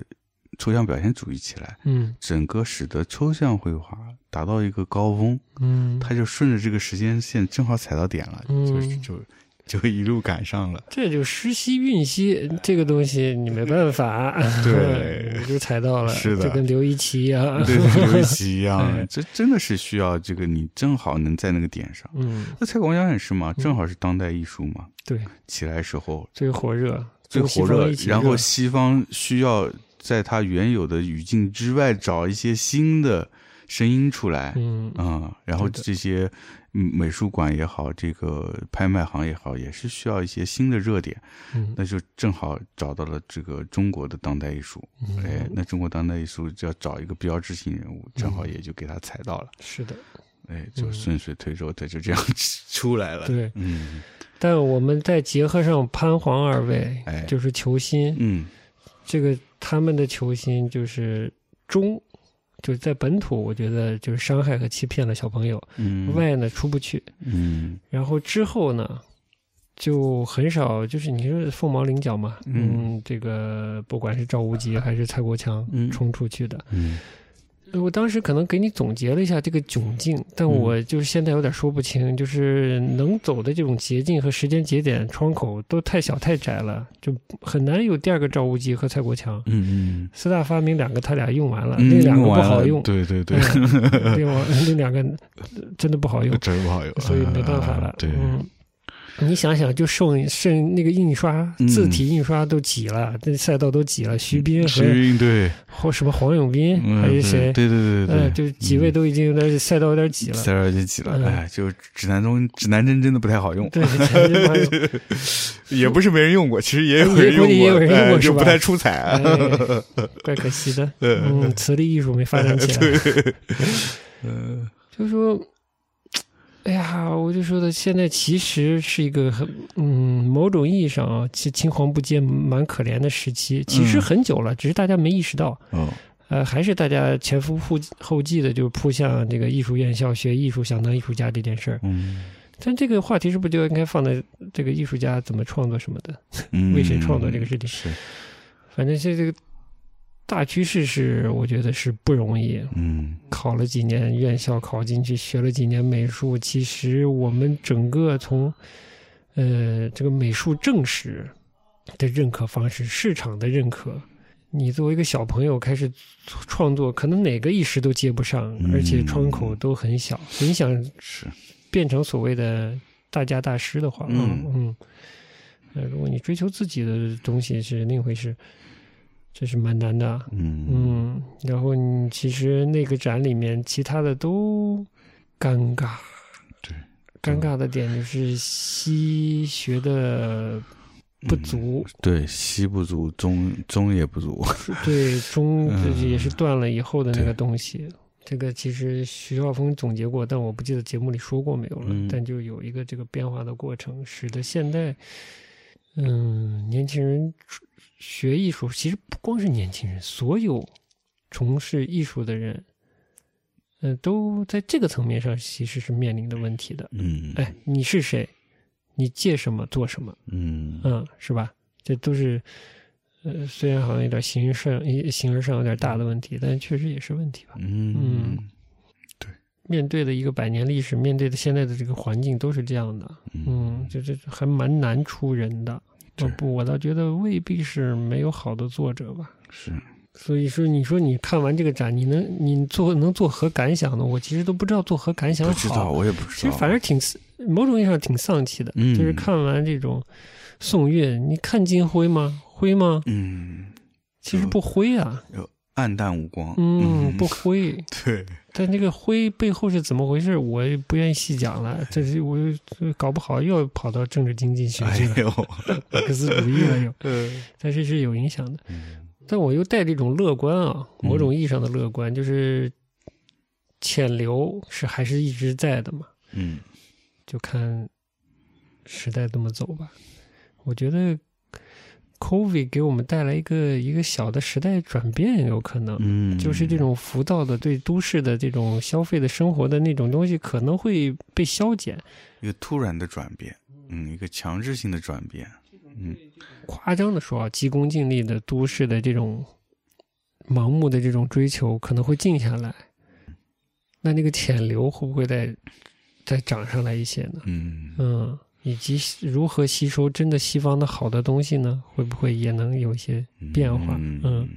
S1: 抽象表现主义起来，
S2: 嗯
S1: 整个使得抽象绘画达到一个高峰，
S2: 嗯，
S1: 它就顺着这个时间线正好踩到点了，
S2: 嗯
S1: 就是就就一路赶上了。
S2: 这就时息运息这个东西，你没办法，
S1: 对
S2: 你就踩到了，
S1: 是的
S2: 就跟刘一奇一样，
S1: 对，刘一奇一样
S2: 哎，
S1: 这真的是需要这个你正好能在那个点上。
S2: 嗯，
S1: 那蔡国强也是嘛，正好是当代艺术嘛，
S2: 对，
S1: 起来时候
S2: 最火热，
S1: 最
S2: 中西
S1: 火
S2: 方
S1: 热
S2: 一，起
S1: 然后西方需要在它原有的语境之外找一些新的声音出来，
S2: 嗯
S1: 嗯，然后
S2: 对的
S1: 这些嗯美术馆也好，这个拍卖行也好，也是需要一些新的热点，
S2: 嗯
S1: 那就正好找到了这个中国的当代艺术，
S2: 嗯
S1: 哎，那中国当代艺术就要找一个标志性人物，正
S2: 嗯
S1: 好也就给他踩到了，
S2: 是的，
S1: 哎，就顺水推舟，他就这样 出来了，
S2: 嗯对
S1: 嗯
S2: 但我们再结合上潘黄二位，
S1: 哎
S2: 就是求新，
S1: 嗯
S2: 这个他们的求新就是中，就是在本土，我觉得就是伤害和欺骗了小朋友，
S1: 嗯，
S2: 外呢出不去，
S1: 嗯
S2: 然后之后呢，就很少，就是你说凤毛麟角嘛，
S1: 嗯
S2: 这个不管是赵无极还是蔡国强
S1: 嗯
S2: 冲出去的，
S1: 嗯
S2: 我当时可能给你总结了一下这个窘境，但
S1: 嗯
S2: 我就是现在有点说不清，就是能走的这种捷径和时间节点窗口都太小太窄了，就很难有第二个赵无极和蔡国强。
S1: 嗯
S2: 四大发明两个他俩用完了，
S1: 嗯，
S2: 啊那两个不
S1: 完
S2: 好
S1: 了
S2: 用，
S1: 对对对，
S2: 嗯另外那两个真的不好用，
S1: 真不好用，
S2: 哎所以没办法
S1: 啊
S2: 了。
S1: 对，
S2: 嗯，你想想，就剩剩那个印刷
S1: 嗯
S2: 字体印刷都挤了，这赛道都挤了，徐斌和
S1: 时运对，
S2: 或什么黄永斌
S1: 嗯
S2: 还是谁，
S1: 对对对对对，
S2: 呃，就几位
S1: 嗯
S2: 都已经有点赛道有点挤了。
S1: 塞尔就起了，
S2: 嗯
S1: 哎，就是指南中指南针真的不太好用，
S2: 对，真是不好用
S1: 也不是没人用过，其实也有
S2: 也
S1: 人
S2: 估计也有
S1: 过，
S2: 人用
S1: 哎
S2: 过
S1: 就是
S2: 吧
S1: 不太出彩啊。
S2: 哎怪可 惜的。嗯，磁力艺术没发展起来。
S1: 嗯
S2: 就说，哎呀，我就说的，现在其实是一个很，嗯，某种意义上啊，其青黄不接、蛮可怜的时期，其实
S1: 嗯
S2: 很久了，只是大家没意识到。
S1: 哦，
S2: 呃，还是大家前赴后继后继的，就是扑向这个艺术院校学艺术，想当艺术家这件事儿。
S1: 嗯，
S2: 但这个话题是不是就应该放在这个艺术家怎么创作什么的？
S1: 嗯
S2: 为谁创作这个事情
S1: 是，
S2: 反正现在这个大趋势是，我觉得是不容易。
S1: 嗯
S2: 考了几年院校，考进去学了几年美术，其实我们整个从呃这个美术正史的认可方式、市场的认可，你作为一个小朋友开始创作，可能哪个一时都接不上，
S1: 嗯
S2: 而且窗口都很小。你想
S1: 是，
S2: 变成所谓的大家大师的话，
S1: 嗯
S2: 嗯，呃，如果你追求自己的东西是另一回事，这是蛮难的啊。
S1: 嗯
S2: 嗯，然后你其实那个展里面其他的都尴尬，
S1: 对，
S2: 尴尬的点就是西学的不足，
S1: 对，西不足，中中也不足，
S2: 对中
S1: 嗯
S2: 就是也是断了以后的那
S1: 对
S2: 个东西。这个其实徐少峰总结过，但我不记得节目里说过没有了。
S1: 嗯
S2: 但就有一个这个变化的过程，使得现在，嗯，年轻人学艺术，其实不光是年轻人，所有从事艺术的人，嗯、都在这个层面上其实是面临的问题的。
S1: 嗯，
S2: 哎，你是谁？你借什么做什么？
S1: 嗯
S2: 嗯，是吧？这都是，呃，虽然好像有点形式上、一形而上有点大的问题，但确实也是问题吧。
S1: 嗯
S2: 面对的一个百年历史，面对的现在的这个环境都是这样的，嗯，就这还蛮难出人的。
S1: 对
S2: 我不，我倒觉得未必是没有好的作者吧。
S1: 是，
S2: 所以说，你说你看完这个展，你能你做能做何感想呢？我其实都不知道做何感想
S1: 不
S2: 好。
S1: 知道，我也不知道，
S2: 其实反正挺某种意义上挺丧气的，
S1: 哦嗯
S2: 就是看完这种宋韵，你看金辉吗？辉吗？
S1: 嗯，
S2: 其实不灰啊，
S1: 有暗淡无光，
S2: 嗯，不灰，
S1: 对，
S2: 但这个灰背后是怎么回事，我也不愿意细讲了。这是我这搞不好又要跑到政治经济学
S1: 哎
S2: 去了，
S1: 呦，
S2: 马克思主义了又，
S1: 嗯
S2: 但是是有影响的。但我又带这种乐观啊，
S1: 嗯
S2: 某种意义上的乐观，就是潜流是还是一直在的嘛。
S1: 嗯。
S2: 就看时代这么走吧。我觉得 COVID 给我们带来一个一个小的时代转变，有可能。
S1: 嗯，
S2: 就是这种浮躁的对都市的这种消费的生活的那种东西可能会被消减，
S1: 一个突然的转变，嗯，一个强制性的转变，
S2: 夸张的说啊，急功近利的都市的这种盲目的这种追求可能会静下来，那那个潜流会不会再再涨上来一些呢？
S1: 嗯，
S2: 嗯，以及如何吸收真的西方的好的东西呢？会不会也能有一些变化？
S1: 嗯，
S2: 嗯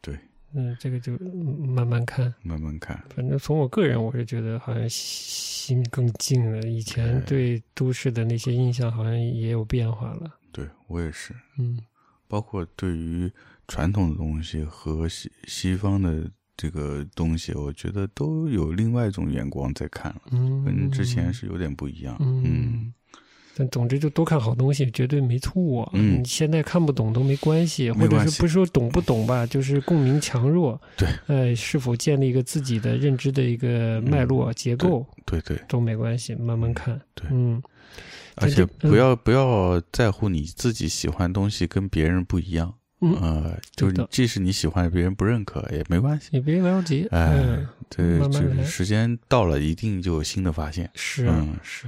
S1: 对，
S2: 嗯，这个就嗯慢慢看。
S1: 慢慢看，
S2: 反正从我个人，我是觉得好像心更静了。以前对都市的那些印象好像也有变化了。
S1: 对我也是，
S2: 嗯
S1: 包括对于传统的东西和西西方的这个东西，我觉得都有另外一种眼光在看了，
S2: 嗯，
S1: 跟之前是有点不一样。嗯
S2: 嗯，但总之就多看好东西，绝对没错。
S1: 嗯
S2: 你现在看不懂都没关系，
S1: 没
S2: 或
S1: 关系
S2: 者是不是说懂不懂吧，就是共鸣强弱。
S1: 对，
S2: 呃，是否建立一个自己的认知的一个
S1: 嗯
S2: 脉络、结构
S1: 对对，
S2: 都没关系，慢慢看。
S1: 对
S2: 嗯，
S1: 而
S2: 但
S1: 且
S2: 是
S1: 不要不要在乎你自己喜欢的东西跟别人不一样，
S2: 嗯
S1: 呃，就是
S2: 对的
S1: 你即使你喜欢别人不认可也没关系，
S2: 也别着急。
S1: 哎
S2: 嗯，
S1: 对，
S2: 慢慢
S1: 就是
S2: 来
S1: 时间到了，一定就有新的发现。
S2: 是、
S1: 嗯
S2: 是，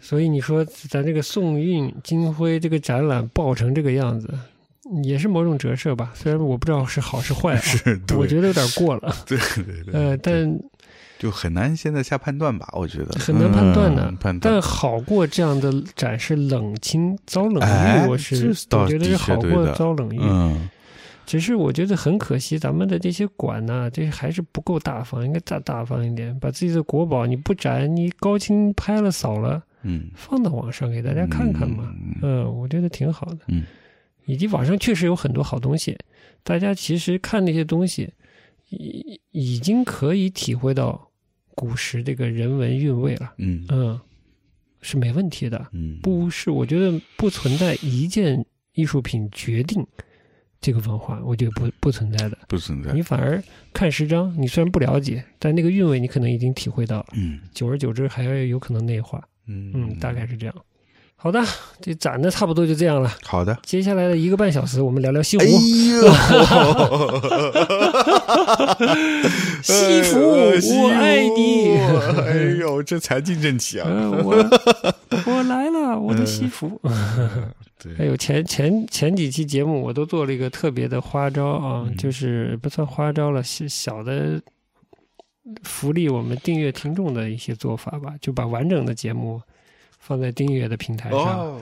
S2: 所以你说咱这个宋韵金辉这个展览爆成这个样子，也是某种折射吧？虽然我不知道是好是坏、啊，
S1: 是，对
S2: 我觉得有点过了。
S1: 对对对，
S2: 呃，但
S1: 就很难现在下判断吧，我觉得
S2: 很难判断的
S1: 嗯判断
S2: 但好过这样的展示冷清遭冷
S1: 哎
S2: 遇，我
S1: 这
S2: 是
S1: 倒
S2: 我觉
S1: 的
S2: 得是
S1: 确
S2: 好
S1: 对
S2: 过
S1: 的
S2: 遭冷遇。
S1: 嗯，
S2: 只是我觉得很可惜，咱们的这些馆呢、这还是不够大方，应该再大方一点，把自己的国宝你不展，你高清拍了扫了，
S1: 嗯，
S2: 放到网上给大家看看嘛。
S1: 嗯
S2: 嗯，我觉得挺好的。
S1: 嗯，
S2: 以及网上确实有很多好东西，大家其实看那些东西，已已经可以体会到古时这个人文韵味了。
S1: 嗯
S2: 嗯，是没问题的，
S1: 嗯，
S2: 不是，我觉得不存在一件艺术品决定这个文化，我觉得不不存在的。
S1: 不存在
S2: 你，反而看十张，你虽然不了解，但那个韵味你可能已经体会到了，
S1: 嗯
S2: 久而久之还有可能内化。
S1: 嗯
S2: 嗯，大概是这样。好的，这展的差不多就这样了。
S1: 好的。
S2: 接下来的一个半小时，我们聊聊西湖。
S1: 哎 呦，
S2: 西服
S1: 哎呦
S2: 我爱你
S1: 西服 哎呦，这才进正题啊！
S2: 呃，我 我来了，我的西服。还
S1: 对，
S2: 有哎前前前几期节目，我都做了一个特别的花招啊，
S1: 嗯
S2: 就是不算花招了，小小的福利我们订阅听众的一些做法吧，就把完整的节目放在订阅的平台上，
S1: 哦，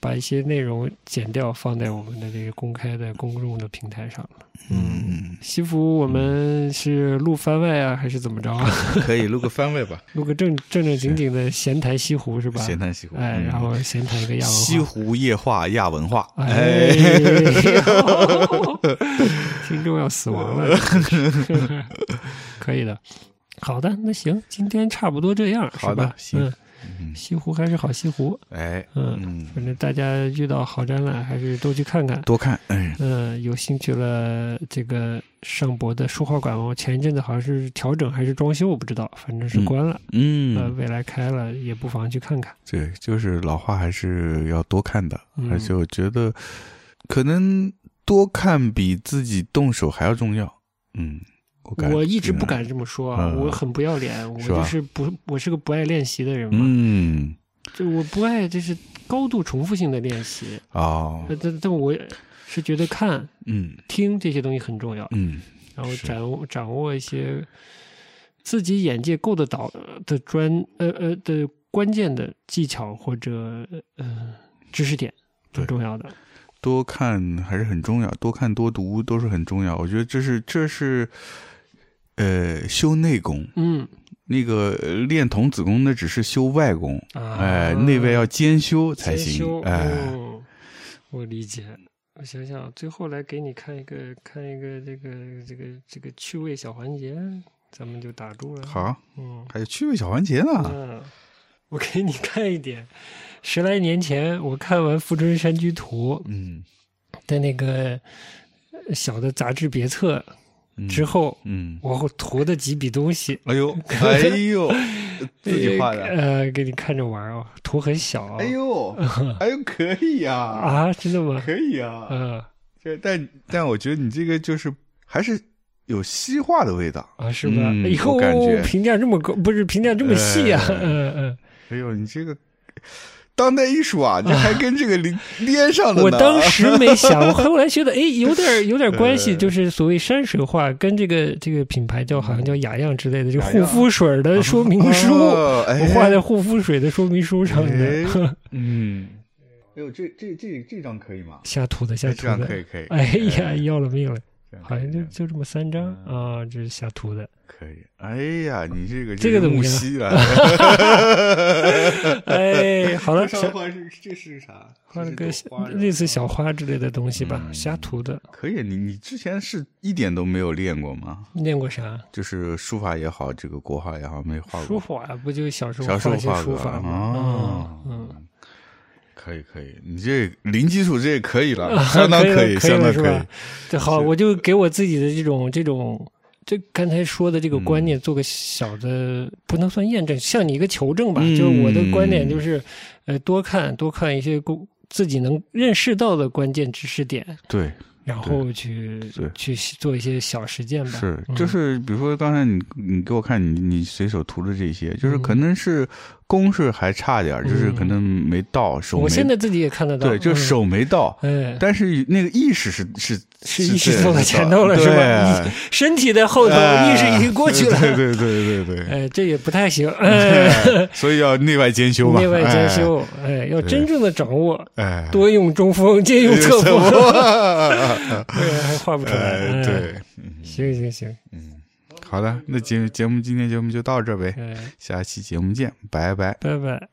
S2: 把一些内容剪掉放在我们的这个公开的公众的平台上。
S1: 嗯，
S2: 西服我们是录番外啊，还是怎么着啊？
S1: 嗯可以录个番位吧，
S2: 录个正正正经经的闲谈西湖 是吧？
S1: 闲谈西湖，
S2: 哎，
S1: 嗯
S2: 然后闲谈一个亚文化
S1: 西湖夜话亚文 化，
S2: 哎， 听众要死亡了，真是 可以的。好的，那行，今天差不多这样，
S1: 好
S2: 是
S1: 的
S2: 吧？
S1: 行
S2: 嗯，西湖还是好西湖，
S1: 哎，
S2: 嗯，反正大家遇到好展览还是都去看看。
S1: 多看，哎，
S2: 嗯，有兴趣了，这个上博的书画馆，我前一阵子好像是调整还是装修，我不知道，反正是
S1: 嗯
S2: 关了。呃，
S1: 嗯，
S2: 未来开了也不妨去看看。
S1: 对，就是老话还是要多看的，
S2: 嗯
S1: 而且我觉得可能多看比自己动手还要重要，嗯，我感
S2: 我一直不，敢这么说啊，
S1: 嗯
S2: 我很不要脸，我
S1: 是吧
S2: 就是不，我是个不爱练习的人嘛，
S1: 嗯，
S2: 就我不爱就是高度重复性的练习，
S1: 哦，
S2: 呃但但我是觉得看、
S1: 嗯
S2: 听这些东西很重要，
S1: 嗯，
S2: 然后
S1: 是
S2: 掌握掌握一些自己眼界够得到的专呃呃的关键的技巧或者呃知识点，
S1: 对
S2: 很重要的。
S1: 多看还是很重要，多看多读都是很重要，我觉得这是这是。呃，修内功，
S2: 嗯
S1: 那个呃练童子功那只是修外功，
S2: 啊，
S1: 哎，内外要兼修才
S2: 兼
S1: 行
S2: 修，
S1: 哎，
S2: 哦，我理解。我想想，最后来给你看一个看一个这个这个这个趣味小环节，咱们就打住了。，
S1: 好，
S2: 嗯，
S1: 还有趣味小环节呢，
S2: 嗯，我给你看一点。十来年前，我看完《富春山居图
S1: 嗯》
S2: 的那个呃小的杂志别册，之后，
S5: 嗯，
S2: 我涂的几笔东西，
S1: 哎呦，哎 呦，自己画的，
S2: 呃，给你看着玩儿哦，图很小啊。
S1: 哎 呦，哎呦，可以呀、
S2: 啊，真的吗？
S1: 可以呀、
S2: 嗯
S1: 这但但我觉得你这个就是还是有西化的味道。
S2: 啊，是吧？
S5: 嗯
S2: 以后
S1: 我感觉
S2: 评价这么高，不是评价这么细啊？
S1: 哎
S2: 嗯
S1: 哎呦，你这个当代艺术 啊，你还跟这个连连上了
S2: 嗯，
S1: 呢。
S2: 我当时没想，我后来 觉得，哎，有点儿有点儿关系，
S1: 哎
S2: 就是所谓山水画跟这个这个品牌叫好像叫雅漾之类的，就
S1: 雅
S2: 护
S1: 漾
S2: 肤水儿的说明书，
S1: 哦哎
S2: 我画在护肤水的说明书上
S1: 哎
S2: 的，
S5: 嗯，哎呦，这这这这张可以吗？
S2: 瞎涂的瞎
S1: 哎
S2: 涂
S1: 这样
S2: 的
S1: 可。以哎可以。
S2: 哎呀，要了命了！
S1: 这样可
S2: 好
S1: 以
S2: 像就就这么三张
S5: 嗯
S2: 啊，这是瞎 涂的。
S1: 可以。哎呀，你这个
S2: 这个怎么
S1: 木
S2: 样
S1: 西啊了？
S2: 哎，好了，小
S1: 上画是这是啥？
S2: 画了
S1: 这
S2: 个
S1: 是朵花是吧
S2: 类似小花之类的东西吧，
S5: 嗯
S2: 瞎涂的。
S1: 可以，你你之前是一点都没有练过吗？
S2: 练过啥？
S1: 就是书法也好，这个国画也好，没画
S2: 书
S1: 过。
S2: 法不就小时候
S1: 小时候
S2: 一些
S1: 画
S2: 书
S1: 过啊
S2: 法吗？
S1: 哦
S2: 嗯嗯，
S1: 可以可以，你这零基础这可以了，相当
S2: 可
S1: 以，
S2: 了，
S1: 相当可
S2: 了是
S1: 以
S2: 吧。？对，好，我就给我自己的这种这种。这刚才说的这个观
S1: 嗯
S2: 念，做个小的不能算验证，像你一个求证吧。
S1: 嗯
S2: 就是我的观点就是，呃，多看多看一些公自己能认识到的关键知识点，
S1: 对，
S2: 然后去
S1: 对
S2: 去做一些小实践吧。
S1: 是，
S2: 嗯
S1: 就是比如说刚才你你给我看你你随手涂的这些，就是
S2: 嗯
S1: 可能是公式还差点儿，就是可能没到手没，
S2: 我现在自己也看得到，
S1: 对，就
S2: 嗯
S1: 手没到，
S2: 哎，
S1: 但是那个意识是是
S2: 是
S1: 是
S2: 意识
S1: 在
S2: 走到前头了
S1: 对
S2: 是吧？意身体在后头，
S1: 哎
S2: 意识已经过去了。
S1: 对对对对对对，
S2: 哎，这也不 太行。哎，
S1: 所以要内外兼修嘛，
S2: 内外兼修，哎，要真正的掌握，
S1: 哎，哎，
S2: 多用中锋，兼用侧
S1: 侧
S2: 锋，
S1: 锋
S2: 对，还画不出来。
S1: 哎，
S2: 哎，
S1: 对，
S2: 行行行，
S1: 好的，那节节目今天节目就到这呗，
S2: 哎，
S1: 下期节目见，拜拜。
S2: 拜拜。